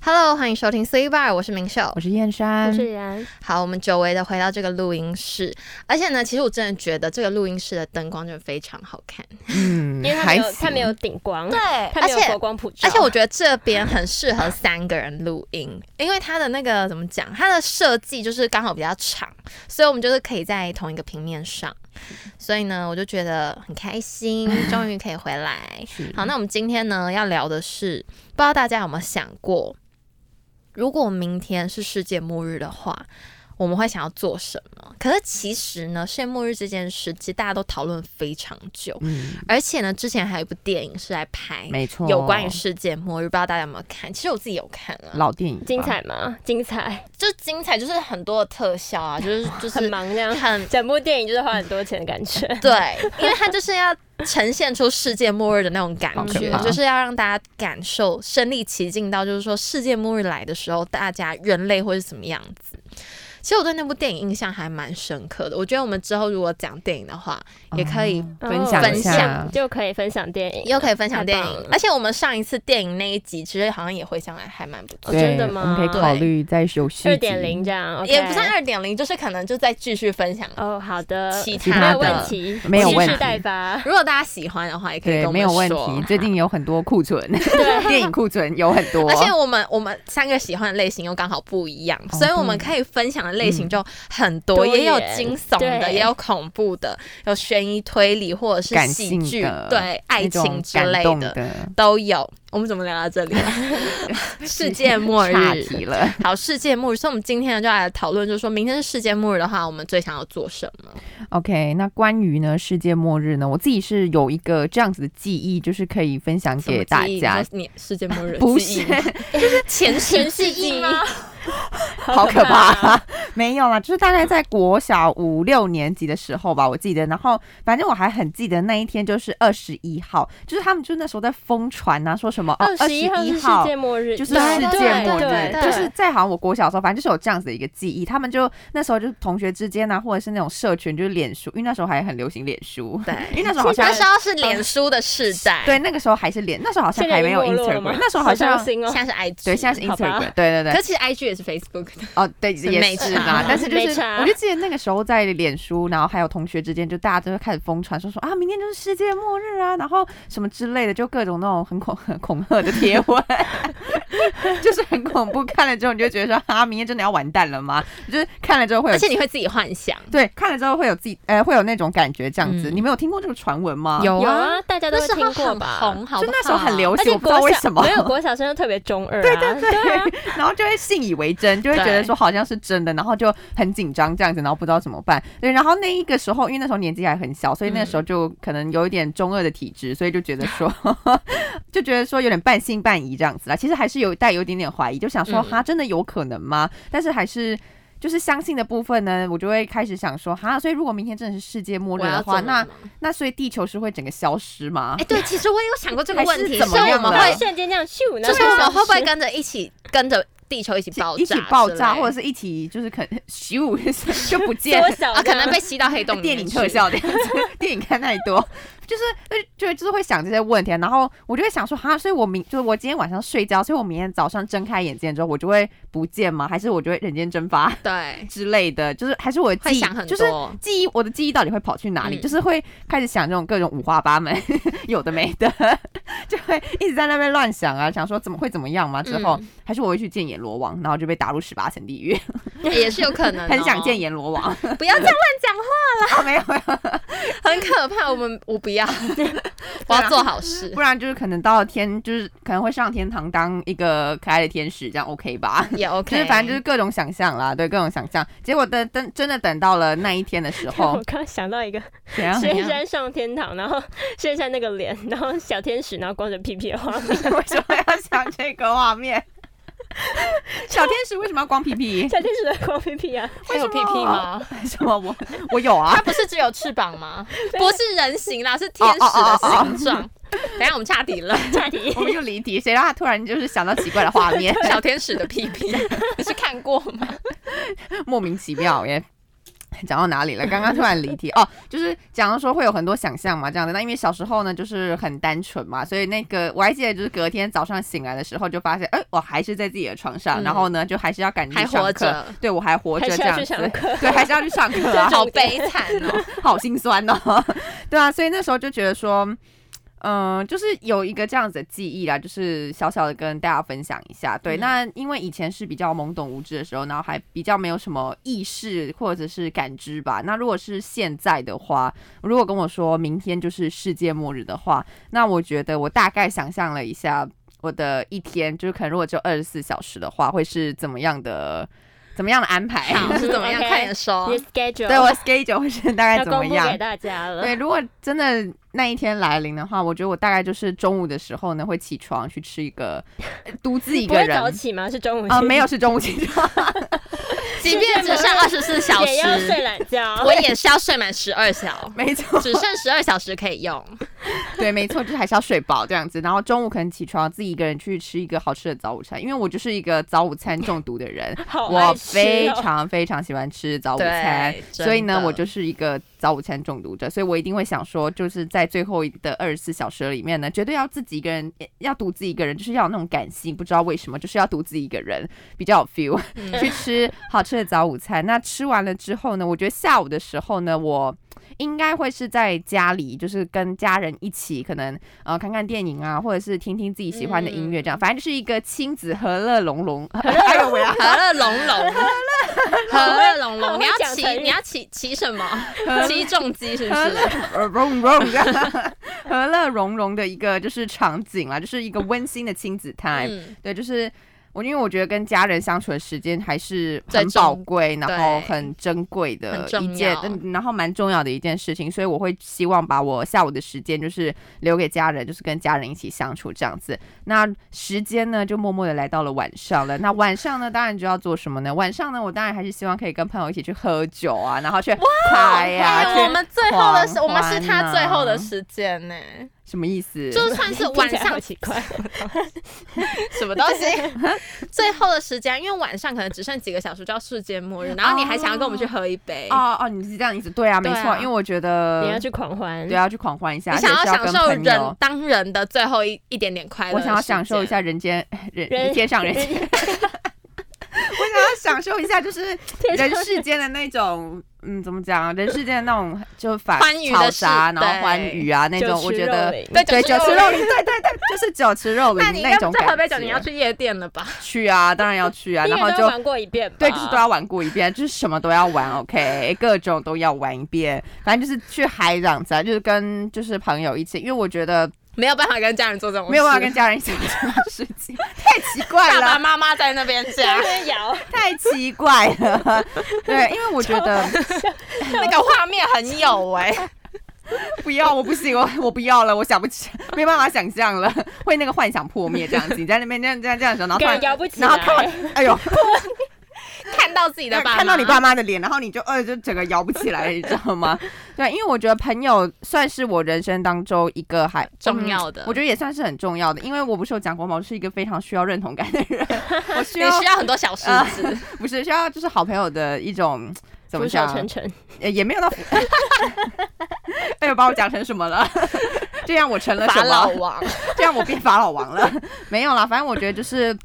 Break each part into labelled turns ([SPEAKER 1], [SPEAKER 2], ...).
[SPEAKER 1] Hello，欢迎收听 C Bar，我是明秀
[SPEAKER 2] 我。是燕山
[SPEAKER 1] 嗯
[SPEAKER 3] 主，持人，
[SPEAKER 1] 好，我们久违的回到这个录音室，而且呢，其实我真的觉得这个录音室的灯光真的非常好看，
[SPEAKER 2] 嗯
[SPEAKER 3] 因为他没有
[SPEAKER 2] 还行
[SPEAKER 3] 他没有顶光，
[SPEAKER 1] 对，
[SPEAKER 3] 他
[SPEAKER 1] 而
[SPEAKER 3] 没有佛
[SPEAKER 1] 且。
[SPEAKER 3] 光普照，
[SPEAKER 1] 而且我觉得这边很适合三个人录音， 因为它的那个怎么讲，它的设计就是刚好比较长，所以我们就是可以在同一个平面上。所以呢，我就觉得很开心，终于可以回来。
[SPEAKER 2] 是
[SPEAKER 1] 好，那我们今天呢要聊的是，不知道大家有没有想过，如果明天是世界末日的话，我们会想要做什么？可是其实呢，世界末日这件事，其实大家都讨论非常久，
[SPEAKER 2] 嗯，
[SPEAKER 1] 而且呢，之前还有一部电影是来拍
[SPEAKER 2] 没错，
[SPEAKER 1] 哎有关于世界末日，不知道大家有没有看？其实我自己有看啊，
[SPEAKER 2] 老电影吧，
[SPEAKER 3] 精彩吗？精彩，
[SPEAKER 1] 就精彩，就是很多的特效啊，就是就
[SPEAKER 3] 很
[SPEAKER 1] 是
[SPEAKER 3] 忙这样，
[SPEAKER 1] 很
[SPEAKER 3] 整部电影就是花很多钱的感觉，
[SPEAKER 1] 对，因为它就是要呈现出世界末日的那种感
[SPEAKER 2] 好可
[SPEAKER 1] 觉，
[SPEAKER 2] 怕
[SPEAKER 1] 就是要让大家感受身临其境到，就是说世界末日来的时候，大家人类会是什么样子。其实我对那部电影印象还蛮深刻的，我觉得我们之后如果讲电影的话，也可以
[SPEAKER 2] 哦分享
[SPEAKER 1] 分
[SPEAKER 2] 一
[SPEAKER 1] 享
[SPEAKER 2] 下，
[SPEAKER 3] 就可以分享电影，
[SPEAKER 1] 又可以分享电
[SPEAKER 3] 太棒
[SPEAKER 1] 影
[SPEAKER 3] 了，
[SPEAKER 1] 而且我们上一次电影那一集其实好像也回想来还蛮不错，
[SPEAKER 3] 哦
[SPEAKER 2] 对
[SPEAKER 3] 真的吗
[SPEAKER 2] 我们可以考虑再有续集
[SPEAKER 3] 二点，零这样，
[SPEAKER 1] 也不算
[SPEAKER 3] OK
[SPEAKER 1] 二点零，就是可能就再继续分享。
[SPEAKER 3] 哦，好的，
[SPEAKER 1] 其
[SPEAKER 2] 其
[SPEAKER 1] 他
[SPEAKER 3] 没
[SPEAKER 2] 他
[SPEAKER 3] 有问
[SPEAKER 2] 的
[SPEAKER 3] 题，
[SPEAKER 2] 没有
[SPEAKER 3] 蓄
[SPEAKER 2] 问
[SPEAKER 3] 势
[SPEAKER 2] 题
[SPEAKER 3] 待发，
[SPEAKER 1] 如果大家喜欢的话，也可以跟
[SPEAKER 2] 对，
[SPEAKER 1] 我
[SPEAKER 2] 没
[SPEAKER 1] 们
[SPEAKER 2] 有问
[SPEAKER 1] 说
[SPEAKER 2] 题，最近有很多库存， 电影库存有很多，
[SPEAKER 1] 而且我们我们三个喜欢的类型又刚好不一样，
[SPEAKER 2] 哦
[SPEAKER 1] 所以我们可以分享的类型就很多，
[SPEAKER 3] 嗯
[SPEAKER 1] 也有
[SPEAKER 3] 多元
[SPEAKER 1] 惊悚的，
[SPEAKER 3] 对
[SPEAKER 1] 也有恐怖的，有悬疑推理或者是
[SPEAKER 2] 感
[SPEAKER 1] 喜
[SPEAKER 2] 性
[SPEAKER 1] 剧
[SPEAKER 2] 的，
[SPEAKER 1] 对，爱
[SPEAKER 2] 那种
[SPEAKER 1] 情之
[SPEAKER 2] 感
[SPEAKER 1] 类
[SPEAKER 2] 动
[SPEAKER 1] 的
[SPEAKER 2] 的
[SPEAKER 1] 都有。我们怎么聊到这 里了？世界末
[SPEAKER 2] 岔
[SPEAKER 1] 日。
[SPEAKER 2] 题了。
[SPEAKER 1] 好，世界末日，所以我们今天呢就来讨论，就是说明天是世界末日的话，我们最想要做什么？
[SPEAKER 2] OK，那关于呢世界末日呢，我自己是有一个这样子的记忆，就是可以分享
[SPEAKER 1] 什么
[SPEAKER 2] 给大
[SPEAKER 1] 记忆
[SPEAKER 2] 家
[SPEAKER 1] 你。说你世界末日
[SPEAKER 2] 不
[SPEAKER 1] 记忆
[SPEAKER 2] 是
[SPEAKER 1] 吗，就是前
[SPEAKER 3] 前
[SPEAKER 1] 世
[SPEAKER 3] 世
[SPEAKER 1] 记
[SPEAKER 3] 记
[SPEAKER 1] 忆
[SPEAKER 3] 忆
[SPEAKER 2] 哦
[SPEAKER 1] 吗？
[SPEAKER 2] 好可怕、
[SPEAKER 3] 啊！
[SPEAKER 2] 没有啦，就是大概在国小五六年级的时候吧，我记得。然后反正我还很记得那一天就是二十一号，就是他们就那时候在疯传啊，说什么哦
[SPEAKER 3] 二十一号
[SPEAKER 2] 21
[SPEAKER 3] 是世
[SPEAKER 2] 号
[SPEAKER 3] 界末日，
[SPEAKER 2] 就是
[SPEAKER 1] 对
[SPEAKER 2] 世界
[SPEAKER 1] 对
[SPEAKER 2] 末
[SPEAKER 1] 对
[SPEAKER 2] 日，
[SPEAKER 1] 对
[SPEAKER 2] 就是在好像我国小的时候，反正就是有这样子的一个记忆。他们就那时候就是同学之间啊，或者是那种社群，就是脸书，因为那时候还很流行脸书，
[SPEAKER 1] 对，
[SPEAKER 2] 因为那时候好像
[SPEAKER 1] 那时候是脸书的世代，
[SPEAKER 2] 对，那个时候还是脸，那时候好像
[SPEAKER 3] 现在
[SPEAKER 2] 还没有
[SPEAKER 3] 已经没落了吗
[SPEAKER 2] Instagram，那时候好像
[SPEAKER 3] 伤心哦
[SPEAKER 1] 现在是 IG，
[SPEAKER 2] 对，现在是
[SPEAKER 3] 好吧
[SPEAKER 2] Instagram，对对对
[SPEAKER 1] 可。其实 IG 也是 Facebook 的，
[SPEAKER 2] 哦，对，
[SPEAKER 1] 是
[SPEAKER 2] 也
[SPEAKER 1] 没
[SPEAKER 2] 是
[SPEAKER 1] 差
[SPEAKER 2] 啦。但是就
[SPEAKER 3] 没
[SPEAKER 2] 是，
[SPEAKER 3] 差
[SPEAKER 2] 我就记得那个时候在脸书，然后还有同学之间，就大家就会开始疯传说说啊，明天就是世界末日啊，然后什么之类的，就各种那种很恐 很恐吓的贴文， 就是很恐怖。看了之后你就觉得说啊，明天真的要完蛋了吗？就是看了之后会有，
[SPEAKER 1] 而且你会自己幻想。
[SPEAKER 2] 对看了之后会有自己呃会有那种感觉这样子。
[SPEAKER 1] 嗯
[SPEAKER 2] 你们有听过这个传闻吗？
[SPEAKER 1] 有
[SPEAKER 3] 有啊，大家都
[SPEAKER 1] 那
[SPEAKER 3] 会
[SPEAKER 1] 时候
[SPEAKER 3] 听过
[SPEAKER 1] 很
[SPEAKER 3] 吧？
[SPEAKER 1] 红，好不好，
[SPEAKER 2] 就那时候很流
[SPEAKER 3] 而
[SPEAKER 2] 行，
[SPEAKER 3] 且
[SPEAKER 2] 我不知道
[SPEAKER 3] 国
[SPEAKER 2] 为
[SPEAKER 3] 小
[SPEAKER 2] 什么。
[SPEAKER 3] 没有国小生就特别中二、啊，
[SPEAKER 2] 对对对，
[SPEAKER 3] 对啊，
[SPEAKER 2] 然后就会信以为真，就会觉得
[SPEAKER 1] 对
[SPEAKER 2] 说好像是真的，然后就很紧张这样子，然后不知道怎么办。对，然后那一个时候，因为那时候年纪还很小，所以那时
[SPEAKER 1] 嗯
[SPEAKER 2] 候就可能有一点中二的体质，所以就觉得 说，就觉得说有点半信半疑这样子啦。其实还是有带有一点点怀疑，就想说
[SPEAKER 1] 嗯
[SPEAKER 2] 哈，真的有可能吗？但是还是。就是相信的部分呢，我就会开始想说，哈，所以如果明天真的是世界末日
[SPEAKER 1] 我要
[SPEAKER 2] 的
[SPEAKER 1] 做
[SPEAKER 2] 话，
[SPEAKER 1] 梦
[SPEAKER 2] 那
[SPEAKER 1] 吗
[SPEAKER 2] 那所以地球是会整个消失吗？
[SPEAKER 1] 哎，对，其实我也有想过这个
[SPEAKER 2] 还是
[SPEAKER 1] 问题，
[SPEAKER 2] 怎么
[SPEAKER 1] 是我
[SPEAKER 2] 样
[SPEAKER 1] 们
[SPEAKER 2] 的
[SPEAKER 3] 会
[SPEAKER 1] 会，
[SPEAKER 3] 瞬间这样咻，然后
[SPEAKER 1] 就是我们会不会
[SPEAKER 3] 消失
[SPEAKER 1] 跟着一起跟着地球一起爆炸
[SPEAKER 2] 一
[SPEAKER 1] 之
[SPEAKER 2] 起
[SPEAKER 1] 类，
[SPEAKER 2] 爆炸，或者是一起就是可能咻就不见
[SPEAKER 3] 缩
[SPEAKER 2] 了，
[SPEAKER 3] 小
[SPEAKER 1] 啊，
[SPEAKER 3] 这
[SPEAKER 1] 可
[SPEAKER 3] 样？
[SPEAKER 1] 能被吸到黑洞里面
[SPEAKER 2] 哎 电影
[SPEAKER 1] 去
[SPEAKER 2] 特，效的样子，电影看太多， 就是就就是会想这些问题啊，然后我就会想说，哈，所以我明就是我今天晚上睡觉，所以我明天早上睁开眼睛之后，我就会不见吗？还是我就会人间蒸发
[SPEAKER 1] 对，
[SPEAKER 2] 之类的？就是还是我的
[SPEAKER 1] 会
[SPEAKER 2] 记忆
[SPEAKER 1] 想很
[SPEAKER 2] 就是
[SPEAKER 1] 多。
[SPEAKER 2] 记忆，我的记忆到底会跑去哪里？
[SPEAKER 1] 嗯
[SPEAKER 2] 就是会开始想这种各种五花八门， 有的没的， 就会一直在那边乱想啊，想说怎么会怎么样嘛？之后、
[SPEAKER 1] 嗯
[SPEAKER 2] 还是我会去见阎罗王，然后就被打入十八层地狱，
[SPEAKER 1] 也是有可能哦，
[SPEAKER 2] 很想见阎罗王。
[SPEAKER 1] 不要这样
[SPEAKER 2] 啊，没有没有。
[SPEAKER 1] 乱，很可怕。我们我 不要，我要做好事
[SPEAKER 2] 不，然就是可能到天，就是可能会上天堂当一个可爱的天使，这样 OK 吧？
[SPEAKER 1] 也 OK。
[SPEAKER 2] 就是反正就是各种想象啦，对，各种想象。结果等等，真的等到了那一天的时候
[SPEAKER 3] 我，刚想到一个，
[SPEAKER 2] 怎样？
[SPEAKER 3] 薛山上 天堂，然后薛山那个脸，然后小天使，然后光着屁屁的画面，
[SPEAKER 2] 为什么要想这个画面？ 小天使为什么要光屁 屁？
[SPEAKER 3] 小天使的光屁 屁啊，
[SPEAKER 1] 还有
[SPEAKER 2] 为
[SPEAKER 1] 屁
[SPEAKER 2] 什么
[SPEAKER 1] 屁 吗？
[SPEAKER 2] 什么我我有啊
[SPEAKER 1] 它？不是只有翅膀吗？不是人形啦，是天使的形状。等一下我们岔题了，
[SPEAKER 3] 差题
[SPEAKER 2] 我们就离题，谁让他突然就是想到奇怪的画面，
[SPEAKER 1] 小天使的屁屁，你是看过吗？
[SPEAKER 2] 莫名其妙耶。讲到哪里了？刚刚突然离题哦，就是讲到说会有很多想象嘛，这样的。那因为小时候呢，就是很单纯嘛，所以那个我还记得，就是隔天早上醒来的时候，就发现，哎，我还是在自己的床
[SPEAKER 1] 嗯
[SPEAKER 2] 上，然后呢，就还是要赶紧
[SPEAKER 1] 还
[SPEAKER 2] 上
[SPEAKER 1] 活
[SPEAKER 2] 课
[SPEAKER 1] 着，
[SPEAKER 2] 对我还活着
[SPEAKER 3] 还是
[SPEAKER 2] 这
[SPEAKER 3] 要
[SPEAKER 2] 样
[SPEAKER 3] 去
[SPEAKER 2] 子
[SPEAKER 3] 上，课
[SPEAKER 2] 对，还是要去上 课啊，
[SPEAKER 1] 好悲惨哦。
[SPEAKER 2] 好心酸哦。 对啊，所以那时候就觉得说，嗯、就是有一个这样子的记忆啦，就是小小的跟大家分享一下。对，
[SPEAKER 1] 嗯
[SPEAKER 2] 那因为以前是比较懵懂无知的时候，然后还比较没有什么意识或者是感知吧。那如果是现在的话，如果跟我说明天就是世界末日的话，那我觉得我大概想象了一下。我的一天就是可能如果只有二十四小时的话，会是怎么样的？怎么样的安排？
[SPEAKER 1] 好是怎么样？
[SPEAKER 3] OK
[SPEAKER 1] 快点说
[SPEAKER 3] 你的。schedule
[SPEAKER 2] 对我 schedule 会是大概
[SPEAKER 3] 要
[SPEAKER 2] 怎么
[SPEAKER 3] 公布
[SPEAKER 2] 样
[SPEAKER 3] 给？大家 了。
[SPEAKER 2] 对，如果真的那一天来临的话，我觉得我大概就是中午的时候呢，会起床去吃一个，呃独自一
[SPEAKER 3] 不
[SPEAKER 2] 个
[SPEAKER 3] 会
[SPEAKER 2] 人
[SPEAKER 3] 早起吗？是中午
[SPEAKER 2] 啊、
[SPEAKER 3] 去
[SPEAKER 2] 没有是中午起 床，，
[SPEAKER 1] 即便只剩二十四小
[SPEAKER 3] 也要睡
[SPEAKER 1] 时，
[SPEAKER 3] 懒觉。
[SPEAKER 1] 我也是要睡满十二小
[SPEAKER 2] 没错，
[SPEAKER 1] 只剩十二小时可以用。
[SPEAKER 2] 对，没错，就是还是要睡饱这样子。然后中午可能起床自己一个人去吃一个好吃的早午餐，因为我就是一个早午餐中毒的人，
[SPEAKER 3] 好爱
[SPEAKER 2] 我
[SPEAKER 3] 吃
[SPEAKER 2] 非
[SPEAKER 3] 哦
[SPEAKER 2] 常非常喜欢吃早午餐
[SPEAKER 1] 对，，
[SPEAKER 2] 所以呢
[SPEAKER 1] 真，的
[SPEAKER 2] 我就是一个早午餐中毒者，所以我一定会想说，就是在最后的二十四小时里面呢，绝对要自己一个人，要独自一个人，就是要有那种感性，不知道为什么，就是要独自一个人比较有 feel，、
[SPEAKER 1] 嗯
[SPEAKER 2] 去吃好吃的早午餐。那吃完了之后呢，我觉得下午的时候呢，我。应该会是在家里，就是跟家人一起，可能呃看看电影啊，或者是听听自己喜欢的音乐，这样，
[SPEAKER 3] 嗯
[SPEAKER 2] 反正就是一个亲子和乐融融。 哎呦喂啊，
[SPEAKER 1] 和乐融融，和乐融
[SPEAKER 3] 好
[SPEAKER 1] 融，
[SPEAKER 3] 会
[SPEAKER 1] 你要
[SPEAKER 3] 讲
[SPEAKER 1] 骑
[SPEAKER 3] 成语
[SPEAKER 1] 你要骑骑什么？
[SPEAKER 2] 和
[SPEAKER 1] 骑重机是不
[SPEAKER 2] 和
[SPEAKER 1] 是？
[SPEAKER 2] 乐融融这样，和乐融融的一个就是场景啦，就是一个温馨的亲子 time、
[SPEAKER 1] 嗯，
[SPEAKER 2] 对，就是我因为我觉得跟家人相处的时间还是
[SPEAKER 1] 最
[SPEAKER 2] 很
[SPEAKER 1] 重
[SPEAKER 2] 宝贵，然
[SPEAKER 1] 对
[SPEAKER 2] 后很珍贵
[SPEAKER 1] 很
[SPEAKER 2] 的一
[SPEAKER 1] 重
[SPEAKER 2] 件
[SPEAKER 1] 要，
[SPEAKER 2] 嗯然后蛮重要的一件事情，所以我会希望把我下午的时间就是留给家人，就是跟家人一起相处这样子。那时间呢，就默默的来到了晚上了。那晚上呢，当然就要做什么呢？晚上呢，我当然还是希望可以跟朋友一起去喝酒啊，然后去嗨呀、
[SPEAKER 1] 哎
[SPEAKER 2] 去
[SPEAKER 1] 呦我们最后的时，
[SPEAKER 2] 狂
[SPEAKER 1] 我们是
[SPEAKER 2] 欢
[SPEAKER 1] 他
[SPEAKER 2] 啊
[SPEAKER 1] 最后的时间呢，
[SPEAKER 2] 什么意思？
[SPEAKER 1] 就算是
[SPEAKER 3] 听
[SPEAKER 1] 晚
[SPEAKER 3] 起来好
[SPEAKER 1] 上
[SPEAKER 3] 奇怪，
[SPEAKER 1] 什么东西， 最后的时间，因为晚上可能只剩几个小时就要世界末日，然后你还想要跟我们去喝一杯，
[SPEAKER 2] 哦哦，你是这样意思？对啊，没
[SPEAKER 1] 对
[SPEAKER 2] 错，
[SPEAKER 1] 啊
[SPEAKER 2] 因为我觉
[SPEAKER 3] 你要
[SPEAKER 2] 得
[SPEAKER 3] 去狂欢。
[SPEAKER 2] 对，啊要去狂欢一下，
[SPEAKER 1] 你想
[SPEAKER 2] 而且是
[SPEAKER 1] 享
[SPEAKER 2] 跟
[SPEAKER 1] 受
[SPEAKER 2] 朋
[SPEAKER 1] 人
[SPEAKER 2] 友。
[SPEAKER 1] 当人的最后一一点点快乐，
[SPEAKER 2] 我想要享受一。下人间 人
[SPEAKER 3] 人
[SPEAKER 2] 天上人间， 我想要享受一下就是
[SPEAKER 3] 天上
[SPEAKER 2] 人世间的那种，嗯，怎么讲啊？人世间的那种就反
[SPEAKER 1] 欢愉的
[SPEAKER 2] 嘈
[SPEAKER 1] 事
[SPEAKER 2] 杂，然后
[SPEAKER 1] 对
[SPEAKER 2] 欢愉啊那
[SPEAKER 3] 就
[SPEAKER 2] 种，我
[SPEAKER 3] 吃
[SPEAKER 2] 觉
[SPEAKER 3] 肉
[SPEAKER 2] 得
[SPEAKER 3] 饼
[SPEAKER 1] 对
[SPEAKER 2] 对
[SPEAKER 1] 酒
[SPEAKER 2] 酒
[SPEAKER 1] 池
[SPEAKER 2] 池
[SPEAKER 1] 肉
[SPEAKER 2] 肉林，对对对，就是酒池肉林
[SPEAKER 1] 那你应该
[SPEAKER 2] 那
[SPEAKER 1] 不
[SPEAKER 2] 种
[SPEAKER 1] 是
[SPEAKER 2] 感觉。
[SPEAKER 1] 喝杯酒，你要去夜店了吧？
[SPEAKER 2] 去啊，当然要去啊，
[SPEAKER 3] 一
[SPEAKER 2] 然
[SPEAKER 3] 年
[SPEAKER 2] 后
[SPEAKER 3] 都
[SPEAKER 2] 就
[SPEAKER 3] 玩过一遍吧。
[SPEAKER 2] 对，啊就是都 要玩过一遍， 就是什么都要玩，OK，各种都要玩一遍。反正就是去嗨这样子啊，就是跟就是朋友一起，因为我觉得
[SPEAKER 1] 没有办法跟家人做这种事，
[SPEAKER 2] 没有办法跟家人一起做这种事情，太奇怪
[SPEAKER 1] 爸爸
[SPEAKER 2] 了，
[SPEAKER 1] 妈妈在那边 这样
[SPEAKER 3] 在那，边摇，
[SPEAKER 2] 太奇怪 了。对，因为我觉得
[SPEAKER 1] 那个画面很有哎、
[SPEAKER 2] 不要，我不行，我我不要了，我想不起，没办法想象了，会那个幻想破灭这样子。你在那边这样这样这样的时候，然后突
[SPEAKER 3] 感
[SPEAKER 2] 然
[SPEAKER 3] 觉摇不起
[SPEAKER 2] 然后看
[SPEAKER 3] 来。
[SPEAKER 2] 完， 哎呦，
[SPEAKER 1] 看到自己的爸妈，
[SPEAKER 2] 看到你爸妈的脸，然后你就呃就整个摇不起来，你知道 吗？对，因为我觉得朋友算是我人生当中一个还
[SPEAKER 1] 重要的
[SPEAKER 2] 嗯我觉得也算是很重要的，因为我不是有讲过吗？我是一个非常需要认同感的 人，我需要呃
[SPEAKER 1] 你需要很多小石子，
[SPEAKER 2] 不是需要就是好朋友的一种怎么
[SPEAKER 3] 浮手
[SPEAKER 2] 讲，
[SPEAKER 3] 成尘，
[SPEAKER 2] 呃也没有到， 哎呦把我讲成什么了？ 这样我成了
[SPEAKER 1] 法
[SPEAKER 2] 什
[SPEAKER 1] 老
[SPEAKER 2] 么？
[SPEAKER 1] 王，
[SPEAKER 2] 这样我变法老王了。没有啦，反正我觉得就是。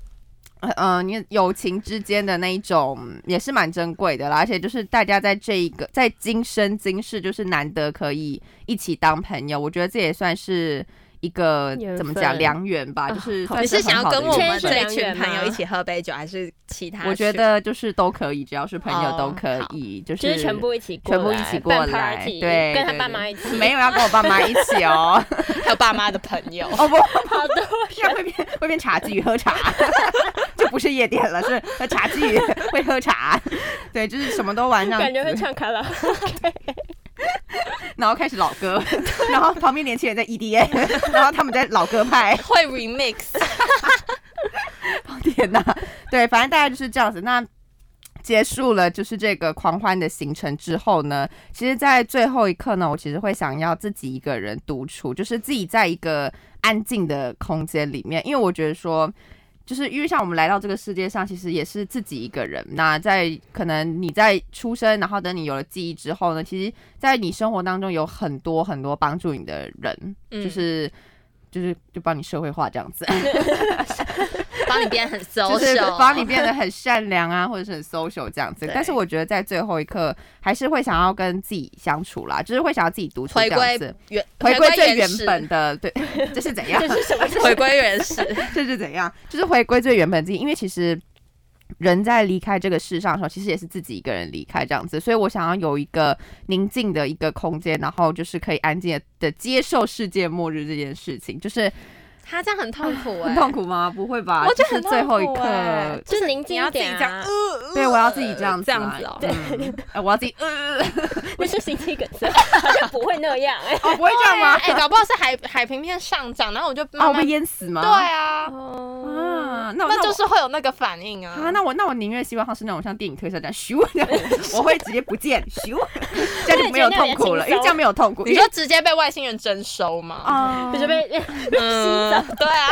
[SPEAKER 2] 呃呃，你友情之间的那一种嗯也是蛮珍贵的啦，而且就是大家在这一个在今生今世，就是难得可以一起当朋友，我觉得这也算是一个
[SPEAKER 3] 缘分
[SPEAKER 2] 怎么讲良缘吧，就是
[SPEAKER 3] 好
[SPEAKER 2] 算
[SPEAKER 1] 你是
[SPEAKER 2] 很
[SPEAKER 1] 想要
[SPEAKER 2] 好的
[SPEAKER 1] 跟我
[SPEAKER 2] 缘
[SPEAKER 1] 们
[SPEAKER 2] 分
[SPEAKER 1] 这一群朋友一起喝杯酒，还是其他群？
[SPEAKER 2] 我觉得就是都可以，只要是朋友
[SPEAKER 1] 哦
[SPEAKER 2] 都可以，就是
[SPEAKER 3] 就是全部一起过
[SPEAKER 2] 全部
[SPEAKER 3] 来，
[SPEAKER 2] 一起过
[SPEAKER 3] 办
[SPEAKER 2] 来
[SPEAKER 3] party，
[SPEAKER 2] 对
[SPEAKER 3] 跟他
[SPEAKER 2] 对
[SPEAKER 3] 爸
[SPEAKER 2] 对
[SPEAKER 3] 妈一起。
[SPEAKER 2] 没有要跟我爸妈一起哦，
[SPEAKER 1] 还有爸妈的朋 友，
[SPEAKER 2] 哦不，
[SPEAKER 3] 好多
[SPEAKER 2] 这样会变会变茶具喝茶， 就不是夜店了，是喝茶具会喝茶，对，就是什么都玩这
[SPEAKER 3] 感觉
[SPEAKER 2] 样
[SPEAKER 3] 会
[SPEAKER 2] 子，
[SPEAKER 3] 唱卡拉
[SPEAKER 2] 然后开始老歌，然后旁边年轻人在 EDM，然后他们在老歌派，
[SPEAKER 1] 会 remix，
[SPEAKER 2] 天哪， 对，反正大概就是这样子。那结束了就是这个狂欢的行程之后呢，其实，在最后一刻呢，我其实会想要自己一个人独处，就是自己在一个安静的空间里面，因为我觉得说。就是因为像我们来到这个世界上，其实也是自己一个人。那在可能你在出生，然后等你有了记忆之后呢，其实，在你生活当中有很多很多帮助你的人，
[SPEAKER 1] 嗯
[SPEAKER 2] 就是就是就帮你社会化这样子，
[SPEAKER 1] 帮你变得很 social，
[SPEAKER 2] 就是 帮你变得很善良啊， 或者是很 social 这样子。
[SPEAKER 1] 对
[SPEAKER 2] 但是我觉得在最后一刻，还是会想要跟自己相处啦，就是会想要自己独处这
[SPEAKER 1] 回
[SPEAKER 2] 样
[SPEAKER 1] 归
[SPEAKER 2] 子，
[SPEAKER 1] 原
[SPEAKER 2] 回归
[SPEAKER 1] 归
[SPEAKER 2] 最原
[SPEAKER 1] 原始
[SPEAKER 2] 本，的，对， 这是怎样？
[SPEAKER 3] 这是什么？
[SPEAKER 1] 回归原始，
[SPEAKER 2] 这是怎样？就是回归最原本自己，因为其实人在离开这个世上的时候，其实也是自己一个人离开这样子，所以我想要有一个宁静的一个空间，然后就是可以安静的接受世界末日这件事情，就是
[SPEAKER 1] 他这样很痛苦哎、
[SPEAKER 2] 很痛苦吗？不会吧？
[SPEAKER 1] 我觉得
[SPEAKER 2] 就是
[SPEAKER 1] 很痛苦
[SPEAKER 2] 最后一刻。
[SPEAKER 1] 欸
[SPEAKER 3] 就是宁静一点
[SPEAKER 2] 呃
[SPEAKER 3] 啊，
[SPEAKER 2] 对，我要自己这样子、
[SPEAKER 1] 这
[SPEAKER 2] 啊，
[SPEAKER 1] 样子哦
[SPEAKER 2] 嗯呃我要自己，呃，
[SPEAKER 3] 不是心肌梗塞，好像不会那样哎。
[SPEAKER 2] 哦，不会这样吗？
[SPEAKER 1] 哎、搞不好是海海平面上涨，然后我就
[SPEAKER 2] 啊，
[SPEAKER 1] 慢
[SPEAKER 2] 我
[SPEAKER 1] 慢、
[SPEAKER 2] 被淹死吗？
[SPEAKER 1] 对啊，
[SPEAKER 3] 哦，
[SPEAKER 2] 啊，那我
[SPEAKER 1] 那
[SPEAKER 2] 我
[SPEAKER 1] 就是会有那个反应啊。
[SPEAKER 2] 啊，那我那我宁愿希望它是那种像电影特效这样咻，这样我会直接不见咻， 这样就没有痛苦了，因为这样没有痛苦。
[SPEAKER 1] 你说直接被外星人征收吗？
[SPEAKER 2] 啊，
[SPEAKER 3] 就是 被
[SPEAKER 1] 嗯，对 啊，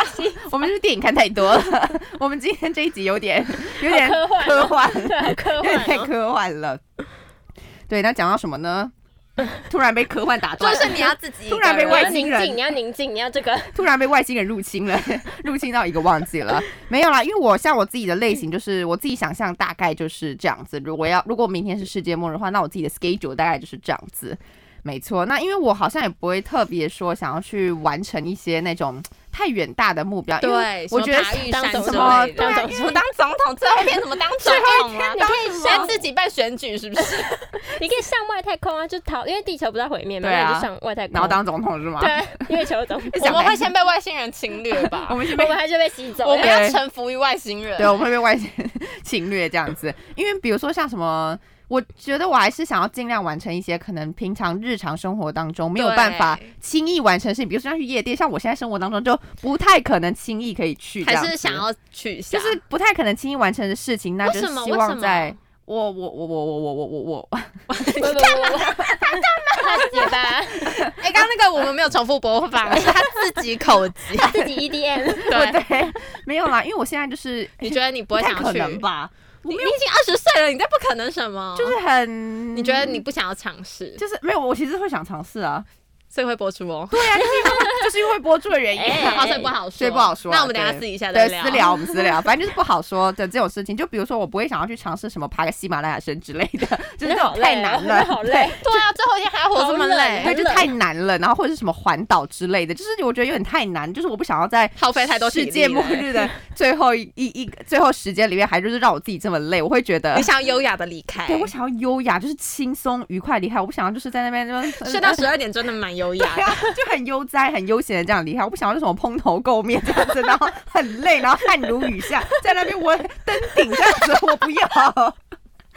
[SPEAKER 2] 我们就是电影看太多了， 我们今天这一集有点有点
[SPEAKER 3] 好科幻哦
[SPEAKER 2] 科幻，有
[SPEAKER 3] 对啊
[SPEAKER 2] 点
[SPEAKER 3] 科幻
[SPEAKER 2] 太
[SPEAKER 3] 哦
[SPEAKER 2] 科幻了。对，那讲到什么呢？突然被科幻打
[SPEAKER 1] 就
[SPEAKER 2] 断，
[SPEAKER 1] 是你要自己一个人
[SPEAKER 2] 突然被
[SPEAKER 3] 你
[SPEAKER 2] 外
[SPEAKER 3] 要
[SPEAKER 2] 星
[SPEAKER 3] 宁
[SPEAKER 2] 人
[SPEAKER 3] 静，你要宁静，你要这个
[SPEAKER 2] 突然被外星人入侵了， 入侵到一个忘记了，没有啦，因为我像我自己的类型，就是我自己想象大概就是这样子。如果要如果明天是世界末日的话，那我自己的 schedule 大概就是这样子。没错，那因为我好像也不会特别说想要去完成一些那种太远大的目标，因
[SPEAKER 1] 对，
[SPEAKER 2] 为我觉得
[SPEAKER 1] 什么爬玉
[SPEAKER 3] 当
[SPEAKER 1] 山
[SPEAKER 3] 总
[SPEAKER 1] 之
[SPEAKER 2] 统啊
[SPEAKER 1] 类的，
[SPEAKER 3] 当
[SPEAKER 1] 对啊
[SPEAKER 3] 总
[SPEAKER 1] 因为当总统最后一天怎么当总统啊？
[SPEAKER 2] 当
[SPEAKER 1] 现在自己办选举是不是？
[SPEAKER 3] 你可以上外太空啊，就逃，因为地球不是在毁灭嘛，
[SPEAKER 2] 对啊
[SPEAKER 3] 那你就上外太空，
[SPEAKER 2] 然后当总统是吗？，
[SPEAKER 3] 对 月球 总，
[SPEAKER 1] 我
[SPEAKER 2] 想
[SPEAKER 1] 们
[SPEAKER 2] 太
[SPEAKER 1] 会先被外星人侵略 吧
[SPEAKER 2] 我？们是
[SPEAKER 3] 我
[SPEAKER 2] 被
[SPEAKER 3] 们还是被吸走
[SPEAKER 1] 我
[SPEAKER 3] 了
[SPEAKER 1] 们。要臣服于外星人。
[SPEAKER 2] 对，我们会被外星 侵略这样 子。因为比如说像什么，我觉得我还是想要尽量完成一些可能平常日常生活当中没有办法
[SPEAKER 1] 对
[SPEAKER 2] 轻易完成的事情，比如说像去夜店，像我现在生活当中就不太可能轻易可以去这样
[SPEAKER 1] 还
[SPEAKER 2] 子，
[SPEAKER 1] 是想要去一下，
[SPEAKER 2] 就是 不太可能轻易完成的事情，那就
[SPEAKER 1] 为什么
[SPEAKER 2] 希
[SPEAKER 1] 为什
[SPEAKER 2] 望
[SPEAKER 1] 么
[SPEAKER 2] 在。我我我我我我我我我，
[SPEAKER 3] 不不不 不，他结巴，
[SPEAKER 1] 哎，刚刚那个我们没有重复播放，是他自己口急。
[SPEAKER 3] 自己 E EDM，
[SPEAKER 2] 我
[SPEAKER 1] 对，
[SPEAKER 2] 对，没有啦，因为我现在就是
[SPEAKER 1] 你觉得你不
[SPEAKER 2] 不
[SPEAKER 1] 会
[SPEAKER 2] 太
[SPEAKER 1] 想
[SPEAKER 2] 可
[SPEAKER 1] 去？
[SPEAKER 2] 能吧，
[SPEAKER 1] 你你已经二十岁了，你再不可能什么？
[SPEAKER 2] 就是很
[SPEAKER 1] 你觉得你不想要尝 试，
[SPEAKER 2] 就是没有，我其实会想尝试啊，
[SPEAKER 1] 所以会播出哦。
[SPEAKER 2] 对啊，就是因 为就是因为播出的原因啊，
[SPEAKER 3] 哎
[SPEAKER 1] 好，所以不好说，
[SPEAKER 2] 所以不好说啊。
[SPEAKER 1] 那我们等一下
[SPEAKER 2] 对
[SPEAKER 1] 私底下再
[SPEAKER 2] 对私聊，我们 私聊，反正就是不好说的这种事情。就比如说，我不会想要去尝试什么爬个喜马拉雅山之类的， 就是这种太难了，
[SPEAKER 3] 好累哦，
[SPEAKER 1] 对啊，最后一天还要活这么
[SPEAKER 2] 对，
[SPEAKER 1] 累，
[SPEAKER 2] 对，
[SPEAKER 3] 很
[SPEAKER 2] 就
[SPEAKER 3] 冷
[SPEAKER 2] 太难了。然后或者是什么环岛之类的，就是我觉得有点太难，就是我不想要在
[SPEAKER 1] 耗费太多体
[SPEAKER 2] 世
[SPEAKER 1] 力
[SPEAKER 2] 界末
[SPEAKER 1] 了
[SPEAKER 2] 日的最后一一一个最后时间里面，还就是让我自己这么累，我会觉 得
[SPEAKER 1] 你。想要优雅的离 开
[SPEAKER 2] 对，，我想要优雅，就是轻松愉快地离开。我不想要就是在那边 就
[SPEAKER 1] 睡到十二点真的蛮优雅
[SPEAKER 2] 对
[SPEAKER 1] 的。
[SPEAKER 2] 啊，就很悠哉、很悠闲的这样离开。我不想要那种蓬头垢面这样子，然后很累，然后汗如雨 下，在那边我登顶这样子，我不要，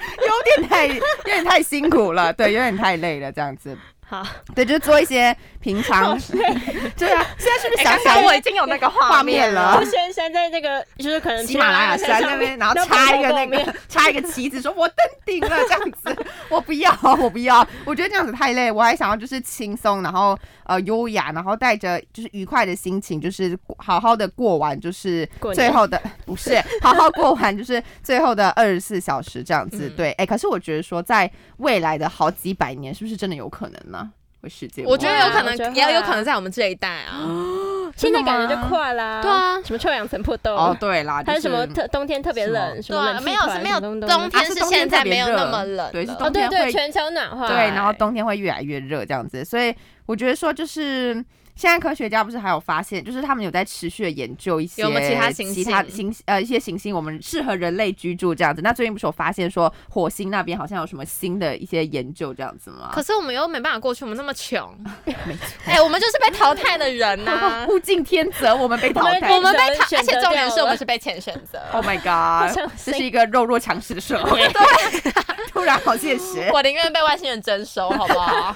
[SPEAKER 2] 有点太有点太辛苦了，对，有点太累了这样子。
[SPEAKER 3] 好，
[SPEAKER 2] 对，就是做一些平常， 对啊，现在是不是想
[SPEAKER 1] 哎刚
[SPEAKER 2] 起来
[SPEAKER 1] 刚我已经有那个
[SPEAKER 2] 画
[SPEAKER 1] 画
[SPEAKER 2] 面了
[SPEAKER 3] 我先先在那个就是可 能
[SPEAKER 2] 喜马拉雅山
[SPEAKER 3] 上
[SPEAKER 2] 那边，然后
[SPEAKER 3] 那
[SPEAKER 2] 插一个那
[SPEAKER 3] 边
[SPEAKER 2] 个 插一个旗子，说我登顶了这样子，我不要，我不要，我觉得这样子太累，我还想要就是轻松，然后呃优雅，然后带着就是愉快的心情，就是好好的过完就是
[SPEAKER 3] 过年
[SPEAKER 2] 最后的不是好好过完就是最后的二十四小时这样子。
[SPEAKER 1] 嗯
[SPEAKER 2] 对，哎，可是我觉得说在未来的好几百年，是不是真的有可能呢？会世界末日，
[SPEAKER 1] 我觉得有可
[SPEAKER 3] 我觉得
[SPEAKER 1] 能，
[SPEAKER 3] 会
[SPEAKER 1] 也有
[SPEAKER 3] 啊
[SPEAKER 1] 可能在我们这一代啊。
[SPEAKER 3] 现在
[SPEAKER 2] 真的吗
[SPEAKER 3] 感觉就快啦，
[SPEAKER 1] 对啊
[SPEAKER 3] 什么臭氧层破洞，
[SPEAKER 2] 哦，对啦，就
[SPEAKER 3] 还有什么
[SPEAKER 2] 是
[SPEAKER 3] 特冬天特别冷，什
[SPEAKER 1] 对
[SPEAKER 3] 么
[SPEAKER 1] 啊，
[SPEAKER 3] 冷
[SPEAKER 1] 没
[SPEAKER 3] 气
[SPEAKER 1] 有
[SPEAKER 3] 团
[SPEAKER 1] 是没有
[SPEAKER 3] 什么东东
[SPEAKER 1] 冬
[SPEAKER 3] 东
[SPEAKER 1] 天
[SPEAKER 2] 啊是
[SPEAKER 1] 是
[SPEAKER 2] 冬天
[SPEAKER 1] 现在
[SPEAKER 2] 特别
[SPEAKER 1] 没有
[SPEAKER 2] 热
[SPEAKER 1] 那么冷了，
[SPEAKER 2] 对是冬
[SPEAKER 3] 哦对
[SPEAKER 2] 天会
[SPEAKER 3] 对，全球暖化，
[SPEAKER 2] 对，然后冬天会越来越热这样子，所以我觉得说就是。现在科学家不是还有发现，就是他们有在持续的研究一些
[SPEAKER 1] 有没有其他行星
[SPEAKER 2] 其他行呃一些行星，我们适合人类居住这样子。那最近不是有发现说火星那边好像有什么新的一些研究这样子吗？
[SPEAKER 1] 可是我们又没办法过去，我们那么 穷，
[SPEAKER 2] 没错，。
[SPEAKER 1] 哎，我们就是被淘汰的人呐
[SPEAKER 2] 物竞天择，我们被淘汰。
[SPEAKER 1] 啊 我们被淘，
[SPEAKER 3] 选
[SPEAKER 1] 而且
[SPEAKER 3] 择
[SPEAKER 1] 重点
[SPEAKER 3] 掉
[SPEAKER 1] 是我
[SPEAKER 3] 了
[SPEAKER 1] 们是被钱选 择。
[SPEAKER 2] Oh my god，
[SPEAKER 3] 像
[SPEAKER 2] 这是一个弱肉强食的社会， 突然好现实。
[SPEAKER 1] 我宁愿被外星人征收，好不好？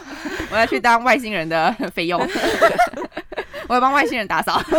[SPEAKER 2] 我要去 当外星人的费用，我要帮外星人打扫。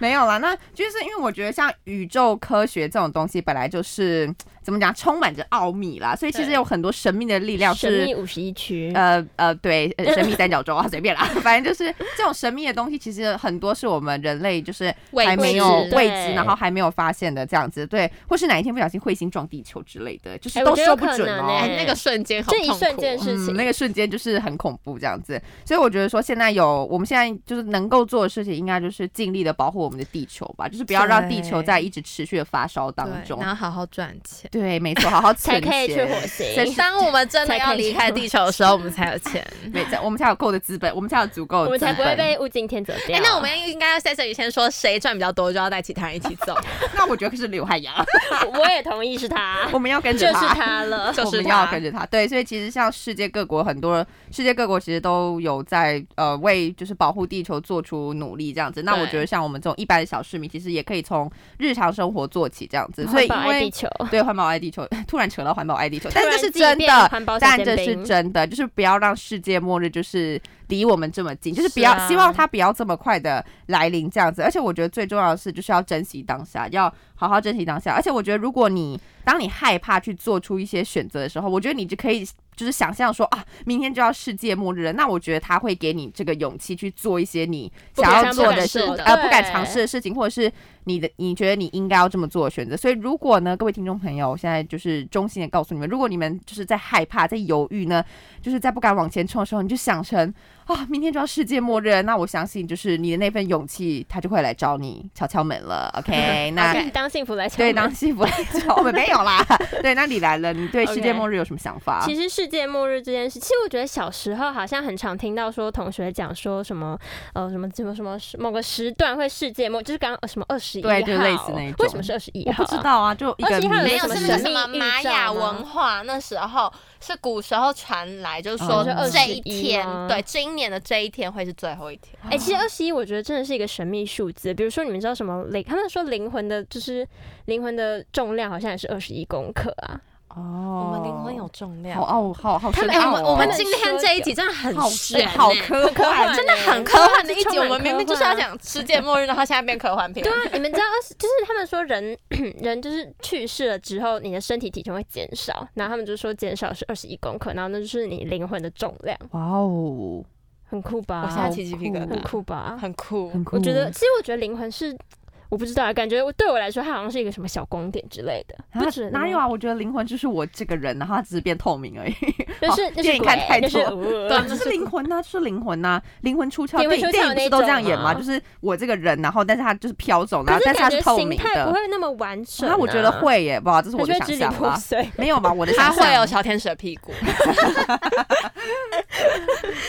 [SPEAKER 2] 没有啦，那就是因为我觉得像宇宙科学这种东西本来就是怎么讲，充满着奥秘啦，所以其实
[SPEAKER 1] 对
[SPEAKER 2] 有很多神秘的力量
[SPEAKER 3] 神
[SPEAKER 2] 是
[SPEAKER 3] 秘五十一区，
[SPEAKER 2] 呃呃，对， 呃神秘三角洲啊，随便啦， 反正就是这种神秘的东西，其实很多是我们人类就是
[SPEAKER 1] 未
[SPEAKER 2] 还没
[SPEAKER 1] 知
[SPEAKER 2] 有
[SPEAKER 1] 对
[SPEAKER 2] 未
[SPEAKER 3] 对
[SPEAKER 2] 知，然后还没有发现的这样子，对，或是哪一天不小心彗星撞地球之类的，就
[SPEAKER 3] 哎
[SPEAKER 2] 是
[SPEAKER 3] 我
[SPEAKER 2] 都
[SPEAKER 3] 觉得
[SPEAKER 2] 说
[SPEAKER 3] 有
[SPEAKER 2] 不
[SPEAKER 3] 可
[SPEAKER 2] 准
[SPEAKER 3] 能
[SPEAKER 2] 哦。
[SPEAKER 3] 哎
[SPEAKER 1] 那个瞬间好
[SPEAKER 3] 这一
[SPEAKER 1] 痛苦
[SPEAKER 3] 瞬间
[SPEAKER 1] 哦
[SPEAKER 3] 是事情
[SPEAKER 2] 嗯，那个瞬间就是很恐怖这样子，所以我觉得说现在有我们现在就是能够做的事情，应该就是尽力的保护我们的地球吧，就是不要让地球
[SPEAKER 1] 对
[SPEAKER 2] 在一直持续的发烧当
[SPEAKER 1] 对，
[SPEAKER 2] 中。
[SPEAKER 1] 然后好好赚 钱。
[SPEAKER 2] 对，没错，好好
[SPEAKER 3] 才
[SPEAKER 2] 存
[SPEAKER 3] 可以去
[SPEAKER 2] 钱
[SPEAKER 3] 火
[SPEAKER 2] 真
[SPEAKER 3] 星
[SPEAKER 2] 是。
[SPEAKER 1] 当我们真的
[SPEAKER 3] 才
[SPEAKER 1] 要
[SPEAKER 3] 可以
[SPEAKER 1] 离
[SPEAKER 3] 出
[SPEAKER 1] 开地球的时候，我们才有钱。
[SPEAKER 2] 没错，我们才有够的资本，我们才有足够
[SPEAKER 3] 我
[SPEAKER 2] 的
[SPEAKER 3] 们
[SPEAKER 2] 资
[SPEAKER 3] 才
[SPEAKER 2] 本，
[SPEAKER 3] 不会被物竞天择
[SPEAKER 1] 哎、
[SPEAKER 3] 掉。
[SPEAKER 1] 那我们应该要在这里先说，谁赚比较多，就要带其他人一起走。
[SPEAKER 2] 那我觉得是刘海 洋，
[SPEAKER 3] 我也同意是他，
[SPEAKER 2] 我们要跟
[SPEAKER 3] 就
[SPEAKER 2] 着
[SPEAKER 3] 是他 了。
[SPEAKER 1] 就是
[SPEAKER 2] 我们
[SPEAKER 1] 他
[SPEAKER 2] 要跟着他。对，所以其实像世界各国很多世界各国其实都有在呃为就是保护地球做出努力这样子。那我
[SPEAKER 1] 对
[SPEAKER 2] 觉得像我们这种一般的小市民，其实也可以从日常生活做起这样 子。所以
[SPEAKER 3] 环
[SPEAKER 2] 因
[SPEAKER 3] 保爱
[SPEAKER 2] 为
[SPEAKER 3] 地球，
[SPEAKER 2] 对环保爱地球， 突然扯到环保爱地球，但这
[SPEAKER 3] 突然
[SPEAKER 2] 是
[SPEAKER 3] 自己
[SPEAKER 2] 真
[SPEAKER 3] 变成
[SPEAKER 2] 的。
[SPEAKER 3] 环保小
[SPEAKER 2] 但
[SPEAKER 3] 尖
[SPEAKER 2] 这
[SPEAKER 3] 兵
[SPEAKER 2] 是真的，就是不要让世界末日就是离我们这么近，就是不要、
[SPEAKER 1] 是啊
[SPEAKER 2] 希望它不要这么快的来临这样子。而且我觉得最重要的是，就是要珍惜当下，要好好珍惜当下。而且我觉得，如果你当你害怕去做出一些选择的时候，我觉得你就可以就是想象说啊，明天就要世界末日了，那我觉得他会给你这个勇气去做一些你
[SPEAKER 1] 不
[SPEAKER 2] 想
[SPEAKER 1] 敢
[SPEAKER 2] 要做
[SPEAKER 1] 尝
[SPEAKER 2] 的
[SPEAKER 1] 试
[SPEAKER 2] 事
[SPEAKER 1] 的
[SPEAKER 2] 呃不敢
[SPEAKER 3] 对
[SPEAKER 2] 尝试的事情，或者是你的你觉得你应该要这么做的选择。所以，如果呢，各位听众朋友，我现在就是衷心的告诉你们，如果你们就是在害怕、在犹豫呢，就是在不敢往前冲的时候，你就想成啊，明天就要世界末日了，那我相信就是你的那份勇气，他就会来找你敲敲门了。OK，那。
[SPEAKER 3] OK，当幸福来敲
[SPEAKER 2] 哎对，
[SPEAKER 3] 门
[SPEAKER 2] 当幸福来啊敲门没有啦。 对，那你来了，你对世界
[SPEAKER 3] OK
[SPEAKER 2] 末日有什么想法
[SPEAKER 3] 其实世界末日这件事，其实我觉得小时候好像很常听到说同学讲说什么呃什么什么什么某个时段会世界末，就是刚呃什么二十一号，
[SPEAKER 2] 对就类似那一种
[SPEAKER 3] 为什么是二十一
[SPEAKER 2] 我
[SPEAKER 3] 号、
[SPEAKER 2] 不知。道啊，就一个
[SPEAKER 3] 21号
[SPEAKER 2] 谜
[SPEAKER 1] 没
[SPEAKER 3] 没
[SPEAKER 1] 有，
[SPEAKER 3] 有
[SPEAKER 1] 是不
[SPEAKER 3] 什么
[SPEAKER 1] 是
[SPEAKER 3] 神
[SPEAKER 1] 什
[SPEAKER 3] 秘
[SPEAKER 1] 么
[SPEAKER 3] 预
[SPEAKER 1] 玛
[SPEAKER 3] 兆
[SPEAKER 1] 雅
[SPEAKER 3] 吗
[SPEAKER 1] 文化？那时候是古时候传来，哦就是说
[SPEAKER 2] 嗯就
[SPEAKER 1] 这一
[SPEAKER 3] 21
[SPEAKER 1] 天，
[SPEAKER 3] 吗
[SPEAKER 1] 对，今年的这一天会是最后一天。
[SPEAKER 3] 哎、
[SPEAKER 2] 哦
[SPEAKER 3] 其实二十一我觉得真的是一个神秘数字。比如说，你们知道什么灵？他们说灵魂的，就是灵魂的重量好像也是二十一公克啊。
[SPEAKER 2] 哦，
[SPEAKER 1] 我们灵魂有重量
[SPEAKER 2] 好。傲，好好
[SPEAKER 1] 他
[SPEAKER 2] 深
[SPEAKER 1] 们、
[SPEAKER 2] 奥
[SPEAKER 1] 我们
[SPEAKER 2] 哦
[SPEAKER 1] 我们
[SPEAKER 3] 好
[SPEAKER 1] 今天这一集真的很
[SPEAKER 2] 好
[SPEAKER 1] 悬、欸，
[SPEAKER 2] 好科 幻，
[SPEAKER 1] 真的很科幻的一集。我们明明就是要讲世界末日，然后现在变科幻片。
[SPEAKER 3] 对啊，你们知道，就是他们说人人就是去世了之后，你的身体体重会减少，然后他们就说减少是二十一公克，然后那就是你灵魂的重量，
[SPEAKER 2] 哇哦，
[SPEAKER 3] 很酷吧？
[SPEAKER 1] 我现在起鸡皮疙
[SPEAKER 3] 很
[SPEAKER 1] 瘩，
[SPEAKER 3] 酷吧？
[SPEAKER 1] 很酷。
[SPEAKER 2] 很酷。
[SPEAKER 3] 我觉得，其实我觉得灵魂是，我不知道啊，感觉我对我来说，它好像是一个什么小光点之类的，
[SPEAKER 2] 啊
[SPEAKER 3] 不止
[SPEAKER 2] 哪有啊？我觉得灵魂就是我这个人，然啊后他只是变透明而已。
[SPEAKER 3] 就是
[SPEAKER 2] 哦
[SPEAKER 3] 就
[SPEAKER 2] 电
[SPEAKER 3] 是
[SPEAKER 2] 影看太
[SPEAKER 3] 鬼，就是
[SPEAKER 2] 多 啊
[SPEAKER 3] 呃
[SPEAKER 2] 就是灵魂呐、就是灵魂呐、啊灵魂出窍。
[SPEAKER 3] 灵魂
[SPEAKER 2] 电
[SPEAKER 3] 出
[SPEAKER 2] 影电
[SPEAKER 3] 窍
[SPEAKER 2] 影不
[SPEAKER 3] 那
[SPEAKER 2] 是都这样演
[SPEAKER 3] 种
[SPEAKER 2] 吗？
[SPEAKER 3] 啊
[SPEAKER 2] 就是我这个人，然后但是他就是飘走，然后
[SPEAKER 3] 可
[SPEAKER 2] 但
[SPEAKER 3] 是
[SPEAKER 2] 是他
[SPEAKER 3] 感
[SPEAKER 2] 是
[SPEAKER 3] 觉
[SPEAKER 2] 透
[SPEAKER 3] 形
[SPEAKER 2] 明
[SPEAKER 3] 态不
[SPEAKER 2] 的。
[SPEAKER 3] 会那么完整、啊。
[SPEAKER 2] 那我觉得，会耶，不知道，这是我的
[SPEAKER 3] 觉得
[SPEAKER 2] 想
[SPEAKER 3] 支离
[SPEAKER 2] 象
[SPEAKER 3] 破
[SPEAKER 2] 吧。
[SPEAKER 3] 碎。
[SPEAKER 2] 没有吧？我的
[SPEAKER 1] 它
[SPEAKER 2] 想
[SPEAKER 1] 会有
[SPEAKER 3] 哦
[SPEAKER 2] 象。
[SPEAKER 1] 小天使的屁股，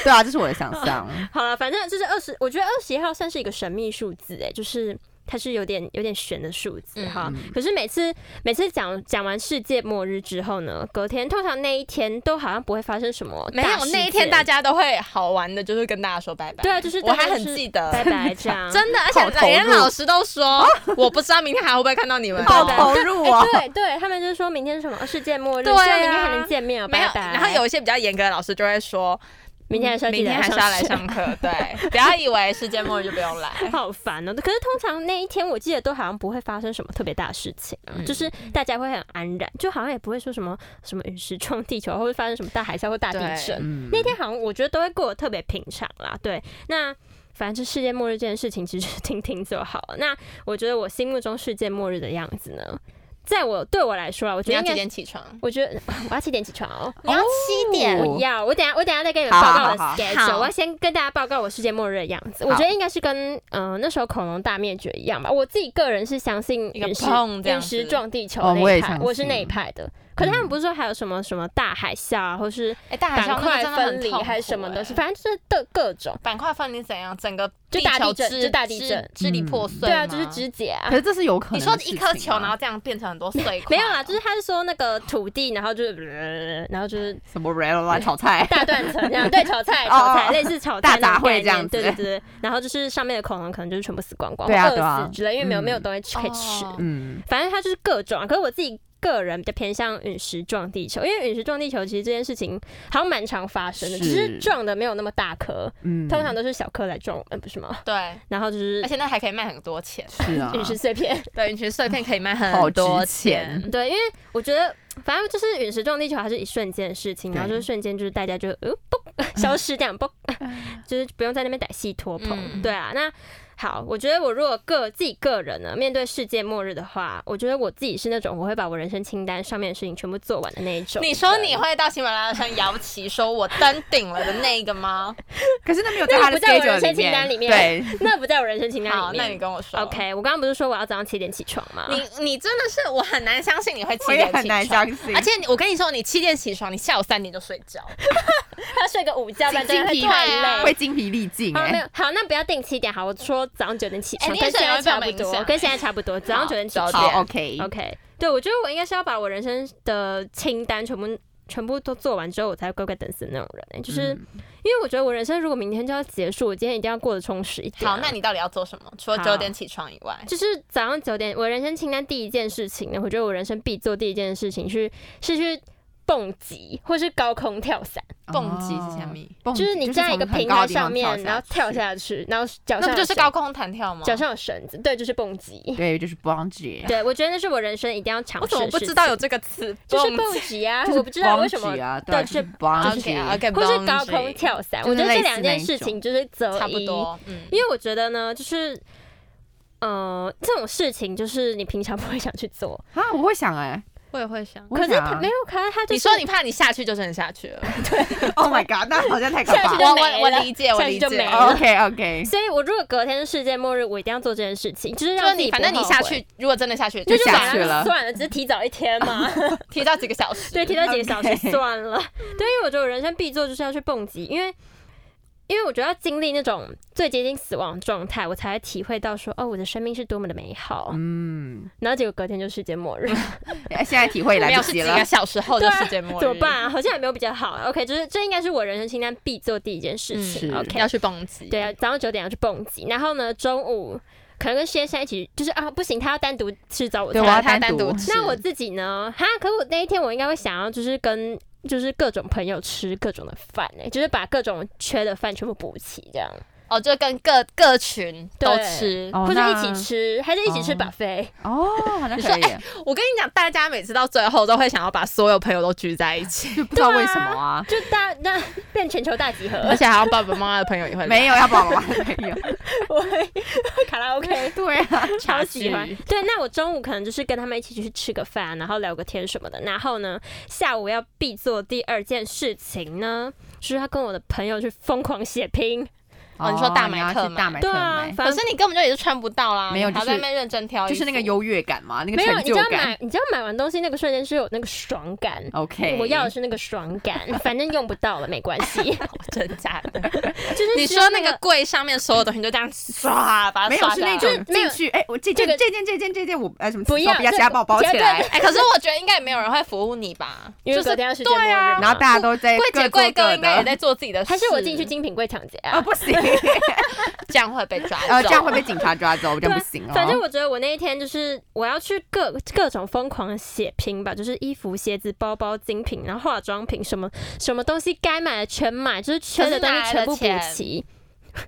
[SPEAKER 2] 对啊，这是我的想象。
[SPEAKER 3] 好了，反正就是二十，我觉得二十一号算是一个神秘数字，哎，就是它是有点有点悬的数字
[SPEAKER 1] 嗯
[SPEAKER 3] 哈。可是每次每次讲讲完世界末日之后呢，隔天通常那一天都好像不会发生什么
[SPEAKER 1] 没
[SPEAKER 3] 大
[SPEAKER 1] 有
[SPEAKER 3] 事
[SPEAKER 1] 那一天
[SPEAKER 3] 件
[SPEAKER 1] 大家都会好玩的，就是跟大家说拜拜。
[SPEAKER 3] 对啊，就是
[SPEAKER 1] 我还
[SPEAKER 3] 大家
[SPEAKER 1] 很
[SPEAKER 3] 是
[SPEAKER 1] 记得，
[SPEAKER 3] 拜拜这 样，
[SPEAKER 1] 真的，而且
[SPEAKER 2] 好投入
[SPEAKER 1] 连老师都说，我不知道明天还会不会看到你们。
[SPEAKER 2] 好
[SPEAKER 3] 对
[SPEAKER 2] 投入
[SPEAKER 3] 哎
[SPEAKER 2] 哦。
[SPEAKER 3] 对对，他们就是说明天是什么哦世界末日，
[SPEAKER 1] 对
[SPEAKER 3] 希望明天还
[SPEAKER 1] 啊
[SPEAKER 3] 能见面哦，
[SPEAKER 1] 没有
[SPEAKER 3] 拜，拜。
[SPEAKER 1] 然后有一些比较严格的老师就会说，
[SPEAKER 3] 明天还是要
[SPEAKER 1] 明
[SPEAKER 3] 记得
[SPEAKER 1] 天还是要来
[SPEAKER 3] 学。
[SPEAKER 1] 上课， 对，不要以为世界末日就不用来。
[SPEAKER 3] 好烦哦！可是通常那一天，我记得都好像不会发生什么特别大的事情啊、
[SPEAKER 1] 嗯
[SPEAKER 3] 就是大家会很安然，就好像也不会说什么什么陨石撞地球，或者发生什么大海啸或大地震。
[SPEAKER 2] 嗯
[SPEAKER 3] 那天好像我觉得都会过得特别平常啦。对，那反正就世界末日这件事情，其实就是听听就好了。那我觉得我心目中世界末日的样子呢，在我对我来说啊，我觉
[SPEAKER 1] 你要几
[SPEAKER 3] 得应该，
[SPEAKER 1] 点起床？
[SPEAKER 3] 我觉得 我要七点起床哦。
[SPEAKER 1] 你要七点
[SPEAKER 2] 哦
[SPEAKER 3] 我要，我等一下我等一下再跟你们报告我的
[SPEAKER 2] 好好好
[SPEAKER 3] schedule。
[SPEAKER 1] 好
[SPEAKER 3] 我要先跟大家报告我世界末日的样子。
[SPEAKER 2] 好
[SPEAKER 3] 我觉得应该是跟嗯、呃那时候恐龙大灭绝一样吧。我自己个人是相信
[SPEAKER 1] 一个
[SPEAKER 3] 陨石
[SPEAKER 1] 砰这样
[SPEAKER 3] 陨
[SPEAKER 1] 子
[SPEAKER 3] 石撞地球
[SPEAKER 2] 哦我
[SPEAKER 3] 那一
[SPEAKER 2] 也
[SPEAKER 3] 派，
[SPEAKER 2] 相
[SPEAKER 3] 我是那一
[SPEAKER 2] 信
[SPEAKER 3] 派的。可是
[SPEAKER 1] 嗯
[SPEAKER 3] 他们不是说还有什么什么大海啸啊，或是
[SPEAKER 1] 哎，大海
[SPEAKER 3] 板
[SPEAKER 1] 啸那
[SPEAKER 3] 块
[SPEAKER 1] 个真的很
[SPEAKER 3] 分离
[SPEAKER 1] 痛苦
[SPEAKER 3] 还是什么东西，
[SPEAKER 1] 哎
[SPEAKER 3] 反正就是各各种。
[SPEAKER 1] 板块分离怎样？整个
[SPEAKER 3] 就大地
[SPEAKER 1] 球
[SPEAKER 3] 震
[SPEAKER 1] 支
[SPEAKER 3] 就大地震
[SPEAKER 1] 支支离破碎吗。
[SPEAKER 3] 对啊，就是肢解 啊
[SPEAKER 2] 可。是这是有可能
[SPEAKER 1] 你
[SPEAKER 2] 的
[SPEAKER 1] 说
[SPEAKER 2] 事情
[SPEAKER 1] 一
[SPEAKER 2] 啊。
[SPEAKER 1] 颗球，然后这样变成很多碎块。
[SPEAKER 3] 没有啦，就是他是说那个土地，然后就是，呃然后就是
[SPEAKER 2] 什么 red 啦炒菜。
[SPEAKER 3] 大断层这样，对，炒菜，炒菜，
[SPEAKER 2] 哦
[SPEAKER 3] 类似炒菜那
[SPEAKER 2] 大杂
[SPEAKER 3] 种概
[SPEAKER 2] 烩
[SPEAKER 3] 念
[SPEAKER 2] 这样子
[SPEAKER 3] 对对对。对然后就是上面的恐龙可能就是全部死光光，
[SPEAKER 2] 对啊
[SPEAKER 3] 或
[SPEAKER 2] 对啊
[SPEAKER 3] 饿死之类，因为没有
[SPEAKER 2] 嗯
[SPEAKER 3] 没有东西吃可以吃。
[SPEAKER 1] 哦
[SPEAKER 2] 嗯，
[SPEAKER 3] 反正它就是各种啊。可是我自己个人比较偏向陨石撞地球，因为陨石撞地球其实这件事情好像蛮常发生的，只是
[SPEAKER 2] 是
[SPEAKER 3] 撞的没有那么大颗，
[SPEAKER 2] 嗯，
[SPEAKER 3] 通常都是小颗来撞我呃们，不是吗？
[SPEAKER 1] 对，
[SPEAKER 3] 然后就是
[SPEAKER 1] 而且那还可以卖很多钱，
[SPEAKER 2] 是 啊，
[SPEAKER 3] 陨石碎片，
[SPEAKER 1] 对，陨石碎片可以卖
[SPEAKER 2] 好
[SPEAKER 1] 很
[SPEAKER 2] 值
[SPEAKER 1] 多
[SPEAKER 2] 钱
[SPEAKER 1] 钱。
[SPEAKER 3] 对，因为我觉得反正就是陨石撞地球，它是一瞬间的事情，
[SPEAKER 2] 对
[SPEAKER 3] 然后就是瞬间就是大家就呃嘣 消失这样嘣， 就是不用在那边逮戏拖棚。
[SPEAKER 1] 嗯
[SPEAKER 3] 对啊，那好，我觉得我如果个自己个人呢，面对世界末日的话，我觉得我自己是那种我会把我人生清单上面的事情全部做完的那一种。
[SPEAKER 1] 你说你会到喜马拉雅山摇旗，说我登顶了的那一个吗？
[SPEAKER 2] 可是那没有在他的
[SPEAKER 3] 那个不
[SPEAKER 2] schedule
[SPEAKER 3] 在我人生
[SPEAKER 2] 里
[SPEAKER 3] 清单
[SPEAKER 2] 面，
[SPEAKER 3] 里面
[SPEAKER 2] 对，
[SPEAKER 3] 那不在我人生清单
[SPEAKER 1] 好，
[SPEAKER 3] 里
[SPEAKER 1] 那你
[SPEAKER 3] 面。
[SPEAKER 1] 跟我说。
[SPEAKER 3] OK，我刚刚不是说我要早上七点起床吗？
[SPEAKER 1] 你你真的是我很难相信你会七
[SPEAKER 2] 我也
[SPEAKER 1] 点
[SPEAKER 2] 很
[SPEAKER 1] 起
[SPEAKER 2] 难
[SPEAKER 1] 床，
[SPEAKER 2] 相信，
[SPEAKER 1] 而且你我跟你说，你七点起床，你下午三点就睡觉，
[SPEAKER 3] 要睡个午觉，不然真
[SPEAKER 2] 精
[SPEAKER 3] 的会
[SPEAKER 2] 疲
[SPEAKER 3] 太累。
[SPEAKER 1] 啊
[SPEAKER 2] 会精疲力尽
[SPEAKER 3] 好，没有
[SPEAKER 2] 哎，
[SPEAKER 3] 好，那不要定七点，好，我说早上九点起
[SPEAKER 1] 欸哎
[SPEAKER 3] 床，
[SPEAKER 1] 你
[SPEAKER 3] 跟
[SPEAKER 1] 也
[SPEAKER 3] 现
[SPEAKER 1] 是
[SPEAKER 3] 在
[SPEAKER 1] 很
[SPEAKER 3] 差
[SPEAKER 1] 容易被我们
[SPEAKER 3] 不
[SPEAKER 1] 影
[SPEAKER 3] 多，
[SPEAKER 1] 响
[SPEAKER 3] 跟现在差不多，早上九点起
[SPEAKER 1] 早
[SPEAKER 3] 床。
[SPEAKER 1] 点
[SPEAKER 2] 好 OK，哦
[SPEAKER 3] OK，对我觉得我应该是要把我人生的清单全部全部都做完之后，我才乖乖等死的那种人、欸就是、
[SPEAKER 2] 嗯
[SPEAKER 3] 因为我觉得我人生如果明天就要结束，我今天一定要过得充实一点啊、
[SPEAKER 1] 好，那你到底要做什么？除了
[SPEAKER 2] 好
[SPEAKER 1] 九点起床以外，
[SPEAKER 3] 就是早上九点，我人生清单第一件事情呢，我觉得我人生必做第一件事情是是去蹦极或是高空跳伞，
[SPEAKER 1] 蹦极是什么？
[SPEAKER 2] 蹦
[SPEAKER 3] 就是你
[SPEAKER 2] 极
[SPEAKER 3] 站在一个
[SPEAKER 2] 从很
[SPEAKER 3] 平
[SPEAKER 2] 高
[SPEAKER 3] 台
[SPEAKER 2] 的地方
[SPEAKER 3] 上面，然后跳
[SPEAKER 2] 去，
[SPEAKER 3] 下去，然后脚
[SPEAKER 1] 那不
[SPEAKER 3] 上有
[SPEAKER 1] 就是
[SPEAKER 3] 绳
[SPEAKER 1] 高空弹跳吗？
[SPEAKER 3] 脚上有绳子，对，就是蹦极。
[SPEAKER 2] 对，就是 bungee，
[SPEAKER 3] 对，我觉得那是我人生一定要尝
[SPEAKER 1] 我
[SPEAKER 3] 试
[SPEAKER 1] 怎
[SPEAKER 3] 的
[SPEAKER 1] 么
[SPEAKER 3] 事情。
[SPEAKER 1] 不知道有这个词？
[SPEAKER 3] 就是
[SPEAKER 1] 蹦
[SPEAKER 3] 蹦极啊？
[SPEAKER 2] 就是
[SPEAKER 3] 我不知道为什么
[SPEAKER 2] bungee 啊，
[SPEAKER 3] 对
[SPEAKER 2] 对，
[SPEAKER 3] 就是
[SPEAKER 2] bungee，
[SPEAKER 1] OK，OK，
[SPEAKER 3] 或是高空
[SPEAKER 1] bungee
[SPEAKER 3] 跳，E，伞，
[SPEAKER 2] 就是
[SPEAKER 3] 我觉得
[SPEAKER 2] 类
[SPEAKER 3] 这
[SPEAKER 2] 似
[SPEAKER 3] 两件事
[SPEAKER 2] 那一
[SPEAKER 3] 情就是择
[SPEAKER 1] 差不
[SPEAKER 3] 一。
[SPEAKER 1] 多，嗯，
[SPEAKER 3] 因为我觉得呢，就是呃，这种事情就是你平常不会想去做，
[SPEAKER 2] 啊，我会想哎，
[SPEAKER 1] 我也会想。
[SPEAKER 2] 我
[SPEAKER 3] 可
[SPEAKER 2] 会
[SPEAKER 3] 是
[SPEAKER 2] 想
[SPEAKER 3] 它
[SPEAKER 2] 啊
[SPEAKER 3] 没有，可是它就
[SPEAKER 1] 你
[SPEAKER 3] 是
[SPEAKER 1] 说你怕你下去就真的下去了，
[SPEAKER 2] ，Oh my god，那好像太可
[SPEAKER 3] 下
[SPEAKER 2] 怕
[SPEAKER 3] 去
[SPEAKER 2] 了。
[SPEAKER 1] 我
[SPEAKER 3] 就没了
[SPEAKER 1] 我我理解，我
[SPEAKER 3] 下去
[SPEAKER 1] 理
[SPEAKER 3] 就
[SPEAKER 1] 解
[SPEAKER 3] 没。了
[SPEAKER 2] OK OK，
[SPEAKER 3] 所以我如果隔天是世界末日，我一定要做这件事情，就是
[SPEAKER 1] 就是
[SPEAKER 3] 让自己
[SPEAKER 1] 你，
[SPEAKER 3] 不
[SPEAKER 1] 反正你
[SPEAKER 3] 后
[SPEAKER 1] 下
[SPEAKER 3] 悔，
[SPEAKER 1] 去，如果真的下去，就
[SPEAKER 2] 就
[SPEAKER 1] 是
[SPEAKER 2] 下
[SPEAKER 1] 反
[SPEAKER 2] 去
[SPEAKER 1] 正
[SPEAKER 2] 了
[SPEAKER 3] 算了，只是提早一天 嘛。
[SPEAKER 1] 提到几个小时。
[SPEAKER 3] 对，提到几 个小时
[SPEAKER 2] OK
[SPEAKER 3] 算了。对，因为我觉得我人生必做就是要去蹦极，因为因为我觉得要经历那种最接近死亡的状态，我才会体会到说，哦，我的生命是多么的美好。
[SPEAKER 2] 嗯，
[SPEAKER 3] 然后结果隔天就世界末日，
[SPEAKER 2] 哎现在体会
[SPEAKER 1] 没
[SPEAKER 2] 来
[SPEAKER 1] 有
[SPEAKER 2] 不
[SPEAKER 1] 是
[SPEAKER 2] 及
[SPEAKER 1] 几
[SPEAKER 2] 了
[SPEAKER 1] 个。小时后
[SPEAKER 3] 对
[SPEAKER 1] 的
[SPEAKER 3] 啊
[SPEAKER 1] 世界末日，
[SPEAKER 3] 怎么办、啊？好像也没有比较好。OK，就是这应该是我人生清单必做第一件事情。
[SPEAKER 2] 嗯是
[SPEAKER 3] OK，
[SPEAKER 1] 要去蹦极，
[SPEAKER 3] 对啊，，早上九点要去蹦极，然后呢，中午可能跟先生一起，就是啊，不行，他要单独吃早
[SPEAKER 2] 对，
[SPEAKER 3] 餐
[SPEAKER 2] 我。
[SPEAKER 1] 他
[SPEAKER 2] 要单
[SPEAKER 1] 单独
[SPEAKER 2] 独
[SPEAKER 1] 吃
[SPEAKER 3] 那我自己呢？哈，可我那一天我应该会想要就是跟就是各种朋友吃各种的饭哎、就是把各种缺的饭全部补齐这样，
[SPEAKER 1] 哦，就跟各各群都
[SPEAKER 3] 对
[SPEAKER 1] 吃。
[SPEAKER 2] 哦
[SPEAKER 3] 或者一
[SPEAKER 2] 那
[SPEAKER 3] 起吃，还是一起吃
[SPEAKER 2] 哦
[SPEAKER 3] buffet？、
[SPEAKER 2] 哦，好像
[SPEAKER 1] 你说
[SPEAKER 2] 可以耶，
[SPEAKER 1] 我跟你讲，大家每次到最后都会想要把所有朋友都聚在一 起，
[SPEAKER 2] 就不知道为什么啊，
[SPEAKER 3] 就大那变全球大 集合，
[SPEAKER 1] 而且还有爸爸妈妈的朋友也会来
[SPEAKER 2] 啊没有要爸爸妈妈没有，
[SPEAKER 3] 我会卡拉 OK。
[SPEAKER 2] 对啊，
[SPEAKER 3] 超喜欢，对，那我中午可能就是跟他们一起去吃个饭，然后聊个天什么的。然后呢，下午要必做第二件事情呢，就是要跟我的朋友去疯狂血拼。
[SPEAKER 1] 哦你说大买
[SPEAKER 2] 你要去
[SPEAKER 1] 特买
[SPEAKER 2] 大买
[SPEAKER 3] 对
[SPEAKER 2] 特
[SPEAKER 3] 啊
[SPEAKER 2] 买，，
[SPEAKER 3] 反
[SPEAKER 1] 可
[SPEAKER 3] 正
[SPEAKER 1] 是你根本就也是穿不到啦，
[SPEAKER 2] 没有
[SPEAKER 1] 你还
[SPEAKER 2] 就是
[SPEAKER 1] 在那边认真挑衣服，
[SPEAKER 2] 就是那个优越感嘛，那个
[SPEAKER 3] 没有，
[SPEAKER 2] 成
[SPEAKER 3] 你
[SPEAKER 2] 就
[SPEAKER 3] 知道
[SPEAKER 2] 感
[SPEAKER 3] 买，。你知道买完东西那个瞬间是有那个爽感。
[SPEAKER 2] OK，
[SPEAKER 3] 我要的是那个爽感，反正用不到了没关系。
[SPEAKER 1] 真假的。
[SPEAKER 3] 就是
[SPEAKER 1] 你
[SPEAKER 3] 吃
[SPEAKER 1] 说那
[SPEAKER 3] 那
[SPEAKER 1] 个柜上面所有东西就这样唰把它
[SPEAKER 2] 没有
[SPEAKER 1] 刷
[SPEAKER 2] 是
[SPEAKER 1] 掉
[SPEAKER 2] 那
[SPEAKER 1] 了，
[SPEAKER 2] 种
[SPEAKER 3] 没有
[SPEAKER 2] 进去，哎，我这
[SPEAKER 3] 这
[SPEAKER 2] 件
[SPEAKER 3] 个
[SPEAKER 2] 这件这件这件我哎什么
[SPEAKER 3] 不要
[SPEAKER 2] 不要
[SPEAKER 3] 这
[SPEAKER 2] 夹包包
[SPEAKER 3] 不要
[SPEAKER 2] 起来，
[SPEAKER 1] 哎，可是我觉得应该也没有人会服务你吧，
[SPEAKER 3] 因
[SPEAKER 1] 就
[SPEAKER 3] 为
[SPEAKER 1] 是
[SPEAKER 3] 隔天要世界末日
[SPEAKER 1] 对啊
[SPEAKER 3] 嘛
[SPEAKER 2] 然后大家都在
[SPEAKER 1] 柜
[SPEAKER 2] 各
[SPEAKER 1] 姐
[SPEAKER 2] 做
[SPEAKER 1] 柜哥
[SPEAKER 2] 各
[SPEAKER 1] 应该也
[SPEAKER 2] 的。
[SPEAKER 1] 在做自己的事，
[SPEAKER 3] 还是我进去精品柜抢劫啊
[SPEAKER 2] 啊，？不行，
[SPEAKER 1] 这样会被抓
[SPEAKER 2] 呃，这样会
[SPEAKER 1] 走
[SPEAKER 2] 被警察抓走，这样不行哦。
[SPEAKER 3] 反正我觉得我那一天就是我要去各各种疯狂的血拼吧，就是衣服、鞋子、包包、精品，然后化妆品什么什么东西该买的全买，就是缺的东西全部补齐。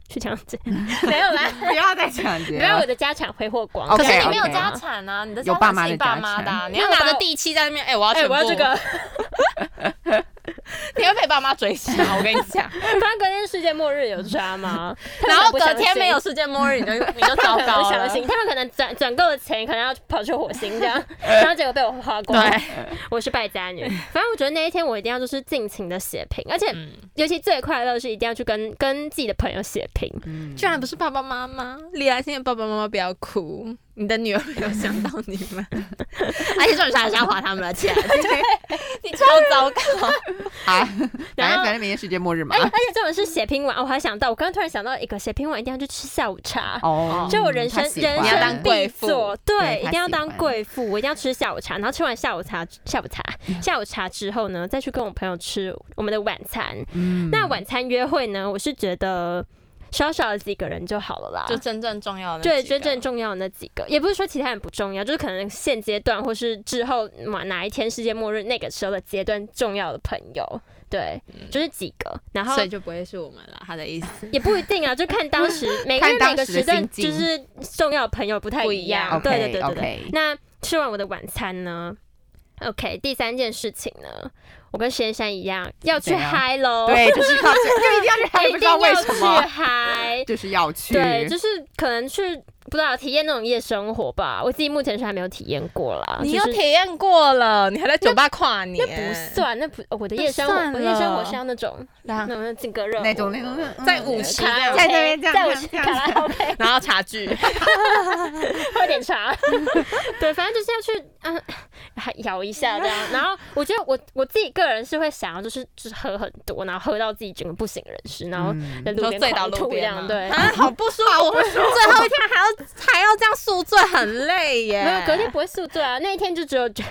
[SPEAKER 3] 去抢 劫没有啦，
[SPEAKER 2] 不要再抢劫
[SPEAKER 3] 没有我
[SPEAKER 2] 了。
[SPEAKER 3] 的家产挥霍光。
[SPEAKER 2] 啊 OK，
[SPEAKER 1] 可是你没有
[SPEAKER 2] OK，OK
[SPEAKER 1] 家产啊，你的
[SPEAKER 2] 有
[SPEAKER 1] 家
[SPEAKER 2] 爸
[SPEAKER 1] 产
[SPEAKER 2] 妈
[SPEAKER 1] 是你
[SPEAKER 2] 的
[SPEAKER 1] 爸
[SPEAKER 2] 家
[SPEAKER 1] 妈的啊，
[SPEAKER 2] 产
[SPEAKER 1] 你要拿着地契在那边，哎，我要
[SPEAKER 3] 哎、
[SPEAKER 1] 全部，
[SPEAKER 3] 我要这个。
[SPEAKER 1] 你会被爸妈追杀，我跟你讲。
[SPEAKER 3] 反正隔天世界末日有抓 吗？他
[SPEAKER 1] 然
[SPEAKER 3] 们
[SPEAKER 1] 后
[SPEAKER 3] 可
[SPEAKER 1] 隔
[SPEAKER 3] 能不相信
[SPEAKER 1] 天没有世界末日，你就你就
[SPEAKER 3] 他
[SPEAKER 1] 糟
[SPEAKER 3] 们可
[SPEAKER 1] 糕
[SPEAKER 3] 能不
[SPEAKER 1] 了
[SPEAKER 3] 相。 信，他们可能攒攒够了钱，可能要跑去火星这样，然后结果被我花光。
[SPEAKER 1] 对，
[SPEAKER 3] 我是败家女。
[SPEAKER 2] 嗯
[SPEAKER 3] 反正我觉得那一天我一定要就是尽情的血拼，而且
[SPEAKER 1] 嗯
[SPEAKER 3] 尤其最快乐的是一定要去跟跟自己的朋友血拼。
[SPEAKER 2] 嗯
[SPEAKER 1] 居然不是爸爸妈妈，李来欣的爸爸妈妈不要哭，你的女儿没有想到你们， 而且重点是还是要花他们的钱， 你超糟糕。
[SPEAKER 2] 啊，反
[SPEAKER 3] 然后
[SPEAKER 2] 正反正明天世界末日嘛
[SPEAKER 3] 哎而且。而且这种是血拼完，我还想到，我刚刚突然想到一个，血拼完一定要去吃下午茶。
[SPEAKER 2] 哦
[SPEAKER 3] 就我人生
[SPEAKER 2] 他喜欢
[SPEAKER 3] 人
[SPEAKER 1] 你要当
[SPEAKER 3] 生
[SPEAKER 1] 贵
[SPEAKER 3] 必
[SPEAKER 1] 妇
[SPEAKER 3] 做，
[SPEAKER 2] 对
[SPEAKER 3] 对，
[SPEAKER 2] 他
[SPEAKER 3] 一定要
[SPEAKER 2] 喜
[SPEAKER 3] 当
[SPEAKER 2] 欢
[SPEAKER 3] 贵妇，我一定要吃下午茶，然后吃完下午茶，下午茶，下午茶之后呢，再去跟我朋友吃我们的晚餐。
[SPEAKER 2] 嗯
[SPEAKER 3] 那晚餐约会呢，我是觉得少少的几个人就好了啦。
[SPEAKER 1] 就真正重要的那
[SPEAKER 3] 对，
[SPEAKER 1] 几个
[SPEAKER 3] 真正重要的那几个，也不是说其他人不重要，就是可能现阶段或是之后哪哪一天世界末日那个时候的阶段重要的朋友，对，
[SPEAKER 1] 嗯
[SPEAKER 3] 就是几个，然后
[SPEAKER 1] 所以就不会是我们了。他的意思，
[SPEAKER 3] 也不一定啊，就看 当时每个
[SPEAKER 2] 看
[SPEAKER 3] 人每
[SPEAKER 2] 当
[SPEAKER 3] 个
[SPEAKER 2] 时的
[SPEAKER 3] 时段
[SPEAKER 2] 心
[SPEAKER 3] 就
[SPEAKER 2] 境
[SPEAKER 3] 是重要的朋友不太
[SPEAKER 1] 不
[SPEAKER 3] 一
[SPEAKER 1] 一样
[SPEAKER 3] 样，嗯对对
[SPEAKER 2] OK，
[SPEAKER 3] 对对对。
[SPEAKER 2] OK
[SPEAKER 3] 那吃完我的晚餐呢？OK，第三件事情呢，我跟石岩山一样要去
[SPEAKER 2] 怎样
[SPEAKER 3] 嗨 喽，
[SPEAKER 2] 对，就是要去，就一定要去，还
[SPEAKER 3] 一
[SPEAKER 2] 不知
[SPEAKER 3] 定
[SPEAKER 2] 道为
[SPEAKER 3] 要
[SPEAKER 2] 什
[SPEAKER 3] 去
[SPEAKER 2] 么，
[SPEAKER 3] 嗨，
[SPEAKER 2] 就是要去。
[SPEAKER 3] 对，就是可能去不知道体验那种夜生活吧。我自己目前是还没有体验过啦。
[SPEAKER 1] 你
[SPEAKER 3] 就
[SPEAKER 1] 又
[SPEAKER 3] 是
[SPEAKER 1] 体验过了，你还在酒吧跨
[SPEAKER 3] 那
[SPEAKER 1] 年，
[SPEAKER 3] 不算，那不哦我的
[SPEAKER 1] 那
[SPEAKER 3] 夜生活，
[SPEAKER 1] 算
[SPEAKER 3] 我的夜生活
[SPEAKER 1] 了
[SPEAKER 3] 是要那种
[SPEAKER 1] 然
[SPEAKER 3] 那
[SPEAKER 1] 后
[SPEAKER 3] 种整个热
[SPEAKER 2] 那种
[SPEAKER 3] 火
[SPEAKER 2] 那种，嗯
[SPEAKER 1] 在舞池
[SPEAKER 3] 卡拉
[SPEAKER 1] 这样
[SPEAKER 3] OK，
[SPEAKER 2] 在那边这样
[SPEAKER 3] 在我
[SPEAKER 2] 这样
[SPEAKER 3] 去卡拉 OK
[SPEAKER 1] 然后茶具，
[SPEAKER 3] 喝点茶，对，反正就是要去嗯还摇一下这样。然后我觉得我我自己个人是会想要就是就是喝很多，然后喝到自己整个不省人事，然后
[SPEAKER 2] 嗯
[SPEAKER 3] 在路
[SPEAKER 1] 就
[SPEAKER 3] 边
[SPEAKER 1] 醉到
[SPEAKER 3] 狂
[SPEAKER 1] 路
[SPEAKER 3] 吐这
[SPEAKER 1] 边
[SPEAKER 3] 样，
[SPEAKER 1] 嘛，
[SPEAKER 3] 对。
[SPEAKER 1] 啊，好不舒服， 最后一天还要还要这样宿醉，很累耶。
[SPEAKER 3] 没有，隔天不会宿醉啊。那一天就只有就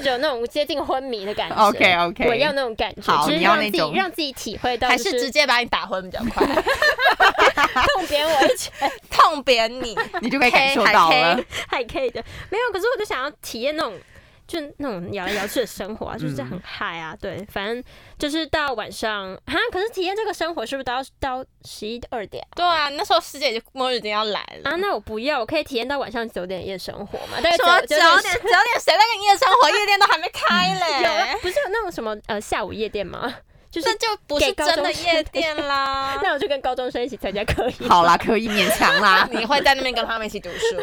[SPEAKER 3] 只有那种接近昏迷的感觉。
[SPEAKER 2] OK，OK
[SPEAKER 3] 我要那种感觉，
[SPEAKER 2] 好
[SPEAKER 3] 就是
[SPEAKER 2] 你要
[SPEAKER 3] 让自己
[SPEAKER 2] 那种
[SPEAKER 3] 让自己体会到、
[SPEAKER 1] 还
[SPEAKER 3] 就是
[SPEAKER 1] 直
[SPEAKER 3] 是
[SPEAKER 1] 接把你打昏比较快，
[SPEAKER 3] 痛扁我一拳，
[SPEAKER 1] 痛扁你，
[SPEAKER 2] 你就可以感受到了。
[SPEAKER 3] 还可以的。没有，可是我就想要体验那种。就那种摇来摇去的生活啊，就是很嗨啊，对，反正就是到晚上啊，可是体验这个生活是不是都要到十一二点
[SPEAKER 1] 对啊，那时候世界已经末日已经要来了
[SPEAKER 3] 啊？那我不要，我可以体验到晚上九点夜生活嘛？但是
[SPEAKER 1] 什么九
[SPEAKER 3] 九
[SPEAKER 1] 点九点谁在跟你夜生活？夜店都还没开
[SPEAKER 3] 有啊
[SPEAKER 1] 嘞，
[SPEAKER 3] 不是有那种什么呃下午夜店吗？就是
[SPEAKER 1] 这就不是真的夜店啦。。
[SPEAKER 3] 那我就跟高中生一起参加可 以。
[SPEAKER 2] 好啦，可以勉强啦
[SPEAKER 1] 你会在 那边跟他们一起读 书，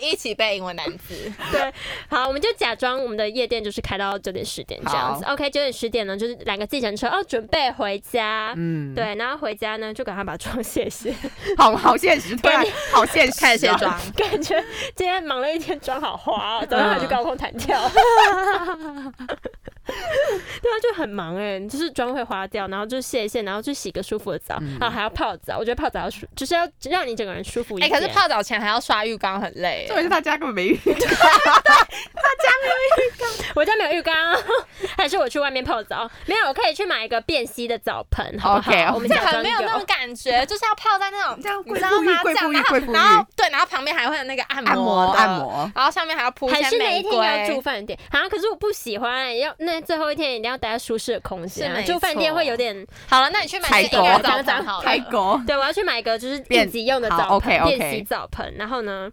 [SPEAKER 1] 一起背英文单词。
[SPEAKER 3] 对，好，我们就假装我们的夜店就是开到九点十点这样子。OK，九点十点呢，就是拦个计程车，哦，准备回家。
[SPEAKER 2] 嗯，，
[SPEAKER 3] 对，然后回家呢，就赶快把妆 卸卸，
[SPEAKER 2] 好好现实，突然好现实、啊，
[SPEAKER 1] 开始卸妆，
[SPEAKER 3] 感觉今天忙了一天，妆好花、哦，早上还去高空弹跳。 对啊，就很忙哎、就是妆会花掉，然后就卸一卸，然后去洗个舒服的澡，
[SPEAKER 1] 嗯
[SPEAKER 3] 然后还要泡澡。我觉得泡澡要舒，就是要让你整个人舒服一
[SPEAKER 1] 哎，
[SPEAKER 3] 点。
[SPEAKER 1] 可是泡澡前还要刷浴缸，很累
[SPEAKER 2] 重。点是他家根本没遇到，
[SPEAKER 3] 我家没有浴缸，还是我去外面泡澡？没有，我可以去买一个便携的澡盆，好不好
[SPEAKER 2] OK，OK
[SPEAKER 3] 我们
[SPEAKER 1] 这
[SPEAKER 3] 假
[SPEAKER 1] 样很
[SPEAKER 3] 装
[SPEAKER 1] 没有那种感觉，就是要泡在那种
[SPEAKER 2] 这样
[SPEAKER 1] 你
[SPEAKER 2] 贵
[SPEAKER 1] 知
[SPEAKER 2] 妇
[SPEAKER 1] 道
[SPEAKER 2] 浴
[SPEAKER 1] 吗？
[SPEAKER 2] 贵
[SPEAKER 1] 这样
[SPEAKER 2] 妇浴
[SPEAKER 1] 然后
[SPEAKER 2] 贵妇浴
[SPEAKER 1] 然后对，然后旁边还会有那个按
[SPEAKER 2] 按摩
[SPEAKER 1] 摩的
[SPEAKER 2] 按，摩，
[SPEAKER 1] 然后上面还要铺一
[SPEAKER 3] 还
[SPEAKER 1] 些
[SPEAKER 3] 是那
[SPEAKER 1] 玫
[SPEAKER 3] 一天要住
[SPEAKER 1] 瑰。
[SPEAKER 3] 饭店啊？可是我不喜欢，要那最后一天一定要待在舒适的空间啊、
[SPEAKER 1] 是没错
[SPEAKER 3] 住饭店会有点，
[SPEAKER 1] 好了，那你去买
[SPEAKER 2] 采
[SPEAKER 1] 一个婴儿
[SPEAKER 2] 购
[SPEAKER 1] 澡盆好了
[SPEAKER 2] 开狗。
[SPEAKER 3] 对我要去买一个就是应
[SPEAKER 2] 便
[SPEAKER 3] 急用的
[SPEAKER 2] 好
[SPEAKER 3] 澡盆，
[SPEAKER 2] ，OK，OK
[SPEAKER 3] 便携澡盆。然后呢，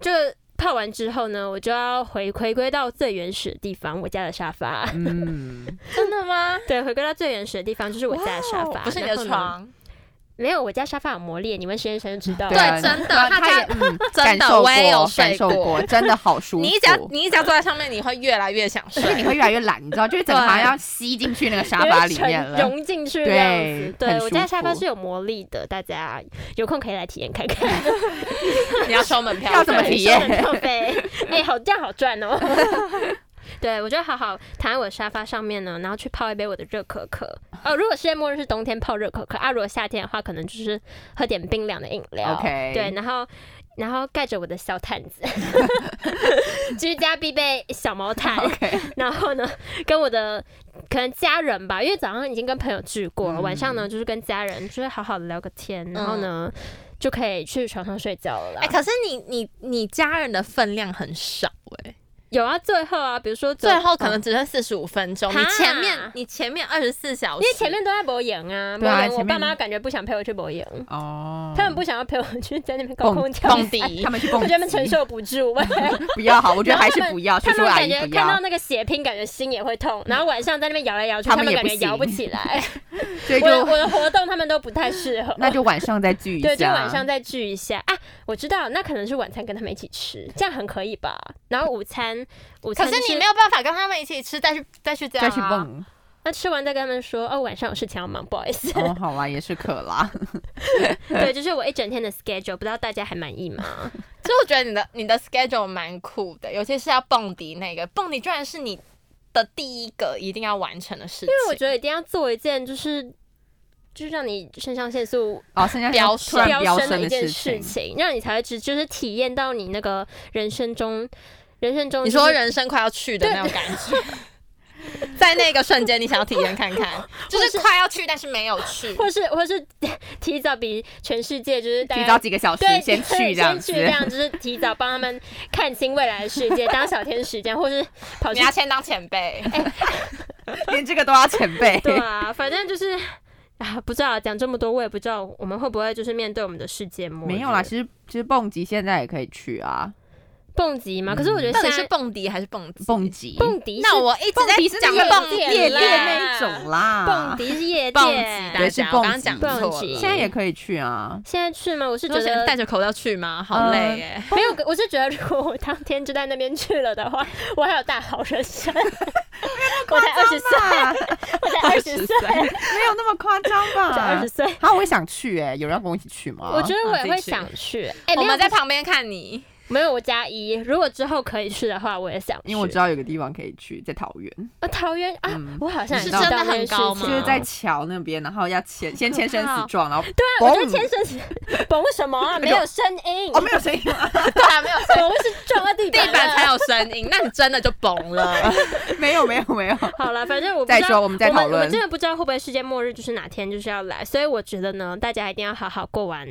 [SPEAKER 3] 就泡完之后呢，我就要回回归到最原始的地方，我家的沙发。
[SPEAKER 2] 嗯，
[SPEAKER 1] 真的吗？
[SPEAKER 3] 对，回归到最原始的地方就是我家的沙
[SPEAKER 1] 哇
[SPEAKER 3] 发，
[SPEAKER 1] 哦不是你的
[SPEAKER 3] 然后呢。
[SPEAKER 1] 床。
[SPEAKER 3] 没有，我家沙发有磨裂，你问实验生就知道了。
[SPEAKER 1] 对
[SPEAKER 2] 啊
[SPEAKER 1] 真的
[SPEAKER 2] 然后
[SPEAKER 1] 他
[SPEAKER 2] 他
[SPEAKER 1] 家
[SPEAKER 2] 也嗯
[SPEAKER 1] 真的
[SPEAKER 2] 感受
[SPEAKER 1] 我也有
[SPEAKER 2] 过，
[SPEAKER 1] 睡
[SPEAKER 2] 感受
[SPEAKER 1] 过
[SPEAKER 2] 过，真的好舒服。
[SPEAKER 1] 你只要你只要坐在上面，你会越来越想
[SPEAKER 2] 所以
[SPEAKER 1] 睡。
[SPEAKER 2] 你会越来越懒，你知道，就是整个好
[SPEAKER 1] 对
[SPEAKER 2] 像要吸进去那个沙发里面
[SPEAKER 3] 有点沉
[SPEAKER 2] 了。
[SPEAKER 3] 融进去这样子。
[SPEAKER 2] 对
[SPEAKER 3] 对，
[SPEAKER 2] 很
[SPEAKER 3] 我家
[SPEAKER 2] 舒
[SPEAKER 3] 沙发
[SPEAKER 2] 服
[SPEAKER 3] 是有魔力的，大家有空可以来体验看看。
[SPEAKER 1] 你要收门票，
[SPEAKER 2] 要怎么体 验
[SPEAKER 3] 收门票费？哎、好这样好赚哦。 对，我就好好躺在我的沙发上面呢，然后去泡一杯我的热可可。哦，如果世界末日是冬天泡热可可啊，如果夏天的话，可能就是喝点冰凉的饮料。
[SPEAKER 2] OK
[SPEAKER 3] 对，然后然后盖着我的小毯子， 居家必备小毛毯。
[SPEAKER 2] OK，
[SPEAKER 3] 然后呢，跟我的可能家人吧，因为早上已经跟朋友聚过
[SPEAKER 2] 嗯
[SPEAKER 3] 了，晚上呢就是跟家人，就是好好的聊个天，然后呢、就可以去床上睡觉了啦。
[SPEAKER 1] 哎、可是你你你家人的分量很少哎、
[SPEAKER 3] 有啊，最后啊，比如说
[SPEAKER 1] 最后可能只剩四十五分钟、
[SPEAKER 3] 哈
[SPEAKER 1] 你前面你前面二十四小时，
[SPEAKER 3] 因为前面都在博营啊，
[SPEAKER 2] 哦
[SPEAKER 3] 博
[SPEAKER 2] 对啊
[SPEAKER 3] 营我
[SPEAKER 2] 前面
[SPEAKER 3] 爸妈感觉不想陪我去博营，
[SPEAKER 2] 哦，
[SPEAKER 3] 他们不想要陪我去在那边高空跳伞
[SPEAKER 1] 蹦，迪
[SPEAKER 2] 他们去
[SPEAKER 3] 我
[SPEAKER 2] 蹦
[SPEAKER 3] 觉
[SPEAKER 2] 迪，
[SPEAKER 3] 得他们承受不 住。
[SPEAKER 2] 不要好，我觉得还是
[SPEAKER 3] 然后他们
[SPEAKER 2] 不要，叔
[SPEAKER 3] 他
[SPEAKER 2] 叔
[SPEAKER 3] 们
[SPEAKER 2] 阿
[SPEAKER 3] 感
[SPEAKER 2] 姨
[SPEAKER 3] 觉
[SPEAKER 2] 不
[SPEAKER 3] 看到
[SPEAKER 2] 要，
[SPEAKER 3] 那个血拼，感觉心也会痛，然后晚上在那边摇来摇去，
[SPEAKER 2] 他
[SPEAKER 3] 他
[SPEAKER 2] 们
[SPEAKER 3] 们
[SPEAKER 2] 也
[SPEAKER 3] 感
[SPEAKER 2] 不
[SPEAKER 3] 觉摇不
[SPEAKER 2] 行
[SPEAKER 3] 起 来。
[SPEAKER 2] 所以
[SPEAKER 3] 我的
[SPEAKER 2] 就
[SPEAKER 3] 我的活动他们都不太适合。
[SPEAKER 2] 那就晚上再聚一下，
[SPEAKER 3] 对，就晚上再聚一下啊！我知道，那可能是晚餐跟他们一起吃，这样很可以吧？然后午餐，午
[SPEAKER 1] 可
[SPEAKER 3] 餐、
[SPEAKER 1] 是
[SPEAKER 3] 是
[SPEAKER 1] 你没有办法跟他们一起吃，再去再去这样、啊、
[SPEAKER 2] 再去。蹦。
[SPEAKER 3] 那吃完再跟他们说哦，晚上有事情要忙，不好意思。
[SPEAKER 2] 哦，好啦，也是渴啦。
[SPEAKER 3] 对，就是我一整天的 schedule，不知道大家还满意 吗？
[SPEAKER 1] 所以我觉得你的你的 schedule 蛮酷的，尤其是要蹦迪那个，蹦迪居然是你的第一个一定要完成的事情。
[SPEAKER 3] 因为我觉得一定要做一件就是。就是让你肾上腺素
[SPEAKER 2] 哦，剩下
[SPEAKER 1] 飙
[SPEAKER 2] 突然飙
[SPEAKER 3] 升的一
[SPEAKER 2] 的
[SPEAKER 3] 件
[SPEAKER 2] 情，
[SPEAKER 3] 情，让你才会知，就是体验到你那个人生中，人生中、
[SPEAKER 1] 你
[SPEAKER 3] 就是
[SPEAKER 1] 说人生快要去的那种感觉，在那个瞬间，你想要体验看 看，就是快要去，但是没有去。
[SPEAKER 3] 或是或是 提早比全世界就是大
[SPEAKER 2] 提
[SPEAKER 3] 家
[SPEAKER 2] 早几个小时
[SPEAKER 3] 对
[SPEAKER 2] 先去这样
[SPEAKER 3] 先去
[SPEAKER 2] 子，
[SPEAKER 3] 这样就是提早帮他们看清未来的世界，当小天使这样，或是跑
[SPEAKER 1] 你
[SPEAKER 3] 去
[SPEAKER 1] 要先当前辈，
[SPEAKER 2] 连这个都要前辈。
[SPEAKER 3] 对啊，反正就是啊，不知道讲这么多，我也不知道我们会不会就是面对我们的世界末日
[SPEAKER 2] 没有啦，其实其实蹦极现在也可以去啊，
[SPEAKER 3] 蹦极嘛，
[SPEAKER 2] 嗯
[SPEAKER 3] 可是我觉得
[SPEAKER 1] 到
[SPEAKER 3] 现
[SPEAKER 1] 底是
[SPEAKER 3] 在
[SPEAKER 1] 蹦迪还是蹦极？
[SPEAKER 2] 蹦极
[SPEAKER 3] 蹦迪是
[SPEAKER 1] 那我一
[SPEAKER 2] 蹦迪
[SPEAKER 1] 直
[SPEAKER 2] 是
[SPEAKER 1] 在
[SPEAKER 2] 那
[SPEAKER 1] 讲
[SPEAKER 2] 个
[SPEAKER 1] 蹦
[SPEAKER 2] 烈
[SPEAKER 1] 迪
[SPEAKER 2] 烈
[SPEAKER 1] 啦
[SPEAKER 2] 那一种啦，
[SPEAKER 3] 蹦迪是夜
[SPEAKER 1] 蹦
[SPEAKER 3] 店
[SPEAKER 1] 极，大
[SPEAKER 2] 对是
[SPEAKER 1] 家，
[SPEAKER 2] 蹦
[SPEAKER 1] 我刚刚
[SPEAKER 2] 极
[SPEAKER 1] 讲
[SPEAKER 3] 蹦
[SPEAKER 1] 错
[SPEAKER 3] 极
[SPEAKER 1] 了。
[SPEAKER 2] 现在也可以去 啊。
[SPEAKER 3] 现在去吗？我是觉
[SPEAKER 1] 就觉得
[SPEAKER 3] 得
[SPEAKER 1] 戴着口罩去吗？好累耶。
[SPEAKER 3] 没有， 我是觉得如果我当天就在那边去了的话，我还有大好人生。我才二十岁，
[SPEAKER 2] 啊，
[SPEAKER 3] 我才二十
[SPEAKER 1] 20
[SPEAKER 3] 岁，
[SPEAKER 1] 岁
[SPEAKER 2] 没有那么夸张
[SPEAKER 3] 我才二
[SPEAKER 2] 吧
[SPEAKER 3] 十？岁。
[SPEAKER 2] 好，我也想去哎，有人要跟我一起去吗？
[SPEAKER 3] 我觉得我也
[SPEAKER 1] 自己
[SPEAKER 3] 会
[SPEAKER 1] 去
[SPEAKER 3] 想去，哎、
[SPEAKER 1] 我
[SPEAKER 3] 没有
[SPEAKER 1] 们在旁边看你，
[SPEAKER 3] 没有我加一，如果之后可以去的话，我也想去。
[SPEAKER 2] 因为我知道有个地方可以去，在桃园，
[SPEAKER 3] 啊，桃园啊，
[SPEAKER 2] 嗯
[SPEAKER 3] 我好像也
[SPEAKER 2] 是
[SPEAKER 3] 知道
[SPEAKER 1] 真的
[SPEAKER 3] 这件
[SPEAKER 1] 很
[SPEAKER 3] 事
[SPEAKER 1] 高
[SPEAKER 3] 情
[SPEAKER 2] 就
[SPEAKER 1] 吗
[SPEAKER 2] 是在桥那边，然后要签先签生 死
[SPEAKER 1] 哦
[SPEAKER 2] 状，然后
[SPEAKER 3] 对啊，我觉得
[SPEAKER 2] 嘣
[SPEAKER 3] 牵绳子嘣什么啊？没有声 音，
[SPEAKER 2] 哦没有声音吗，
[SPEAKER 1] 对啊，没有声
[SPEAKER 3] 嘣是撞到地
[SPEAKER 1] 地
[SPEAKER 3] 板了
[SPEAKER 1] 板才。有声 音，那你真的就崩 了。
[SPEAKER 2] 没有没有没有，
[SPEAKER 3] 好了，反正我不
[SPEAKER 2] 再
[SPEAKER 3] 知道
[SPEAKER 2] 说我们再讨论
[SPEAKER 3] 我们真的不知道会不会世界末日，就是哪天就是要来，所以我觉得呢，大家一定要好好过完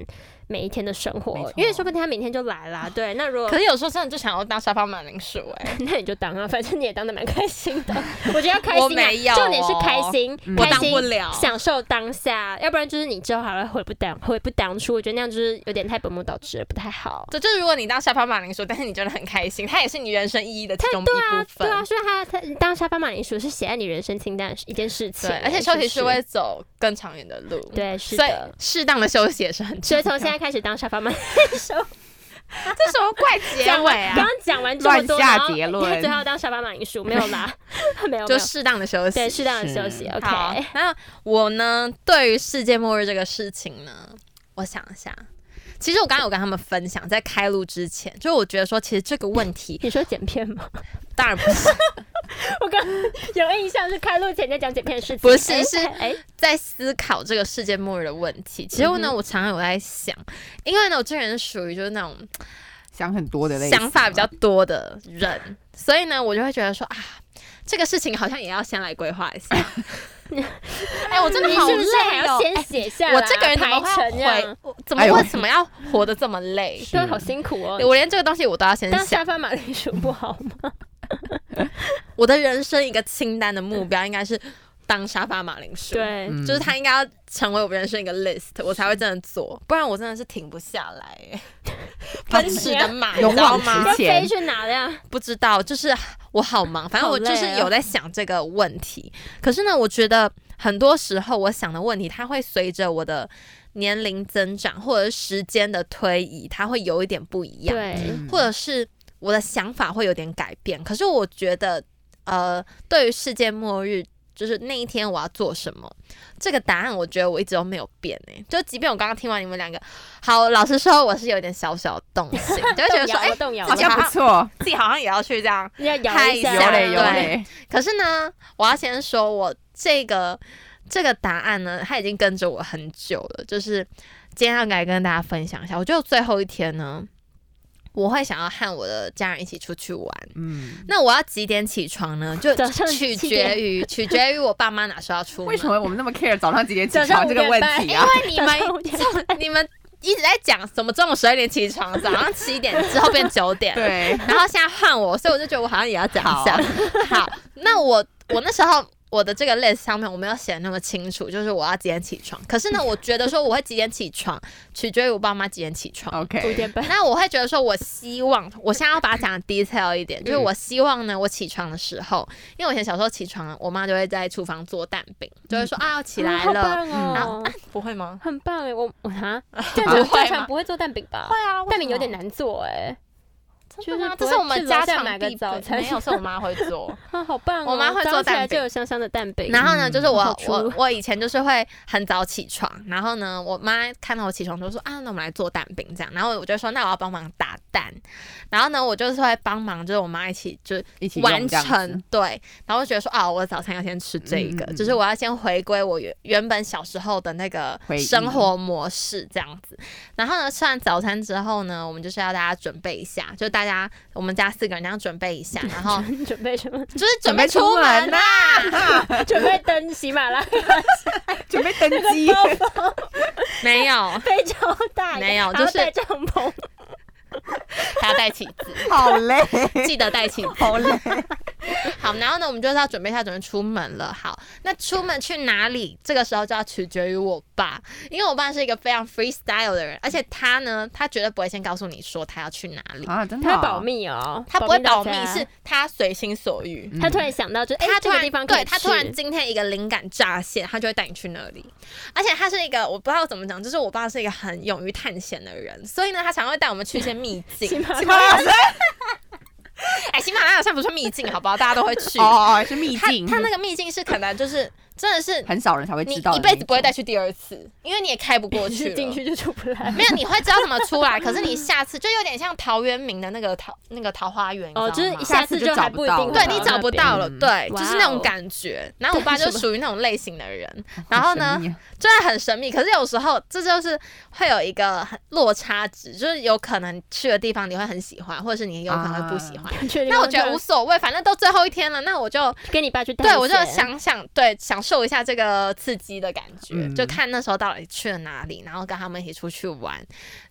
[SPEAKER 3] 每一天的生
[SPEAKER 2] 没
[SPEAKER 3] 活
[SPEAKER 2] 错，
[SPEAKER 3] 因为说不定他明天就来啦。对，那 如果
[SPEAKER 1] 可是有时候真的就想要当沙发马铃薯哎、
[SPEAKER 3] 那你就当啊，反正你也当的蛮开心 的。我觉得要开心、啊，
[SPEAKER 1] 我没有
[SPEAKER 3] 重点是开心，
[SPEAKER 2] 嗯
[SPEAKER 1] 我
[SPEAKER 3] 开
[SPEAKER 1] 当
[SPEAKER 3] 心
[SPEAKER 1] 不了。
[SPEAKER 3] 享受当下，要不然就是你之后还会悔不当悔不当初。我觉得那样就是有点太本末倒置了，不太好。
[SPEAKER 1] 对，就是如果你当沙发马铃薯，但是你觉得很开心，它也是你人生意义的其中一
[SPEAKER 3] 啊
[SPEAKER 1] 部
[SPEAKER 3] 对
[SPEAKER 1] 分。
[SPEAKER 3] 啊，所以他他当沙发马铃薯是写在你人生清单的一件事情，
[SPEAKER 1] 对而且
[SPEAKER 3] 是
[SPEAKER 1] 休
[SPEAKER 3] 不
[SPEAKER 1] 息是会走更长远的路。，
[SPEAKER 3] 对，是
[SPEAKER 1] 所以
[SPEAKER 3] 的。
[SPEAKER 1] 适当的休息也是很重
[SPEAKER 3] 所
[SPEAKER 1] 要。
[SPEAKER 3] 以从现在开始当沙发马铃薯，
[SPEAKER 1] 这什么怪结
[SPEAKER 3] 讲
[SPEAKER 1] 尾
[SPEAKER 3] 完刚
[SPEAKER 1] 啊？
[SPEAKER 3] 刚讲完这么多，
[SPEAKER 2] 乱下
[SPEAKER 3] 然后
[SPEAKER 2] 结论
[SPEAKER 3] 对最后当沙发马铃薯没有啦，没有，没
[SPEAKER 1] 就
[SPEAKER 3] 有，
[SPEAKER 1] 适当的休息。
[SPEAKER 3] 对，适当的休息
[SPEAKER 2] 是
[SPEAKER 3] ，OK。
[SPEAKER 1] 好，那我呢，对于世界末日这个事情呢，我想一下。其实我刚刚有跟他们分享，在开录之前，就是我觉得说，其实这个问 题
[SPEAKER 3] 你说剪片吗？
[SPEAKER 1] 当然不是
[SPEAKER 3] 我刚有印象是开录前在讲剪片的事情，
[SPEAKER 1] 不是
[SPEAKER 3] 哎
[SPEAKER 1] 是
[SPEAKER 3] 哎，
[SPEAKER 1] 在思考这个世界末日的问题。其实呢，
[SPEAKER 3] 嗯
[SPEAKER 1] 我常常有在想，因为呢，我这个人属于就是那种
[SPEAKER 2] 想很多的类型啊
[SPEAKER 1] 想法比较多的人，所以呢，我就会觉得说啊，这个事情好像也要先来规划一 下。哎、我真的
[SPEAKER 3] 你
[SPEAKER 1] 好
[SPEAKER 3] 是不是还
[SPEAKER 1] 累
[SPEAKER 3] 要
[SPEAKER 1] 哦！
[SPEAKER 3] 先写下来？
[SPEAKER 1] 我这个人怎么
[SPEAKER 3] 排
[SPEAKER 1] 会
[SPEAKER 3] 成这样
[SPEAKER 1] 回？我怎
[SPEAKER 2] 哎
[SPEAKER 1] 么
[SPEAKER 2] 呦
[SPEAKER 1] 为什么要活得这么 累？
[SPEAKER 3] 对啊，好辛苦哦。
[SPEAKER 1] 我连这个东西我都要先
[SPEAKER 3] 当
[SPEAKER 1] 想。
[SPEAKER 3] 沙发马铃薯不好 吗？
[SPEAKER 1] 我的人生一个清单的目标应该是当沙发马铃薯，，
[SPEAKER 3] 对，
[SPEAKER 2] 嗯
[SPEAKER 1] 就是它应该要成为我人生一个 list，我才会真的做，不然我真的是停不下来、欸，奔驰的马，你
[SPEAKER 2] 勇
[SPEAKER 1] 知道
[SPEAKER 2] 往直
[SPEAKER 1] 吗？
[SPEAKER 3] 要
[SPEAKER 2] 前
[SPEAKER 3] 飞去哪呀？
[SPEAKER 1] 不知道，就是 我好忙，反正我
[SPEAKER 3] 哦
[SPEAKER 1] 就是有在想这个问题。可是呢，我觉得很多时候我想的问题，它会随着我的年龄增长或者是时间的推移，它会有一点不一样。
[SPEAKER 3] 对，
[SPEAKER 2] 嗯
[SPEAKER 1] 或者是我的想法会有点改变。可是我觉得，呃，对于世界末日，就是那一天我要做什么，这个答案我觉得我一直都没有变诶、就即便我刚刚听完你们两个，好，老实说，我是有点小小动心，就会觉得
[SPEAKER 3] 动
[SPEAKER 1] 说，
[SPEAKER 3] 摇
[SPEAKER 1] 哎、
[SPEAKER 3] 了，动摇
[SPEAKER 2] 好
[SPEAKER 1] 好
[SPEAKER 3] 了，
[SPEAKER 2] 像
[SPEAKER 1] 像
[SPEAKER 2] 不
[SPEAKER 1] 不
[SPEAKER 2] 错，
[SPEAKER 1] 自己好像也要去这样。
[SPEAKER 3] 要摇
[SPEAKER 1] 嗨
[SPEAKER 3] 一
[SPEAKER 1] 有
[SPEAKER 3] 下，
[SPEAKER 2] 有嘞
[SPEAKER 1] 嘞
[SPEAKER 2] 有
[SPEAKER 1] 有
[SPEAKER 2] 嘞
[SPEAKER 1] 嘞，可是呢，我要先说我这个这个答案呢，它已经跟着我很久了。就是今天要来跟大家分享一下，我觉得最后一天呢，我会想要和我的家人一起出去玩。
[SPEAKER 2] 嗯，
[SPEAKER 1] 那我要几点起床呢？就
[SPEAKER 3] 早上
[SPEAKER 1] 取
[SPEAKER 3] 七点
[SPEAKER 1] 决于取决于我爸妈哪时候要出门。
[SPEAKER 2] 为什么我们那么 care 早上几点起
[SPEAKER 3] 早上
[SPEAKER 2] 床
[SPEAKER 3] 五
[SPEAKER 2] 这个
[SPEAKER 3] 点
[SPEAKER 2] 问
[SPEAKER 3] 半
[SPEAKER 2] 题
[SPEAKER 1] 因
[SPEAKER 2] 啊？
[SPEAKER 1] 为 你
[SPEAKER 3] 早上五
[SPEAKER 1] 们
[SPEAKER 3] 点
[SPEAKER 1] 就你们一直在讲什么中午十二点起床，早上七点之后变九点，
[SPEAKER 2] 对，
[SPEAKER 1] 然后现在换我，所以我就觉得我好像也要讲一下。好那我我那时候我的这个 list 上面我没有写得那么清楚，就是我要几点起床。可是 呢，我觉得说我会几点起床，取决于我爸妈几点起床。
[SPEAKER 3] 五
[SPEAKER 2] OK，
[SPEAKER 3] 点半，
[SPEAKER 1] 那我会觉得说，我希望我现在要把它讲得 detail 一点，
[SPEAKER 3] 嗯
[SPEAKER 1] 就是我希望呢，我起床的时候，因为我以前小时候起床，我妈就会在厨房做蛋饼，就会说啊要起
[SPEAKER 3] 啊
[SPEAKER 1] 来
[SPEAKER 3] 好
[SPEAKER 1] 了，嗯
[SPEAKER 3] 棒
[SPEAKER 1] 然
[SPEAKER 3] 哦
[SPEAKER 1] 后。啊不会 吗？
[SPEAKER 3] 很棒哎，我我 啊，正
[SPEAKER 1] 不
[SPEAKER 3] 常
[SPEAKER 1] 会吗
[SPEAKER 3] 正常不会做蛋饼吧？
[SPEAKER 1] 啊
[SPEAKER 3] 蛋饼有点，难做哎，
[SPEAKER 1] 真的吗？这
[SPEAKER 3] 就是不会
[SPEAKER 1] 是我们家
[SPEAKER 3] 去楼下
[SPEAKER 1] 常
[SPEAKER 3] 买个
[SPEAKER 1] 必备
[SPEAKER 3] 早餐
[SPEAKER 1] 没有，是我妈会做。
[SPEAKER 3] 啊，好棒哦！
[SPEAKER 1] 我妈会做
[SPEAKER 3] 早上起来
[SPEAKER 1] 蛋饼
[SPEAKER 3] 就有香香的蛋饼，
[SPEAKER 1] 然后呢，
[SPEAKER 2] 嗯
[SPEAKER 1] 就是我
[SPEAKER 3] 好出
[SPEAKER 1] 我我以前就是会很早起床，然后呢，我妈看到我起床就说啊，那我们来做蛋饼这样，然后我就说那我要帮忙打蛋，然后呢，我就是会帮忙，就是我妈一起就是
[SPEAKER 2] 一起用
[SPEAKER 1] 完
[SPEAKER 2] 这样子
[SPEAKER 1] 成对，然后就觉得说啊，我的早餐要先吃这一个，
[SPEAKER 2] 嗯嗯嗯
[SPEAKER 1] 就是我要先回归我原原本小时候的那个
[SPEAKER 2] 回忆
[SPEAKER 1] 生活模式这样子。然后呢，吃完早餐之后呢，我们就是要大家准备一下，就大大家我们家四个人这样准备一下，然 后
[SPEAKER 3] 准备什么？
[SPEAKER 1] 就是准备出门呐、
[SPEAKER 3] 准备登喜马拉雅
[SPEAKER 2] 准备登 机，
[SPEAKER 1] 没有，
[SPEAKER 3] 非洲 大
[SPEAKER 1] 没有
[SPEAKER 3] 然后
[SPEAKER 1] 就是
[SPEAKER 3] 带帐篷，
[SPEAKER 1] 大家带起子，
[SPEAKER 2] 好累，
[SPEAKER 1] 记得带起子。
[SPEAKER 2] 好 累。
[SPEAKER 1] 好，然后呢，我们就是要准备一下，准备出门了。好，那出门去哪里，这个时候就要取决于我爸，因为我爸是一个非常 freestyle 的人，而且他呢，他绝对不会先告诉你说他要去哪里，
[SPEAKER 2] 啊，真的、
[SPEAKER 3] 他会保，密哦，
[SPEAKER 1] 他不会保密
[SPEAKER 3] 大，家
[SPEAKER 1] 是他随心所欲。
[SPEAKER 3] 他突然想到就，哎，
[SPEAKER 1] 他突
[SPEAKER 3] 这
[SPEAKER 1] 然、
[SPEAKER 3] 个地方可以
[SPEAKER 1] 对他突然
[SPEAKER 3] 去
[SPEAKER 1] 今天一个灵感乍现，他就会带你去那里。而且他是一个我不知道怎么讲，就是我爸是一个很勇于探险的人，所以呢，他常会带我们去一些秘
[SPEAKER 3] 喜
[SPEAKER 1] 境。
[SPEAKER 3] 马
[SPEAKER 2] 喜
[SPEAKER 3] 拉
[SPEAKER 2] 马
[SPEAKER 3] 雅
[SPEAKER 2] 拉雅
[SPEAKER 1] 哎，喜马拉雅算不算秘境？好不好？大家都会去。
[SPEAKER 2] 哦，是秘
[SPEAKER 1] 他
[SPEAKER 2] 境，
[SPEAKER 1] 他那个秘境是可能就是真的是
[SPEAKER 2] 很少人才会
[SPEAKER 1] 你
[SPEAKER 2] 知道的
[SPEAKER 1] 一
[SPEAKER 2] 那种，
[SPEAKER 1] 辈子不会再去第二次，因为你也开不过去了
[SPEAKER 3] 进去就出不来。
[SPEAKER 1] 没有，你会知道怎么出来，可是你下次就有点像陶渊明的那个桃那个桃花源，
[SPEAKER 3] 哦，
[SPEAKER 1] 你知
[SPEAKER 3] 就是
[SPEAKER 1] 道吗
[SPEAKER 3] 一
[SPEAKER 2] 下次
[SPEAKER 3] 次就
[SPEAKER 2] 就
[SPEAKER 3] 还
[SPEAKER 2] 找
[SPEAKER 3] 不
[SPEAKER 2] 不
[SPEAKER 3] 一
[SPEAKER 2] 到
[SPEAKER 3] 定
[SPEAKER 2] 了
[SPEAKER 1] 对
[SPEAKER 3] 会
[SPEAKER 1] 你
[SPEAKER 3] 到
[SPEAKER 1] 找
[SPEAKER 3] 那
[SPEAKER 1] 不
[SPEAKER 3] 边
[SPEAKER 1] 到了，对，
[SPEAKER 3] 哇哦
[SPEAKER 1] 就是那种感觉。然后我爸就属于那种类型的人，然后呢
[SPEAKER 2] 神秘啊，
[SPEAKER 1] 真的很神秘。可是有时候这就是会有一个很落差值，就是有可能去的地方你会很喜欢，或者是你有可能会不喜欢。
[SPEAKER 3] 确定
[SPEAKER 1] 那我
[SPEAKER 3] 吗
[SPEAKER 1] 觉得
[SPEAKER 3] 就
[SPEAKER 1] 无所谓，反正都最后一天了，那我就
[SPEAKER 3] 跟你爸去探
[SPEAKER 1] 对我就
[SPEAKER 3] 险
[SPEAKER 1] 想想对享受一下这个刺激的感觉，
[SPEAKER 2] 嗯
[SPEAKER 1] 就看那时候到底去了哪里，然后跟他们一起出去玩，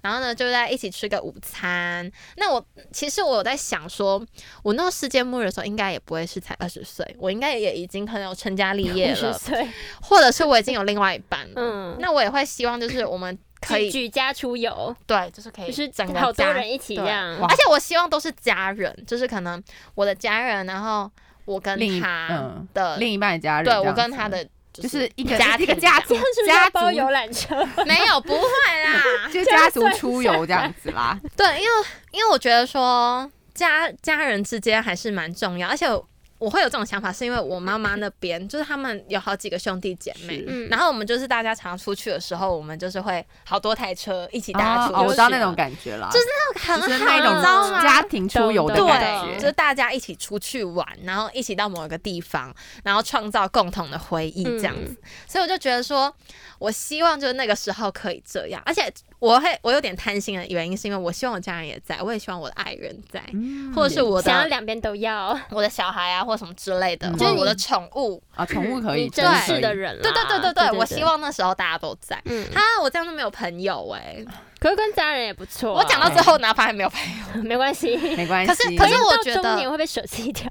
[SPEAKER 1] 然后呢就在一起吃个午餐。那我其实我有在想说，我那时候世界末日的时候应该也不会是才二十岁，我应该也已经很有成家立业
[SPEAKER 3] 50
[SPEAKER 1] 了，
[SPEAKER 3] 岁，
[SPEAKER 1] 或者是我已经有另外一半了。
[SPEAKER 3] 嗯，
[SPEAKER 1] 那我也会希望就是我们可
[SPEAKER 3] 举
[SPEAKER 1] 以
[SPEAKER 3] 举家出游，
[SPEAKER 1] 对，就是可以
[SPEAKER 3] 就是
[SPEAKER 1] 整个
[SPEAKER 3] 好多
[SPEAKER 1] 家
[SPEAKER 3] 人一起
[SPEAKER 1] 对
[SPEAKER 3] 这样
[SPEAKER 2] 哇，
[SPEAKER 1] 而且我希望都是家人，就是可能我的家人，然后我跟
[SPEAKER 2] 另一
[SPEAKER 1] 他
[SPEAKER 2] 嗯
[SPEAKER 1] 的
[SPEAKER 2] 另一半的家人这
[SPEAKER 1] 对
[SPEAKER 2] 样子，
[SPEAKER 1] 我跟他的
[SPEAKER 2] 就是一个
[SPEAKER 1] 家
[SPEAKER 2] 一个
[SPEAKER 1] 庭
[SPEAKER 2] 家族
[SPEAKER 3] 这样是不是
[SPEAKER 2] 家
[SPEAKER 3] 要
[SPEAKER 2] 族
[SPEAKER 3] 包游览车？
[SPEAKER 1] 没有不会 啦，
[SPEAKER 2] 就家族出游这样子啦，
[SPEAKER 1] 对，因为因为我觉得说家家人之间还是蛮重要，而且我我会有这种想法，是因为我妈妈那边就是他们有好几个兄弟姐妹。
[SPEAKER 2] 是
[SPEAKER 3] 嗯，
[SPEAKER 1] 然后我们就是大家常出去的时候，我们就是会好多台车一起搭
[SPEAKER 2] 啊
[SPEAKER 1] 出去，
[SPEAKER 2] 哦，我知道那种感觉啦，就是
[SPEAKER 1] 很好，
[SPEAKER 2] 那
[SPEAKER 1] 你知道
[SPEAKER 2] 种
[SPEAKER 3] 啊
[SPEAKER 1] 吗？
[SPEAKER 2] 家庭出游的
[SPEAKER 3] 懂
[SPEAKER 2] 感
[SPEAKER 1] 对，
[SPEAKER 3] 懂
[SPEAKER 1] 就是
[SPEAKER 2] 觉，
[SPEAKER 1] 大家一起出去玩，然后一起到某一个地方，然后创造共同的回忆这样子。所以我就觉得说，我希望就是那个时候可以这样，而且我会我有点贪心的原因是因为我希望我家人也在，我也希望我的爱人在，
[SPEAKER 2] 嗯
[SPEAKER 1] 或者是我
[SPEAKER 3] 想要
[SPEAKER 1] 的
[SPEAKER 3] 两边都要，
[SPEAKER 1] 我的小孩啊，或什么之类的，
[SPEAKER 2] 嗯
[SPEAKER 1] 或者我的宠物。
[SPEAKER 2] 啊，宠物可以，
[SPEAKER 3] 你真
[SPEAKER 2] 宠物可
[SPEAKER 3] 实
[SPEAKER 2] 以
[SPEAKER 3] 的，人啦，
[SPEAKER 1] 对对对对对，我希。望那时候大家都在。
[SPEAKER 3] 嗯，
[SPEAKER 1] 哈，我这样就没有朋友哎、
[SPEAKER 3] 可是跟家人也不错啊。
[SPEAKER 1] 我讲到最后，哪怕还没有朋友，
[SPEAKER 3] 没关 系，
[SPEAKER 2] 没关系。
[SPEAKER 1] 可是可是我
[SPEAKER 3] 到
[SPEAKER 1] 觉
[SPEAKER 3] 中
[SPEAKER 1] 得
[SPEAKER 3] 年会被舍弃掉，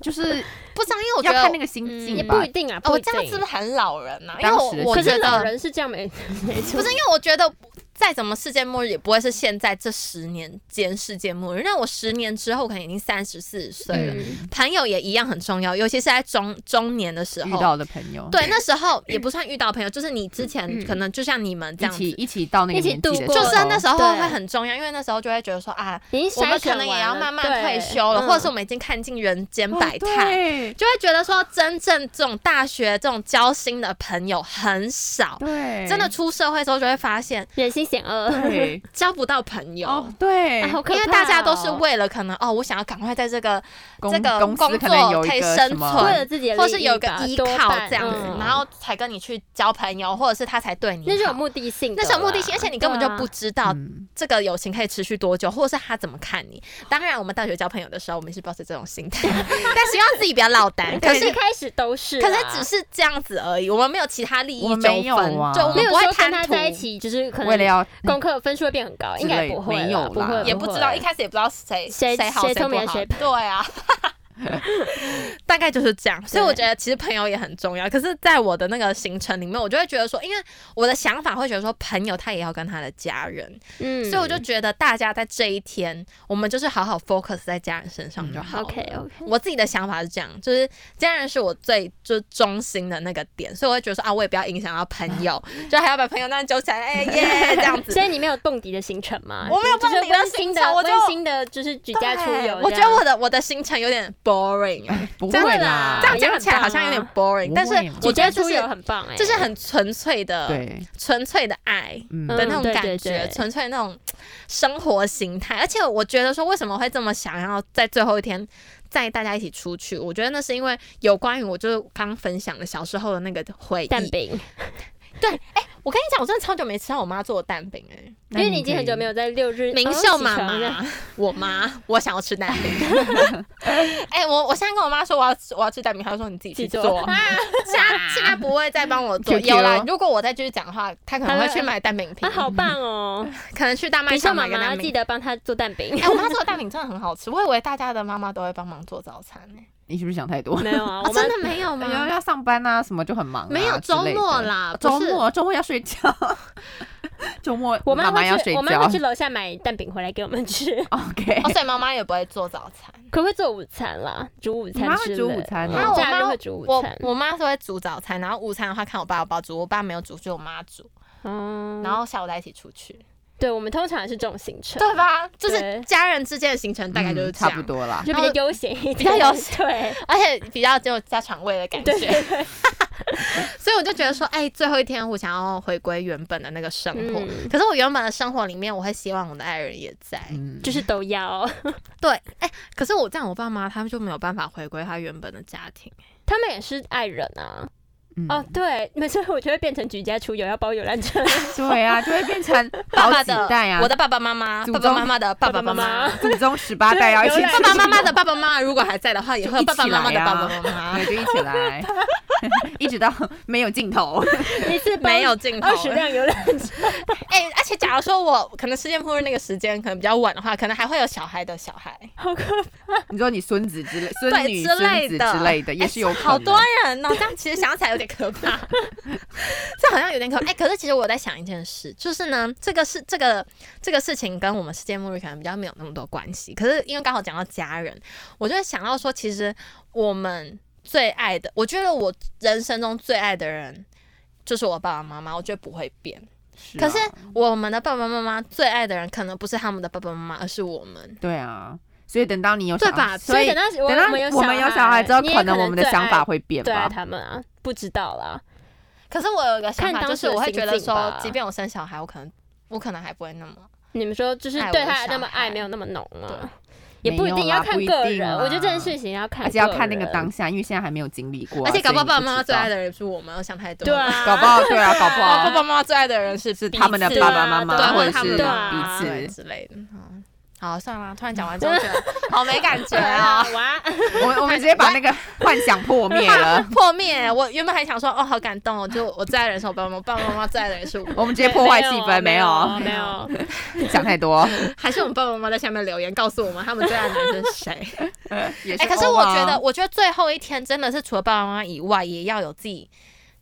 [SPEAKER 2] 就是
[SPEAKER 1] 不是啊，因为我觉
[SPEAKER 2] 要
[SPEAKER 1] 得
[SPEAKER 2] 看那个
[SPEAKER 1] 嗯
[SPEAKER 2] 心
[SPEAKER 3] 也
[SPEAKER 2] 境吧
[SPEAKER 3] 不一，定啊。
[SPEAKER 1] 哦，
[SPEAKER 3] 不
[SPEAKER 1] 我
[SPEAKER 3] 一
[SPEAKER 1] 这样是
[SPEAKER 3] 定
[SPEAKER 1] 不是很老人呐、啊？因为
[SPEAKER 2] 当
[SPEAKER 1] 我
[SPEAKER 2] 时的
[SPEAKER 1] 我
[SPEAKER 3] 可
[SPEAKER 1] 觉
[SPEAKER 3] 是老
[SPEAKER 1] 得
[SPEAKER 3] 人是这样没没 错
[SPEAKER 1] 不是，因为我觉得再怎么世界末日也不会是现在这十年间世界末日。那我十年之后可能已经三十四岁了，
[SPEAKER 3] 嗯
[SPEAKER 1] 朋友也一样很重要，尤其是在中中年的时
[SPEAKER 2] 遇
[SPEAKER 1] 候。
[SPEAKER 2] 到嗯的朋友，
[SPEAKER 1] 对，那时候也不算遇到朋友，就是你之前
[SPEAKER 3] 嗯
[SPEAKER 1] 可能就像你们这
[SPEAKER 2] 一
[SPEAKER 1] 样
[SPEAKER 2] 起
[SPEAKER 1] 子。
[SPEAKER 2] 一起到那个
[SPEAKER 3] 一起
[SPEAKER 2] 年纪的
[SPEAKER 3] 度
[SPEAKER 2] 时候，
[SPEAKER 3] 过
[SPEAKER 1] 就是那时候
[SPEAKER 3] 对
[SPEAKER 1] 会很重要，因为那时候就会觉得说啊，
[SPEAKER 3] 已经
[SPEAKER 1] 我们
[SPEAKER 3] 筛
[SPEAKER 1] 可
[SPEAKER 3] 选
[SPEAKER 1] 能也
[SPEAKER 3] 完
[SPEAKER 1] 要
[SPEAKER 3] 了
[SPEAKER 1] 慢慢
[SPEAKER 3] 对
[SPEAKER 1] 退休了，
[SPEAKER 3] 嗯
[SPEAKER 1] 或者是我们已经看尽人间百态，
[SPEAKER 2] 哦
[SPEAKER 1] 就会觉得说真正这种大学这种交心的朋友很少。
[SPEAKER 2] 对对，
[SPEAKER 1] 真的出社会之后就会发现
[SPEAKER 3] 人心险恶，
[SPEAKER 2] 对
[SPEAKER 1] 交不到朋友。
[SPEAKER 2] 哦对
[SPEAKER 3] 啊，好可
[SPEAKER 1] 因
[SPEAKER 3] 怕哦
[SPEAKER 1] 为大家都是为了可能哦，我想要赶快在这个，
[SPEAKER 2] 公
[SPEAKER 1] 这个
[SPEAKER 2] 公
[SPEAKER 1] 工
[SPEAKER 2] 司可能
[SPEAKER 1] 作
[SPEAKER 2] 有
[SPEAKER 1] 可
[SPEAKER 2] 一
[SPEAKER 1] 以
[SPEAKER 2] 个
[SPEAKER 1] 生
[SPEAKER 2] 什
[SPEAKER 1] 存
[SPEAKER 3] 为
[SPEAKER 2] 么，
[SPEAKER 3] 了自己的
[SPEAKER 1] 或
[SPEAKER 3] 利
[SPEAKER 1] 是
[SPEAKER 3] 益
[SPEAKER 1] 有个
[SPEAKER 3] 吧
[SPEAKER 1] 依
[SPEAKER 3] 多
[SPEAKER 1] 靠
[SPEAKER 3] 半
[SPEAKER 1] 这样子，
[SPEAKER 3] 嗯
[SPEAKER 1] 然后才跟你去交朋友，或者是他才对你
[SPEAKER 3] 那是有
[SPEAKER 1] 好
[SPEAKER 3] 目的性哎的啦，啊
[SPEAKER 1] 那是有目的性，而且你根本就不知道
[SPEAKER 2] 嗯
[SPEAKER 1] 这个友情可以持续多久，或者是他怎么看你。当然，我们大学交朋友的时候，我们是抱着这种心态， 但希望自己不要落 单。
[SPEAKER 3] 对
[SPEAKER 1] 可
[SPEAKER 3] 啊。可是
[SPEAKER 1] 是
[SPEAKER 3] 一，开始都是啦，
[SPEAKER 1] 可是只是这样子而已，我们没有其他利益
[SPEAKER 2] 我
[SPEAKER 1] 纠
[SPEAKER 2] 们
[SPEAKER 1] 纷，
[SPEAKER 2] 没有啊
[SPEAKER 1] 就我
[SPEAKER 3] 没
[SPEAKER 1] 们
[SPEAKER 3] 有
[SPEAKER 1] 不会
[SPEAKER 3] 说跟
[SPEAKER 1] 贪
[SPEAKER 3] 他
[SPEAKER 1] 图
[SPEAKER 3] 在一起，就是可
[SPEAKER 2] 为了
[SPEAKER 3] 能
[SPEAKER 2] 要
[SPEAKER 3] 功课分数会变很高，应该也不会啦，
[SPEAKER 2] 之类没有啦
[SPEAKER 3] 不会，
[SPEAKER 1] 也不知道，
[SPEAKER 3] 会
[SPEAKER 1] 一开始也不知道谁
[SPEAKER 3] 谁
[SPEAKER 1] 好谁
[SPEAKER 3] 谁聪
[SPEAKER 1] 不
[SPEAKER 3] 明
[SPEAKER 1] 好，
[SPEAKER 3] 谁笨
[SPEAKER 1] 对啊， 大概就是这样。所以我觉得其实朋友也很重要，可是在我的那个行程里面，我就会觉得说，因为我的想法会觉得说，朋友他也要跟他的家人，
[SPEAKER 3] 嗯，
[SPEAKER 1] 所以我就觉得大家在这一天，我们就是好好 focus 在家人身上就好了。
[SPEAKER 3] 嗯 OK OK，
[SPEAKER 1] 我自己的想法是这样，就是家人是我最就是中心的那个点，所以我会觉得说啊，我也不要影响到朋友， 就还要把朋友那样揪起来，哎耶这样子。
[SPEAKER 3] 所以你没有蹦迪的行程吗？
[SPEAKER 1] 我没有
[SPEAKER 3] 就是
[SPEAKER 1] 蹦迪的
[SPEAKER 3] 温馨
[SPEAKER 1] 行程
[SPEAKER 3] 的，
[SPEAKER 1] 我就
[SPEAKER 3] 温馨的，就是举家出游这
[SPEAKER 1] 对
[SPEAKER 3] 样。
[SPEAKER 1] 我觉得我的我的行程有点 boring，哎
[SPEAKER 2] 不
[SPEAKER 1] 真
[SPEAKER 2] 会
[SPEAKER 1] 的
[SPEAKER 2] 啦，
[SPEAKER 1] 这样讲起来好像有点 boring，
[SPEAKER 2] 不会
[SPEAKER 1] 但是
[SPEAKER 2] 嘛
[SPEAKER 1] 我觉
[SPEAKER 3] 举家
[SPEAKER 1] 得就
[SPEAKER 3] 出游
[SPEAKER 1] 是
[SPEAKER 3] 很棒哎，
[SPEAKER 1] 就是很纯粹的、
[SPEAKER 2] 对，
[SPEAKER 1] 纯粹的爱
[SPEAKER 2] 嗯
[SPEAKER 1] 的那种
[SPEAKER 3] 嗯对
[SPEAKER 1] 感
[SPEAKER 3] 对
[SPEAKER 1] 觉，
[SPEAKER 3] 对
[SPEAKER 1] 纯粹那种生活形态。而且我觉得说，为什么会这么想要在最后一天带大家一起出去？我觉得那是因为有关于我就是刚分享的小时候的那个回
[SPEAKER 3] 蛋
[SPEAKER 1] 忆。
[SPEAKER 3] 饼，
[SPEAKER 1] 我跟你讲，我真的超久没吃到我妈做的蛋饼哎、
[SPEAKER 3] 因为你已经很久没有在六日
[SPEAKER 1] 明秀妈
[SPEAKER 3] 哦起床了
[SPEAKER 1] 妈，我妈，我想要吃蛋饼。 哎、我我现在跟我妈说我要吃我要吃蛋饼，她就说你自己去
[SPEAKER 3] 自己
[SPEAKER 1] 做。
[SPEAKER 3] 做
[SPEAKER 1] 啊现在现在不会再帮我做。
[SPEAKER 2] Q Q
[SPEAKER 1] 有啦，如果我再继续讲的话，她可能会去买蛋饼皮
[SPEAKER 3] 啊，，好棒哦！
[SPEAKER 1] 可能去大卖
[SPEAKER 3] 明秀
[SPEAKER 1] 场
[SPEAKER 3] 妈
[SPEAKER 1] 买个
[SPEAKER 3] 妈
[SPEAKER 1] 蛋
[SPEAKER 3] 记
[SPEAKER 1] 饼。
[SPEAKER 3] 得帮她做蛋 饼
[SPEAKER 1] 哎、。我妈做的蛋饼真的很好吃，我以为大家的妈妈都会帮忙做早餐 呢、
[SPEAKER 2] 你是不是想太多？
[SPEAKER 3] 没有啊，
[SPEAKER 1] 啊
[SPEAKER 3] 我们
[SPEAKER 1] 真的没有
[SPEAKER 2] 因为
[SPEAKER 1] 吗？
[SPEAKER 2] 要上班啊，什么就很忙啊、
[SPEAKER 1] 没有
[SPEAKER 2] 之
[SPEAKER 1] 周
[SPEAKER 2] 类的
[SPEAKER 1] 末，啦，
[SPEAKER 2] 周
[SPEAKER 1] 不是
[SPEAKER 2] 末周末要睡觉， 周末
[SPEAKER 3] 我
[SPEAKER 2] 妈
[SPEAKER 3] 妈
[SPEAKER 2] 妈要
[SPEAKER 3] 会
[SPEAKER 2] 睡
[SPEAKER 3] 去，
[SPEAKER 2] 觉。
[SPEAKER 3] 我妈会去楼下买蛋饼回来给我 们吃。
[SPEAKER 2] OK，
[SPEAKER 1] 哦，所以妈妈也不会做早餐。
[SPEAKER 3] 可不可以做午餐啦？煮午
[SPEAKER 2] 你
[SPEAKER 3] 餐
[SPEAKER 2] 妈会
[SPEAKER 3] 之类的，
[SPEAKER 2] 煮午餐哦
[SPEAKER 1] 那我
[SPEAKER 3] 假日
[SPEAKER 1] 妈
[SPEAKER 3] 会煮午
[SPEAKER 1] 我
[SPEAKER 3] 餐。
[SPEAKER 1] 我妈是会煮早餐，然后午餐的话看我爸我爸煮，我爸没有煮，就我妈煮，
[SPEAKER 3] 嗯，
[SPEAKER 1] 然后下午再一起出去，
[SPEAKER 3] 对我们通常也是这种行程，
[SPEAKER 1] 对吧？ 就是
[SPEAKER 3] 对
[SPEAKER 1] 家人之间的行程大概就是
[SPEAKER 2] 嗯
[SPEAKER 1] 这样，
[SPEAKER 2] 差不。多啦。
[SPEAKER 3] 就比较悠闲一 点，
[SPEAKER 1] 比较悠闲
[SPEAKER 3] 对，
[SPEAKER 1] 而且比较就家常味的感觉， 所以我就觉得说，哎、最后一天我想要回归原本的那个生活。
[SPEAKER 3] 嗯
[SPEAKER 1] 可是我原本的生活里面，我会希望我的爱人也在。
[SPEAKER 2] 嗯，
[SPEAKER 3] 就是都要。
[SPEAKER 1] 对，哎、可是我这样，我爸妈他们就没有办法回归他原本的家庭。
[SPEAKER 3] 他们也是爱人啊，
[SPEAKER 2] 嗯
[SPEAKER 3] 哦，对，每次我就会变成举家出游，要包游览车，
[SPEAKER 2] 对啊，就会变成
[SPEAKER 1] 爸
[SPEAKER 2] 好
[SPEAKER 1] 爸
[SPEAKER 2] 几
[SPEAKER 1] 的，
[SPEAKER 2] 代啊。
[SPEAKER 1] 我的爸爸妈妈，
[SPEAKER 2] 祖
[SPEAKER 1] 爸爸
[SPEAKER 2] 宗
[SPEAKER 1] 妈妈的爸爸妈妈。
[SPEAKER 2] 祖宗十八代啊要一起
[SPEAKER 3] 对
[SPEAKER 2] 去，
[SPEAKER 3] 有
[SPEAKER 1] 爸爸妈妈的爸爸妈妈如果还在的话，也会有爸爸妈妈的
[SPEAKER 2] 啊
[SPEAKER 1] 爸爸妈妈。
[SPEAKER 2] 对，就一起来， 一直到没有尽头。
[SPEAKER 3] 一次包
[SPEAKER 1] 没有镜头，
[SPEAKER 3] 二十辆游览车，
[SPEAKER 1] 哎、而且假如说我可能世界末日那个时间可能比较晚的话，可能还会有小孩的小孩，
[SPEAKER 2] 你说你孙子之类、孙
[SPEAKER 1] 对
[SPEAKER 2] 女、
[SPEAKER 1] 之
[SPEAKER 2] 孙
[SPEAKER 1] 类
[SPEAKER 2] 子
[SPEAKER 1] 的
[SPEAKER 2] 之类的，也是有
[SPEAKER 1] 哎
[SPEAKER 2] 可能
[SPEAKER 1] 好多人哦。这样其实想起来有点可怕， 这好像有点可怕。哎、可是其实我在想一件事，就是呢，这个是这个这个事情跟我们世界末日可能比较没有那么多关系。可是因为刚好讲到家人，我就会想到说，其实我们最爱的，我觉得我人生中最爱的人就是我爸爸妈妈，我觉得不会变。
[SPEAKER 2] 啊
[SPEAKER 1] 可是我们的爸爸妈妈最爱的人，可能不是他们的爸爸妈妈，而是我们。
[SPEAKER 2] 对啊，所以等到你有
[SPEAKER 1] 对
[SPEAKER 2] 小
[SPEAKER 1] 吧
[SPEAKER 2] 所以
[SPEAKER 3] 等
[SPEAKER 2] 等
[SPEAKER 3] 到我
[SPEAKER 2] 到
[SPEAKER 3] 们有
[SPEAKER 2] 我们有小孩之后，
[SPEAKER 3] 你也
[SPEAKER 2] 可能我们的
[SPEAKER 3] 最
[SPEAKER 2] 想
[SPEAKER 3] 爱
[SPEAKER 2] 法会变
[SPEAKER 3] 对啊，
[SPEAKER 2] 吧。
[SPEAKER 3] 他们啊，不知道啦，
[SPEAKER 1] 可是我有一个想
[SPEAKER 3] 看
[SPEAKER 1] 法，
[SPEAKER 3] 当
[SPEAKER 1] 就
[SPEAKER 3] 时
[SPEAKER 1] 是
[SPEAKER 3] 的
[SPEAKER 1] 我会觉得
[SPEAKER 3] 心
[SPEAKER 1] 说
[SPEAKER 3] 境吧，
[SPEAKER 1] 即便我生小孩，我可能我可能还不会那么。
[SPEAKER 3] 你们说就是
[SPEAKER 1] 爱我
[SPEAKER 3] 对
[SPEAKER 1] 的小
[SPEAKER 3] 他那么爱
[SPEAKER 1] 孩
[SPEAKER 3] 没有那么浓啊，
[SPEAKER 2] 对
[SPEAKER 3] 也不一定
[SPEAKER 2] 没有啦
[SPEAKER 3] 要看
[SPEAKER 2] 不一
[SPEAKER 3] 个
[SPEAKER 2] 定
[SPEAKER 3] 人，
[SPEAKER 2] 啦
[SPEAKER 3] 我觉得这件事情要看，
[SPEAKER 2] 而且要看那个当。下，因为现在还没有经历过啊，
[SPEAKER 1] 而且搞不好
[SPEAKER 2] 所
[SPEAKER 1] 爸
[SPEAKER 2] 以
[SPEAKER 1] 爸
[SPEAKER 2] 你不
[SPEAKER 1] 妈妈
[SPEAKER 2] 知
[SPEAKER 1] 最
[SPEAKER 2] 道
[SPEAKER 1] 爱的人是我们，我想太多。哦
[SPEAKER 3] 对啊，
[SPEAKER 2] 搞不好对啊搞不好
[SPEAKER 1] 爸爸妈妈最爱的人是
[SPEAKER 2] 是他们的
[SPEAKER 1] 彼此
[SPEAKER 2] 爸爸妈妈
[SPEAKER 1] 对啊
[SPEAKER 2] 或者
[SPEAKER 1] 他
[SPEAKER 2] 是
[SPEAKER 1] 们
[SPEAKER 3] 啊
[SPEAKER 1] 对
[SPEAKER 2] 彼此。
[SPEAKER 1] 之类的。嗯好，算了，突然讲完之后觉得好没感觉啊。，
[SPEAKER 3] 哇，
[SPEAKER 2] 我我们直接把那个幻想 破灭了
[SPEAKER 1] 破灭！我原本还想说，哦，好感动哦，就我最爱的人是我爸爸妈妈，爸爸妈妈最爱的人是 我，
[SPEAKER 2] 我们直接破坏气氛，没有啊
[SPEAKER 3] 没有，
[SPEAKER 2] 想太多，
[SPEAKER 1] 还是我们爸爸妈妈在下面留言告诉我们他们最爱的人是谁？
[SPEAKER 2] 也
[SPEAKER 1] 哎、可是我
[SPEAKER 2] 啊
[SPEAKER 1] 觉得，我觉得最后一天真的是除了爸爸妈妈以外，也要有自己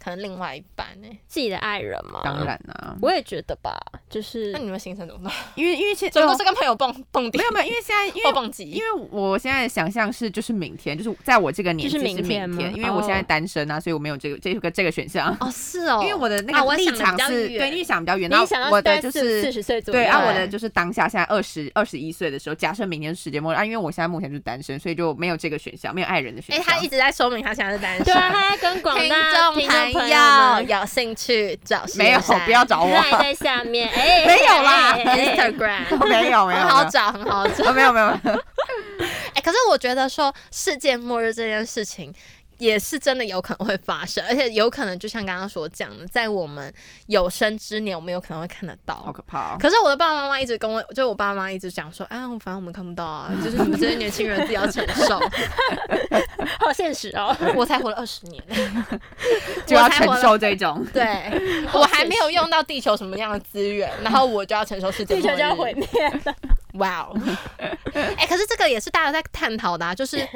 [SPEAKER 1] 可能另外一半哎、
[SPEAKER 3] 自己的爱人嘛，
[SPEAKER 2] 当然啦，
[SPEAKER 3] 我也觉得吧，就是
[SPEAKER 1] 那你们行程怎么办？
[SPEAKER 2] 因为因为现哦
[SPEAKER 1] 总共是跟朋友蹦蹦迪
[SPEAKER 2] 啊没有没有，因为现在因
[SPEAKER 1] 或
[SPEAKER 2] 为
[SPEAKER 1] 蹦极
[SPEAKER 2] 因，为我现在的想象是，就是明天，就是在我这个年纪
[SPEAKER 3] 就是
[SPEAKER 2] 是
[SPEAKER 3] 明
[SPEAKER 2] 明
[SPEAKER 3] 天吗
[SPEAKER 2] 因为我现在单身啊，所以我没有这个这个这个选项。
[SPEAKER 1] 哦是哦，
[SPEAKER 2] 因为我的那
[SPEAKER 1] 啊
[SPEAKER 2] 个
[SPEAKER 1] 我
[SPEAKER 2] 立
[SPEAKER 1] 想得
[SPEAKER 2] 场
[SPEAKER 1] 比较
[SPEAKER 2] 是，对，
[SPEAKER 1] 远
[SPEAKER 2] 因为想比较远，然
[SPEAKER 3] 你
[SPEAKER 2] 后
[SPEAKER 3] 想
[SPEAKER 2] 我的
[SPEAKER 3] 要在
[SPEAKER 2] 就
[SPEAKER 3] 四四
[SPEAKER 2] 是。
[SPEAKER 3] 十岁左右，
[SPEAKER 2] 对啊，
[SPEAKER 1] 对
[SPEAKER 2] 我的就是当下现在二十二十一岁的时候，假设明天是世界末日啊，因为我现在目前就是单身，所以就没有这个选项，没有爱人的选
[SPEAKER 1] 哎、
[SPEAKER 2] 项。
[SPEAKER 1] 他一直在说明他现在是单身。
[SPEAKER 3] 对啊，他在跟广
[SPEAKER 1] 听
[SPEAKER 3] 大
[SPEAKER 1] 众
[SPEAKER 3] 听
[SPEAKER 1] 朋
[SPEAKER 3] 众朋友们
[SPEAKER 1] 友有兴趣找谢
[SPEAKER 2] 没有，
[SPEAKER 1] 珊
[SPEAKER 2] 不要找我，
[SPEAKER 3] 赖在下面，哎，
[SPEAKER 2] 没有啦
[SPEAKER 3] 哎哎哎
[SPEAKER 1] ，Instagram
[SPEAKER 2] 没 有没有，
[SPEAKER 1] 很好找，很好找。
[SPEAKER 2] 找，没有没有，没有
[SPEAKER 1] 哎、可是我觉得说世界末日这件事情。也是真的有可能会发生，而且有可能就像刚刚所讲的，在我们有生之年，我们有可能会看得到。
[SPEAKER 2] 好可怕哦。
[SPEAKER 1] 可是我的爸爸妈妈一直跟我，就是我爸妈一直讲说，啊，反正我们看不到啊，就是你们这些年轻人自己要承 受。
[SPEAKER 3] 好现实哦，
[SPEAKER 1] 我才活了二十 年，
[SPEAKER 2] 就要
[SPEAKER 1] 我才
[SPEAKER 2] 承
[SPEAKER 1] 活了。
[SPEAKER 2] 受这种，
[SPEAKER 1] 对，我还没有用到地球什么样的资源，然后我就要承受世界
[SPEAKER 3] 地
[SPEAKER 1] 末
[SPEAKER 3] 球
[SPEAKER 1] 日
[SPEAKER 3] 就要毁灭了，
[SPEAKER 1] 哇 哦！哎，可是这个也是大家在探讨的、啊，就是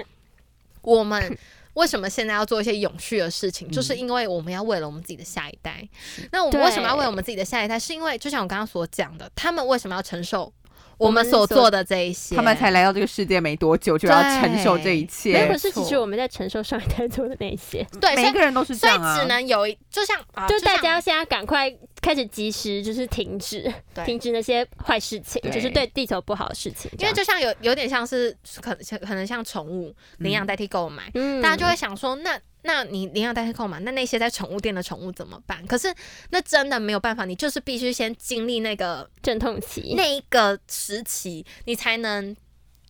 [SPEAKER 1] 我们为什么现在要做一些永续的事情，
[SPEAKER 2] 嗯
[SPEAKER 1] 就是因为我们要为了我们自己的下一代。那我们为什么要为我们自己的下一代？是因为就像我刚刚所讲的，他们为什么要承受我们所做的这一些？
[SPEAKER 2] 他们才来到这个世界没多久，就要
[SPEAKER 1] 对
[SPEAKER 2] 承受这一
[SPEAKER 3] 没有
[SPEAKER 2] 切
[SPEAKER 3] 可。是其实我们在承受上一代做的那些，
[SPEAKER 1] 对，所
[SPEAKER 2] 每
[SPEAKER 1] 以
[SPEAKER 2] 一个人都是这
[SPEAKER 1] 所以
[SPEAKER 2] 样啊，
[SPEAKER 1] 只能有一，就像啊，
[SPEAKER 3] 就
[SPEAKER 1] 像
[SPEAKER 3] 大家现在赶快开始及时就是停止，
[SPEAKER 1] 对
[SPEAKER 3] 停止那些坏事情，
[SPEAKER 2] 对
[SPEAKER 3] 就是对地球不好的事情，啊
[SPEAKER 1] 因为就像有有点像是可可能像宠物领养代替购买，
[SPEAKER 3] 这样嗯
[SPEAKER 1] 大家就会想说，那那你领养代替购买，那那些在宠物店的宠物怎么办？可是那真的没有办法，你就是必须先经历那个
[SPEAKER 3] 阵痛期，
[SPEAKER 1] 那一个时期，你才能。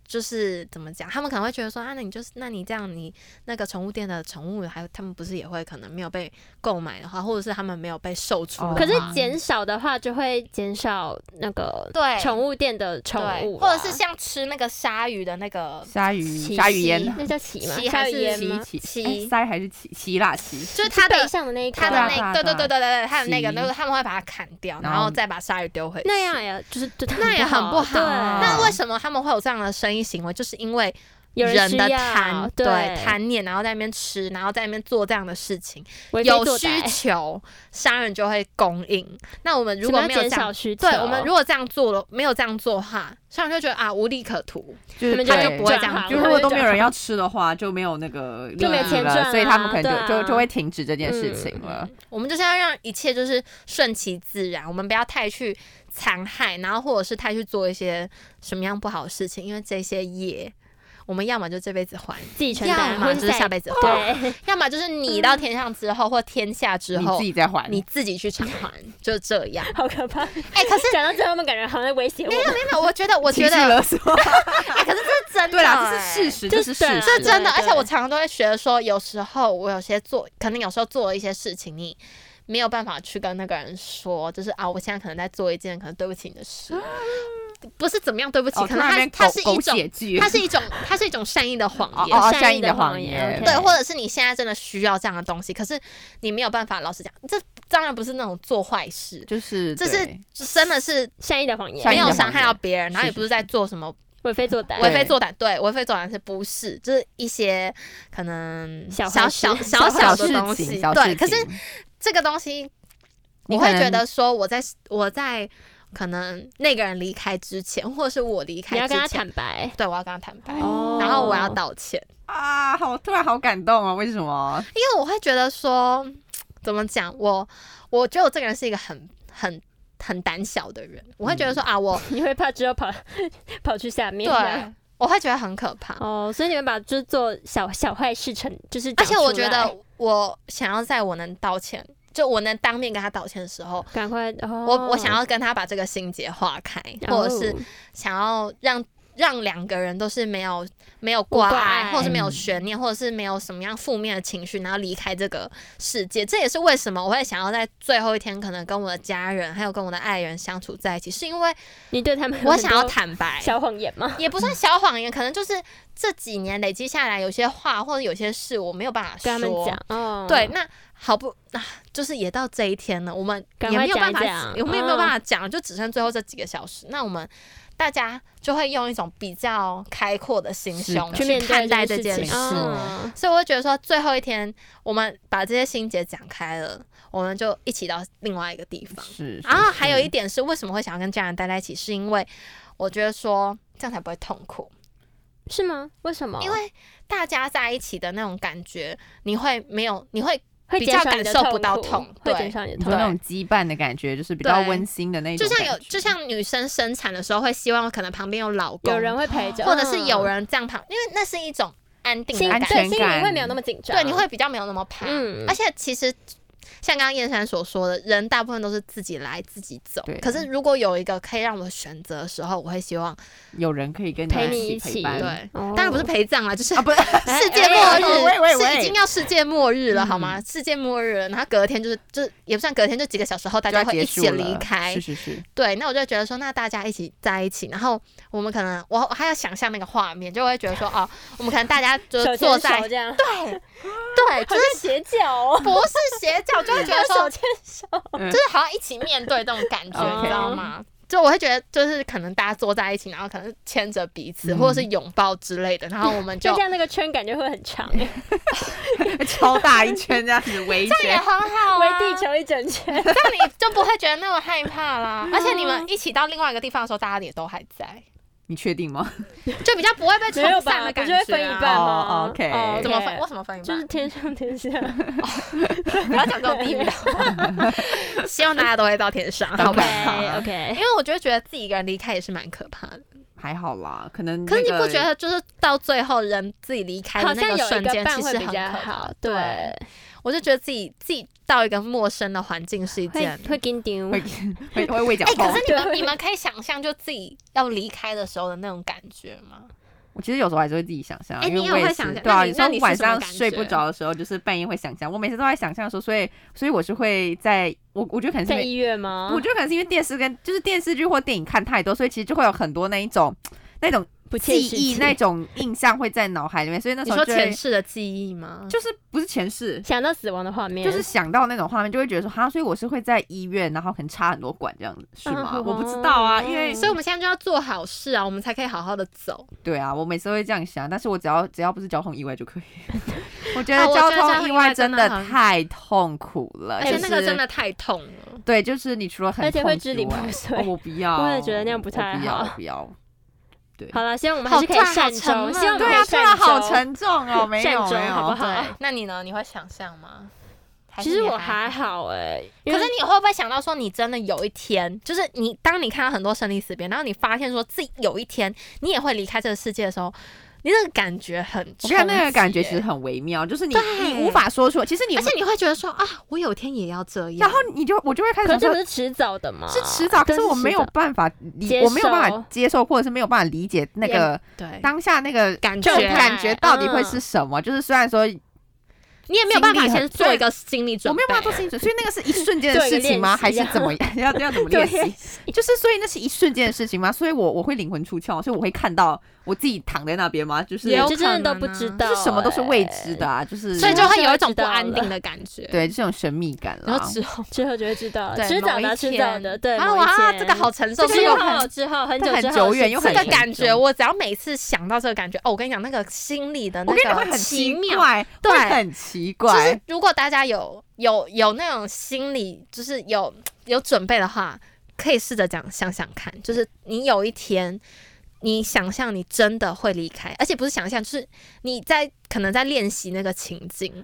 [SPEAKER 1] 就是怎么讲，他们可能会觉得说啊，那你就是，那你这样，你那个宠物店的宠物，还有他们不是也会可能没有被购买的话，或者是他们没有被售出的话、
[SPEAKER 2] 哦
[SPEAKER 3] 可是减少的话，就会减少那个
[SPEAKER 1] 对
[SPEAKER 3] 宠物店的宠
[SPEAKER 1] 对
[SPEAKER 3] 物啊
[SPEAKER 1] 或
[SPEAKER 3] 啦，
[SPEAKER 1] 者是像吃那个鲨鱼的那个
[SPEAKER 2] 鲨鱼
[SPEAKER 3] 旗
[SPEAKER 2] 鲨鱼烟
[SPEAKER 3] 旗，那叫旗吗？
[SPEAKER 1] 旗
[SPEAKER 3] 鲨
[SPEAKER 1] 还
[SPEAKER 3] 鱼
[SPEAKER 1] 是
[SPEAKER 3] 烟
[SPEAKER 1] 旗
[SPEAKER 3] 吗？
[SPEAKER 2] 旗旗
[SPEAKER 1] 旗
[SPEAKER 2] 哎鳃还是旗旗啦旗，
[SPEAKER 1] 就是它
[SPEAKER 3] 它背
[SPEAKER 1] 的
[SPEAKER 3] 上的那一个
[SPEAKER 1] 它的
[SPEAKER 3] 啊
[SPEAKER 2] 对啊
[SPEAKER 1] 那
[SPEAKER 2] 对
[SPEAKER 1] 对
[SPEAKER 2] 啊
[SPEAKER 1] 对对对对，它的那个
[SPEAKER 2] 鳍
[SPEAKER 1] 那个他们会把它砍掉，
[SPEAKER 2] 然
[SPEAKER 1] 然
[SPEAKER 2] 后
[SPEAKER 1] 后再把鲨鱼丢回去。
[SPEAKER 3] 那样呀，就是对它
[SPEAKER 1] 那也很不好
[SPEAKER 3] 对
[SPEAKER 2] 啊
[SPEAKER 1] 那为什么他们会有这样的生意行为？就是因为
[SPEAKER 3] 有
[SPEAKER 1] 人
[SPEAKER 3] 需
[SPEAKER 1] 的
[SPEAKER 3] 要
[SPEAKER 1] 贪，
[SPEAKER 3] 对
[SPEAKER 1] 贪念，然后在那边吃，然后在那边做这样的事情，
[SPEAKER 3] 为非
[SPEAKER 1] 有
[SPEAKER 3] 作
[SPEAKER 1] 需
[SPEAKER 3] 歹
[SPEAKER 1] 求，商人就会供应。那我们如
[SPEAKER 3] 什
[SPEAKER 1] 果
[SPEAKER 3] 么
[SPEAKER 1] 没
[SPEAKER 3] 要
[SPEAKER 1] 有
[SPEAKER 3] 减
[SPEAKER 1] 这
[SPEAKER 3] 少
[SPEAKER 1] 样，
[SPEAKER 3] 需求，
[SPEAKER 1] 对我们如果这样做了，没有这样做的话，商人就觉得啊无利可图，
[SPEAKER 2] 就是
[SPEAKER 3] 们
[SPEAKER 1] 他
[SPEAKER 2] 对
[SPEAKER 1] 就不会这
[SPEAKER 3] 转
[SPEAKER 1] 样
[SPEAKER 3] 行
[SPEAKER 2] 就
[SPEAKER 1] 做
[SPEAKER 2] 如
[SPEAKER 3] 了。
[SPEAKER 2] 果都没有人要吃的话，就没有那个利
[SPEAKER 3] 就没有
[SPEAKER 2] 益
[SPEAKER 3] 钱
[SPEAKER 2] 了，
[SPEAKER 3] 赚
[SPEAKER 2] 所以他们
[SPEAKER 3] 啦
[SPEAKER 2] 可能
[SPEAKER 3] 对啊
[SPEAKER 2] 就就就会停止这件事情
[SPEAKER 1] 嗯
[SPEAKER 2] 了。
[SPEAKER 1] 我们就是要让一切就是顺其自然，我们不要太去残害，然后或者是太去做一些什么样不好的事情，因为这些业，我们要么就这辈子还，
[SPEAKER 3] 继承
[SPEAKER 1] 要
[SPEAKER 3] 单
[SPEAKER 1] 么
[SPEAKER 3] 婚
[SPEAKER 1] 就是
[SPEAKER 3] 赛
[SPEAKER 1] 下辈子还，
[SPEAKER 3] 对，
[SPEAKER 1] 要么就是你到天上之后或天下之
[SPEAKER 2] 嗯你
[SPEAKER 1] 后
[SPEAKER 2] 自，己再还，
[SPEAKER 1] 你自己去偿 还，就这样。
[SPEAKER 3] 好可怕。
[SPEAKER 1] 哎、可是
[SPEAKER 3] 讲到最后，他们感觉好像在威胁我
[SPEAKER 1] 没。有没有没有，我觉得我
[SPEAKER 2] 情
[SPEAKER 1] 觉
[SPEAKER 2] 绪
[SPEAKER 1] 得
[SPEAKER 2] 勒索。
[SPEAKER 1] 哎、可是这是真的、
[SPEAKER 2] 对啦，这
[SPEAKER 1] 哎
[SPEAKER 2] 是事实，
[SPEAKER 3] 就
[SPEAKER 2] 这
[SPEAKER 3] 是
[SPEAKER 2] 是
[SPEAKER 3] 对啊
[SPEAKER 2] 事
[SPEAKER 1] 这
[SPEAKER 2] 实。
[SPEAKER 1] 真的，
[SPEAKER 3] 对
[SPEAKER 1] 而且我常常都会觉得说，有时候我有些做，可能有时候做了一些事情，你没有办法去跟那个人说，就是啊，我现在可能在做一件可能对不起你的 事，不是怎么样对不起，
[SPEAKER 2] 哦，
[SPEAKER 1] 可
[SPEAKER 2] 突
[SPEAKER 1] 能
[SPEAKER 2] 然
[SPEAKER 1] 它
[SPEAKER 2] 间
[SPEAKER 1] 它
[SPEAKER 2] 狗
[SPEAKER 1] 是一
[SPEAKER 2] 狗
[SPEAKER 1] 种，
[SPEAKER 2] 血剧，
[SPEAKER 1] 它是一种，它是一种善意的谎
[SPEAKER 2] 哦
[SPEAKER 1] 言。
[SPEAKER 2] 哦
[SPEAKER 3] 善
[SPEAKER 2] 善
[SPEAKER 3] 意
[SPEAKER 2] 意
[SPEAKER 3] 的
[SPEAKER 2] 的
[SPEAKER 3] 谎
[SPEAKER 2] 谎
[SPEAKER 3] 言
[SPEAKER 2] 言，
[SPEAKER 3] ，OK
[SPEAKER 1] 对，或者是你现在真的需要这样的东西，可是你没有办法。老实讲，这当然不是那种做坏事，
[SPEAKER 2] 就是
[SPEAKER 1] 这是
[SPEAKER 2] 对
[SPEAKER 1] 真的是
[SPEAKER 3] 善意的谎言，
[SPEAKER 2] 善
[SPEAKER 1] 没
[SPEAKER 2] 意的
[SPEAKER 1] 有
[SPEAKER 2] 谎
[SPEAKER 1] 伤害到
[SPEAKER 2] 言
[SPEAKER 1] 别人，然后也
[SPEAKER 2] 是
[SPEAKER 1] 不是在做什么
[SPEAKER 3] 为非作歹。
[SPEAKER 1] 为
[SPEAKER 2] 对
[SPEAKER 1] 非作歹，对，为非作歹是不是？就是一些可能
[SPEAKER 3] 小
[SPEAKER 1] 小
[SPEAKER 3] 坏
[SPEAKER 1] 小
[SPEAKER 3] 事
[SPEAKER 1] 小
[SPEAKER 3] 小
[SPEAKER 1] 的东
[SPEAKER 2] 事
[SPEAKER 1] 西，
[SPEAKER 2] 情，小
[SPEAKER 1] 对。
[SPEAKER 2] 事情。
[SPEAKER 1] 可是这个东西，
[SPEAKER 2] 你
[SPEAKER 1] 我
[SPEAKER 2] 可
[SPEAKER 1] 会觉
[SPEAKER 2] 能
[SPEAKER 1] 得说，我在我在可能那个人离开之前，或者是我离
[SPEAKER 3] 你
[SPEAKER 1] 开
[SPEAKER 3] 要跟他
[SPEAKER 1] 之前，
[SPEAKER 3] 坦白，
[SPEAKER 1] 对，我要跟他坦白，
[SPEAKER 3] 哦
[SPEAKER 1] 然后我要道歉，
[SPEAKER 2] 啊，好，突然好感动啊！为什么？
[SPEAKER 1] 因为我会觉得说，怎么讲，我我觉得我这个人是一个很很。很胆小的人，我会觉得说、啊， 我
[SPEAKER 3] 你会怕之后跑跑去下面。啊
[SPEAKER 1] 对，我会觉得很可怕。
[SPEAKER 3] 哦，所以你们把就是做小小坏事成，就是
[SPEAKER 1] 而
[SPEAKER 3] 讲
[SPEAKER 1] 且我
[SPEAKER 3] 出
[SPEAKER 1] 觉
[SPEAKER 3] 来
[SPEAKER 1] 得我想要在我能道歉，就我能当面跟他道歉的时候，
[SPEAKER 3] 赶快，哦、
[SPEAKER 1] 我我想要跟他把这个心结化开，或者是
[SPEAKER 3] 哦
[SPEAKER 1] 想要让。让两个人都是没有没有挂
[SPEAKER 3] 无挂
[SPEAKER 1] 碍，
[SPEAKER 3] 碍
[SPEAKER 1] 或者是没有悬念，或者是没有什么样负面的情绪，然后离开这个世界。这也是为什么我会想要在最后一天，可能跟我的家人还有跟我的爱人相处在一起，是因 为
[SPEAKER 3] 你对他们有
[SPEAKER 1] 我
[SPEAKER 3] 很
[SPEAKER 1] 想要
[SPEAKER 3] 多
[SPEAKER 1] 坦白，
[SPEAKER 3] 小谎言吗？
[SPEAKER 1] 也不算小谎言，可能就是这几年累积下来，有些话或者有些事我没有办法
[SPEAKER 3] 跟他们
[SPEAKER 1] 说，
[SPEAKER 3] 讲，哦，
[SPEAKER 1] 对，，那好不啊，就是也到这一天了，我们
[SPEAKER 3] 赶
[SPEAKER 1] 也
[SPEAKER 3] 快
[SPEAKER 1] 没有办
[SPEAKER 3] 讲一
[SPEAKER 1] 法，我
[SPEAKER 3] 讲
[SPEAKER 1] 们也没有
[SPEAKER 3] 嗯
[SPEAKER 1] 办法讲，就只剩最后这几个小时。那我们大家就会用一种比较开阔的心
[SPEAKER 2] 是
[SPEAKER 1] 胸
[SPEAKER 2] 的
[SPEAKER 3] 去面
[SPEAKER 1] 看
[SPEAKER 3] 对
[SPEAKER 1] 待这
[SPEAKER 3] 这
[SPEAKER 1] 件
[SPEAKER 3] 件事
[SPEAKER 1] 事嗯
[SPEAKER 3] 情，。
[SPEAKER 2] 是
[SPEAKER 3] 哦
[SPEAKER 1] 所以我会觉得说，最后一天我们把这些心结讲开了，我们就一起到另外一个地方。
[SPEAKER 2] 是，
[SPEAKER 1] 然后还有一
[SPEAKER 2] 是
[SPEAKER 1] 点是，为什么会想要跟家人待在一起，是因为我觉得说这样才不会痛苦。
[SPEAKER 3] 是吗？为什么？
[SPEAKER 2] 啊
[SPEAKER 1] 因为大家在一起的那种感觉，你会没有，你会
[SPEAKER 3] 会
[SPEAKER 1] 比
[SPEAKER 3] 减
[SPEAKER 1] 较
[SPEAKER 3] 少你
[SPEAKER 1] 感
[SPEAKER 3] 的
[SPEAKER 1] 受不到
[SPEAKER 3] 苦
[SPEAKER 1] 痛
[SPEAKER 3] 会
[SPEAKER 1] 对
[SPEAKER 3] 减少你的
[SPEAKER 2] 你
[SPEAKER 3] 痛
[SPEAKER 2] 说
[SPEAKER 1] 对
[SPEAKER 2] 那种羁绊的感觉，就是比较
[SPEAKER 1] 对
[SPEAKER 2] 温馨的那
[SPEAKER 1] 就
[SPEAKER 2] 种感
[SPEAKER 1] 像
[SPEAKER 2] 觉，
[SPEAKER 1] 有，就像女生生产的时候会希望可能旁边有老公，
[SPEAKER 3] 有人会陪着，
[SPEAKER 1] 或者是有
[SPEAKER 3] 人
[SPEAKER 1] 人这样旁，因为那是一种安定
[SPEAKER 3] 心
[SPEAKER 1] 的
[SPEAKER 3] 对
[SPEAKER 1] 感
[SPEAKER 2] 安
[SPEAKER 1] 觉，
[SPEAKER 2] 全
[SPEAKER 3] 心
[SPEAKER 2] 感
[SPEAKER 3] 里会没有那么紧张，
[SPEAKER 1] 对，你会比较没有那么怕。
[SPEAKER 3] 嗯
[SPEAKER 1] 而且其实像刚刚燕山所说的，人大部分都是自己来自己走
[SPEAKER 2] 对。
[SPEAKER 1] 可是如果有一个可以让我选择的时候，我会希望
[SPEAKER 2] 有人可以跟
[SPEAKER 3] 陪你
[SPEAKER 2] 你
[SPEAKER 3] 一
[SPEAKER 2] 起
[SPEAKER 3] 起
[SPEAKER 2] 陪伴，
[SPEAKER 1] 对，
[SPEAKER 3] 哦
[SPEAKER 1] 当然不是陪葬啦，就是
[SPEAKER 2] 啊，不是 哎
[SPEAKER 1] 世界末日、
[SPEAKER 2] 喂喂喂
[SPEAKER 1] 是已经要世界末日
[SPEAKER 2] 嗯
[SPEAKER 1] 了，好吗？世界末日了，然后隔天就是就是也不算隔天，就几个小时后大
[SPEAKER 2] 就
[SPEAKER 1] 家
[SPEAKER 2] 要
[SPEAKER 1] 会
[SPEAKER 2] 结
[SPEAKER 1] 一
[SPEAKER 2] 束
[SPEAKER 1] 起
[SPEAKER 2] 了，
[SPEAKER 1] 离开
[SPEAKER 2] 是。是是，
[SPEAKER 1] 对，那我就觉得说，那大家一起在一起，然后我们可能我我还要想象那个画面，就会觉得 说，哦，我们可能大家就
[SPEAKER 3] 手
[SPEAKER 1] 是
[SPEAKER 3] 牵
[SPEAKER 1] 坐
[SPEAKER 3] 手
[SPEAKER 1] 在
[SPEAKER 3] 这样，
[SPEAKER 1] 对对，
[SPEAKER 3] 好
[SPEAKER 1] 就
[SPEAKER 3] 像
[SPEAKER 1] 是
[SPEAKER 3] 斜角哦，
[SPEAKER 1] 不是斜角， 就会觉得
[SPEAKER 3] 手
[SPEAKER 1] 说，
[SPEAKER 3] 牵手，嗯
[SPEAKER 1] 就是好像一起面对这种感觉，
[SPEAKER 2] OK
[SPEAKER 1] 你知道吗？就我会觉得，就是可能大家坐在一起，然后可能牵着彼此，
[SPEAKER 2] 嗯
[SPEAKER 1] 或者是拥抱之类的，然后我们就
[SPEAKER 3] 就这样那个圈感觉会很 长， 围
[SPEAKER 2] 超大一圈这样子围一
[SPEAKER 1] 这样也
[SPEAKER 2] 圈，
[SPEAKER 1] 很 好啊，
[SPEAKER 3] 地球一整圈，
[SPEAKER 1] 这样你就不会觉得那么害怕 啦。而且你们一起到另外一个地方的时候，大家也都还在，
[SPEAKER 2] 你确定吗？
[SPEAKER 1] 就比较不会被冲
[SPEAKER 3] 没有
[SPEAKER 1] 散
[SPEAKER 3] 吧？
[SPEAKER 1] 的
[SPEAKER 3] 不
[SPEAKER 1] 感
[SPEAKER 3] 是
[SPEAKER 1] 觉、啊。
[SPEAKER 3] 会分一半吗
[SPEAKER 2] 哦，OK
[SPEAKER 3] 哦
[SPEAKER 1] 怎么分？为什么分一半？
[SPEAKER 3] 就是天上天下，
[SPEAKER 1] 不要讲这种地 狱的话。希望大家都会到天上，好吧？
[SPEAKER 3] OK OK，
[SPEAKER 1] 因为我就觉得自己一个人离开也是蛮可怕的。
[SPEAKER 3] 嗯
[SPEAKER 2] 还好啦，可能
[SPEAKER 1] 可是你
[SPEAKER 2] 那
[SPEAKER 1] 不
[SPEAKER 2] 个
[SPEAKER 1] 觉得，就是到最后人自己离开的
[SPEAKER 3] 好
[SPEAKER 1] 那
[SPEAKER 3] 像有
[SPEAKER 1] 瞬
[SPEAKER 3] 一个
[SPEAKER 1] 间，
[SPEAKER 3] 伴
[SPEAKER 1] 其
[SPEAKER 3] 会
[SPEAKER 1] 实
[SPEAKER 3] 比
[SPEAKER 1] 很
[SPEAKER 3] 较
[SPEAKER 1] 可怕
[SPEAKER 3] 好，。对，
[SPEAKER 1] 我就觉得自己自己到一个陌生的环境是一
[SPEAKER 3] 会
[SPEAKER 1] 件。
[SPEAKER 3] 会紧张，
[SPEAKER 2] 会 会会胃绞
[SPEAKER 1] 哎、
[SPEAKER 2] 痛
[SPEAKER 1] 可？是你们
[SPEAKER 3] 对
[SPEAKER 1] 你们可以想象，就自己要离开的时候的那种感觉吗？
[SPEAKER 2] 我其实有时候还是会自己想象，啊
[SPEAKER 3] 哎
[SPEAKER 2] 因为
[SPEAKER 3] 你也
[SPEAKER 2] 我也
[SPEAKER 3] 会
[SPEAKER 2] 是
[SPEAKER 3] 想象
[SPEAKER 2] 对啊，
[SPEAKER 3] 那你
[SPEAKER 2] 有时候
[SPEAKER 3] 那你是
[SPEAKER 2] 晚
[SPEAKER 3] 什么
[SPEAKER 2] 上
[SPEAKER 3] 感
[SPEAKER 2] 睡不
[SPEAKER 3] 觉
[SPEAKER 2] 着的时候，就是半夜会想象。我每次都在想象说，所以所以我是会在我我觉得可能是因
[SPEAKER 3] 在
[SPEAKER 2] 为
[SPEAKER 3] 医院吗？
[SPEAKER 2] 我觉得可能是因为电视跟就是电视剧或电影看太多，所以其实就会有很多那一种那种
[SPEAKER 3] 不切
[SPEAKER 2] 记
[SPEAKER 3] 实
[SPEAKER 2] 忆、
[SPEAKER 3] 际
[SPEAKER 2] 那种印象会在脑海里面，所以那
[SPEAKER 1] 你
[SPEAKER 2] 时候
[SPEAKER 1] 说
[SPEAKER 2] 就会
[SPEAKER 1] 前世的记忆吗？
[SPEAKER 2] 就是不是前世，
[SPEAKER 3] 想到死亡的画面，
[SPEAKER 2] 就是想到那种画面，就会觉得说哈，所以我是会在医院，然后可能插很多管这样 子，是吗？
[SPEAKER 3] 嗯
[SPEAKER 2] 我不知道啊，
[SPEAKER 3] 嗯
[SPEAKER 2] 因为
[SPEAKER 1] 所以我们现在就要做好事啊，我们才可以好好的走。
[SPEAKER 2] 对啊，我每次都会这样想，但是我只要只要不是交通意外就可 以。我觉
[SPEAKER 1] 啊
[SPEAKER 3] 哦
[SPEAKER 2] 得
[SPEAKER 1] 我觉
[SPEAKER 2] 交
[SPEAKER 1] 得交
[SPEAKER 2] 通
[SPEAKER 1] 通
[SPEAKER 2] 意
[SPEAKER 1] 意外
[SPEAKER 2] 外真
[SPEAKER 1] 真的
[SPEAKER 2] 的
[SPEAKER 1] 很
[SPEAKER 2] 太痛苦了，
[SPEAKER 1] 而且那个
[SPEAKER 2] 就是
[SPEAKER 1] 真的太痛了。
[SPEAKER 2] 对，就是你除了很
[SPEAKER 3] 而且会
[SPEAKER 2] 痛
[SPEAKER 3] 支
[SPEAKER 2] 之
[SPEAKER 3] 离
[SPEAKER 2] 外
[SPEAKER 3] 破碎
[SPEAKER 2] 哦我不要，
[SPEAKER 3] 我也觉得那样不太
[SPEAKER 2] 我不要，
[SPEAKER 3] 好
[SPEAKER 2] 我不要。
[SPEAKER 3] 好了，希望我们还是可以
[SPEAKER 1] 好突然好沉
[SPEAKER 3] 善终，
[SPEAKER 1] 闷
[SPEAKER 3] 希望
[SPEAKER 2] 对啊，突然好。沉重哦，没有
[SPEAKER 3] 我们可以善终善终
[SPEAKER 2] 没
[SPEAKER 3] 好不
[SPEAKER 2] 有
[SPEAKER 3] 好，
[SPEAKER 1] 对，那你呢？你会想象吗？还是
[SPEAKER 3] 其实
[SPEAKER 1] 你
[SPEAKER 3] 我
[SPEAKER 1] 还
[SPEAKER 3] 还好哎、因
[SPEAKER 1] 可
[SPEAKER 3] 为
[SPEAKER 1] 是你会不会想到说，你真的有一天，就是你当你看到很多生离死别，然后你发现说自己有一天你也会离开这个世界的时候，你那个感觉很冲击
[SPEAKER 2] 我
[SPEAKER 1] 耶，
[SPEAKER 2] 看那个感觉其实很微妙，就是你
[SPEAKER 1] 对
[SPEAKER 2] 你无法说出，其实你
[SPEAKER 1] 而且你会觉得说啊，我有一天也要这样，
[SPEAKER 2] 然后你就我就会开始
[SPEAKER 3] 可是
[SPEAKER 2] 想
[SPEAKER 3] 这
[SPEAKER 2] 说
[SPEAKER 3] 不，是啊迟早的吗？
[SPEAKER 2] 是迟早，可
[SPEAKER 3] 真
[SPEAKER 2] 是我
[SPEAKER 3] 迟
[SPEAKER 2] 没有
[SPEAKER 3] 早
[SPEAKER 2] 办法理，
[SPEAKER 3] 接
[SPEAKER 2] 我没有办
[SPEAKER 3] 受
[SPEAKER 2] 法接受，或者是没有办法理解那
[SPEAKER 3] 也
[SPEAKER 2] 个
[SPEAKER 1] 对，
[SPEAKER 2] 当下那个
[SPEAKER 1] 感
[SPEAKER 2] 就
[SPEAKER 1] 觉
[SPEAKER 2] 感觉到底会是什么。就是虽然说
[SPEAKER 1] 你也没有办法啊
[SPEAKER 2] 经历很
[SPEAKER 1] 先做一个心理
[SPEAKER 2] 我
[SPEAKER 1] 准备，
[SPEAKER 2] 没有办法做清楚，所以那个是一瞬间的
[SPEAKER 3] 做一个
[SPEAKER 2] 事情吗？
[SPEAKER 3] 练习
[SPEAKER 2] 还是
[SPEAKER 3] 啊
[SPEAKER 2] 怎么样？要要怎么
[SPEAKER 3] 对
[SPEAKER 2] 练习？就是所以那是一瞬间的事情吗？所以我我会灵魂出窍，所以我会看到我自己躺在那边吗？就是
[SPEAKER 1] 也有
[SPEAKER 3] 这真的都不
[SPEAKER 1] 可能啊
[SPEAKER 3] 知道、
[SPEAKER 2] 就是什么都是未
[SPEAKER 3] 哎
[SPEAKER 2] 知的啊，就是
[SPEAKER 1] 所以就会有一种
[SPEAKER 3] 知
[SPEAKER 1] 不
[SPEAKER 3] 道了
[SPEAKER 1] 安定的感觉。，
[SPEAKER 2] 对这种神秘感
[SPEAKER 1] 然
[SPEAKER 2] 啦
[SPEAKER 1] 后。之后，
[SPEAKER 3] 之后就会知道，
[SPEAKER 1] 对
[SPEAKER 3] 迟早
[SPEAKER 1] 某
[SPEAKER 3] 的，
[SPEAKER 1] 一
[SPEAKER 3] 迟
[SPEAKER 1] 天
[SPEAKER 3] 早的，对。
[SPEAKER 1] 啊
[SPEAKER 3] 某一
[SPEAKER 1] 哇，
[SPEAKER 3] 天
[SPEAKER 1] 这个好承受，
[SPEAKER 3] 这
[SPEAKER 1] 这
[SPEAKER 3] 之
[SPEAKER 1] 个
[SPEAKER 3] 后之后很
[SPEAKER 2] 这
[SPEAKER 3] 久
[SPEAKER 2] 很
[SPEAKER 3] 之后的
[SPEAKER 2] 久远
[SPEAKER 3] 事
[SPEAKER 2] 又
[SPEAKER 1] 这
[SPEAKER 2] 很
[SPEAKER 3] 情
[SPEAKER 1] 个感觉，我只要每次想到这个感觉，哦，我跟你讲，那个心里的
[SPEAKER 2] 我跟你
[SPEAKER 1] 那
[SPEAKER 2] 会
[SPEAKER 1] 个
[SPEAKER 2] 很
[SPEAKER 1] 奇
[SPEAKER 2] 奇
[SPEAKER 1] 妙，
[SPEAKER 2] 怪，
[SPEAKER 1] 对
[SPEAKER 2] 会很奇
[SPEAKER 1] 就是
[SPEAKER 2] 怪。
[SPEAKER 1] 如果大家有有有那种心理，就是有有准备的话，可以试着讲想想看，就是你有一天。你想象你真的会离开，而且不是想象，就是你在可能在练习那个情境。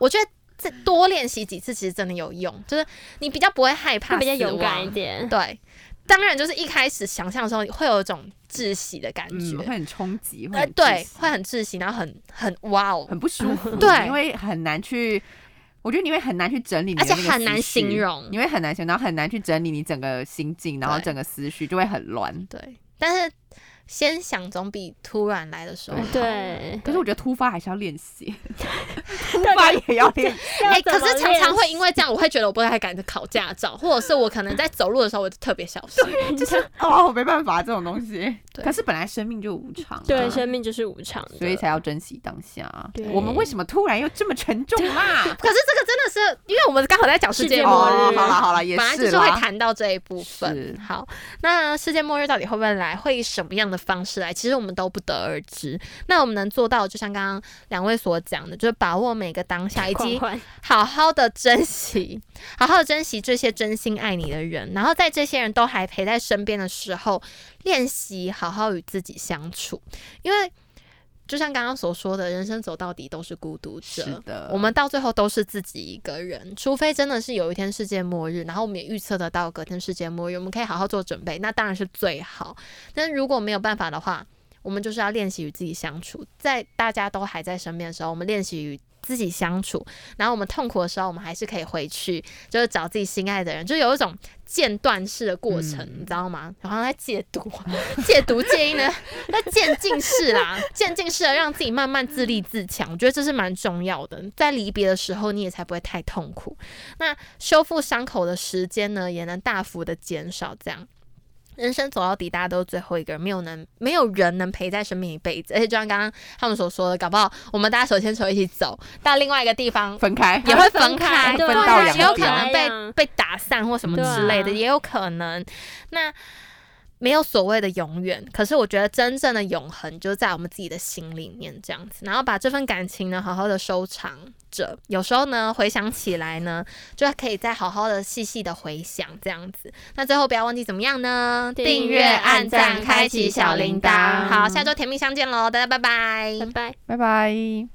[SPEAKER 1] 我觉得这多练习几次其实真的有用，就是你 比较不会害怕，
[SPEAKER 3] 会比较勇敢一。点。
[SPEAKER 1] 对，当然就是一开始想象的时候会有一种窒息的感觉
[SPEAKER 2] 嗯，，会很冲击，会
[SPEAKER 1] 呃，
[SPEAKER 2] 很
[SPEAKER 1] 对
[SPEAKER 2] 窒息，
[SPEAKER 1] 会很窒息，然后很很哇哦，
[SPEAKER 2] 很不舒服，
[SPEAKER 1] 对
[SPEAKER 2] 你会很难去，我觉得你会很难去整理你
[SPEAKER 1] 而且
[SPEAKER 2] 的那个思绪，
[SPEAKER 1] 很难形容。
[SPEAKER 2] 你会很难形容，然后很难去整理你整个心境，然后
[SPEAKER 1] 对
[SPEAKER 2] 整个思绪就会很乱。
[SPEAKER 1] 对，但是先想总比突然来的时候
[SPEAKER 2] 对
[SPEAKER 1] 好。
[SPEAKER 3] 对，
[SPEAKER 2] 可是我觉得突发还是要练 习，突
[SPEAKER 3] 到底
[SPEAKER 2] 发也要练习。
[SPEAKER 1] 哎、
[SPEAKER 3] 哎
[SPEAKER 1] 可是常常会因为这 样，我会觉得我不太敢考驾照，或者是我可能在走路的时候我就特别小心。
[SPEAKER 2] 就是哦，没办法，这种东西。
[SPEAKER 1] 对
[SPEAKER 2] 可是本来生命就无常、啊，
[SPEAKER 3] 对生命就是无常的，
[SPEAKER 2] 所以才要珍惜当下啊
[SPEAKER 3] 对。
[SPEAKER 2] 我们为什么突然又这么沉重 啦？
[SPEAKER 1] 可是这个真的是，因为我们刚好在讲世
[SPEAKER 3] 世
[SPEAKER 1] 界
[SPEAKER 3] 界
[SPEAKER 2] 哦，
[SPEAKER 1] 末
[SPEAKER 3] 末
[SPEAKER 1] 日，
[SPEAKER 3] 日
[SPEAKER 2] 好啦好啦，也
[SPEAKER 1] 本来就是是会
[SPEAKER 2] 啦。
[SPEAKER 1] 谈到这一部分
[SPEAKER 2] 是。
[SPEAKER 1] 好，那世界末日到底会不会来，会以什么样的方式来？其实我们都不得而知。那我们能做到，就像刚刚两位所讲的，就是把握每个当下，以及
[SPEAKER 3] 狂欢
[SPEAKER 1] 好好的珍惜， 好好的珍惜这些真心爱你的人，然后在这些人都还陪在身边的时候，练习好好与自己相处，因为就像刚刚所说的，人生走到底都是孤独
[SPEAKER 2] 是
[SPEAKER 1] 者。
[SPEAKER 2] 的，
[SPEAKER 1] 我们到最后都是自己一个人，除非真的是有一天世界末日，然后我们也预测得到隔天世界末日，我们可以好好做准备，那当然是最好。但如果没有办法的话，我们就是要练习与自己相处，在大家都还在身边的时候，我们练习与自己相处，然后我们痛苦的时候，我们还是可以回去，就是找自己心爱的人，就有一种间断式的过程，
[SPEAKER 2] 嗯
[SPEAKER 1] 你知道吗？好像在戒毒，啊 戒毒戒烟呢，那渐进式啦，渐进式的让自己慢慢自立自强，我觉得这是蛮重要的。在离别的时候，你也才不会太痛苦。那修复伤口的时间呢，也能大幅的减少。这样，人生走到底，大家都是最后一个人，没有能没有人能陪在身边一辈子。而且就像刚刚他们所说的，搞不好我们大家手牵手一起走到另外一个地方。
[SPEAKER 2] 分开
[SPEAKER 1] 也会分开，
[SPEAKER 3] 对
[SPEAKER 1] 对
[SPEAKER 2] 分道
[SPEAKER 1] 啊，
[SPEAKER 2] 扬
[SPEAKER 1] 也有可
[SPEAKER 2] 镳
[SPEAKER 1] 能
[SPEAKER 3] 对啊
[SPEAKER 1] 被被打散或什么之类的，
[SPEAKER 3] 对啊
[SPEAKER 1] 也有可能。那没有所谓的永远，可是我觉得真正的永恒就在我们自己的心里面，这样子，然后把这份感情呢好好的收藏着。有时候呢回想起来呢，就可以再好好的细细的回想这样子。那最后不要忘记怎么样呢？
[SPEAKER 3] 订阅按赞开启小铃铛
[SPEAKER 1] 好，下周甜蜜相见喽，大家拜拜
[SPEAKER 3] 拜拜。
[SPEAKER 2] 拜拜。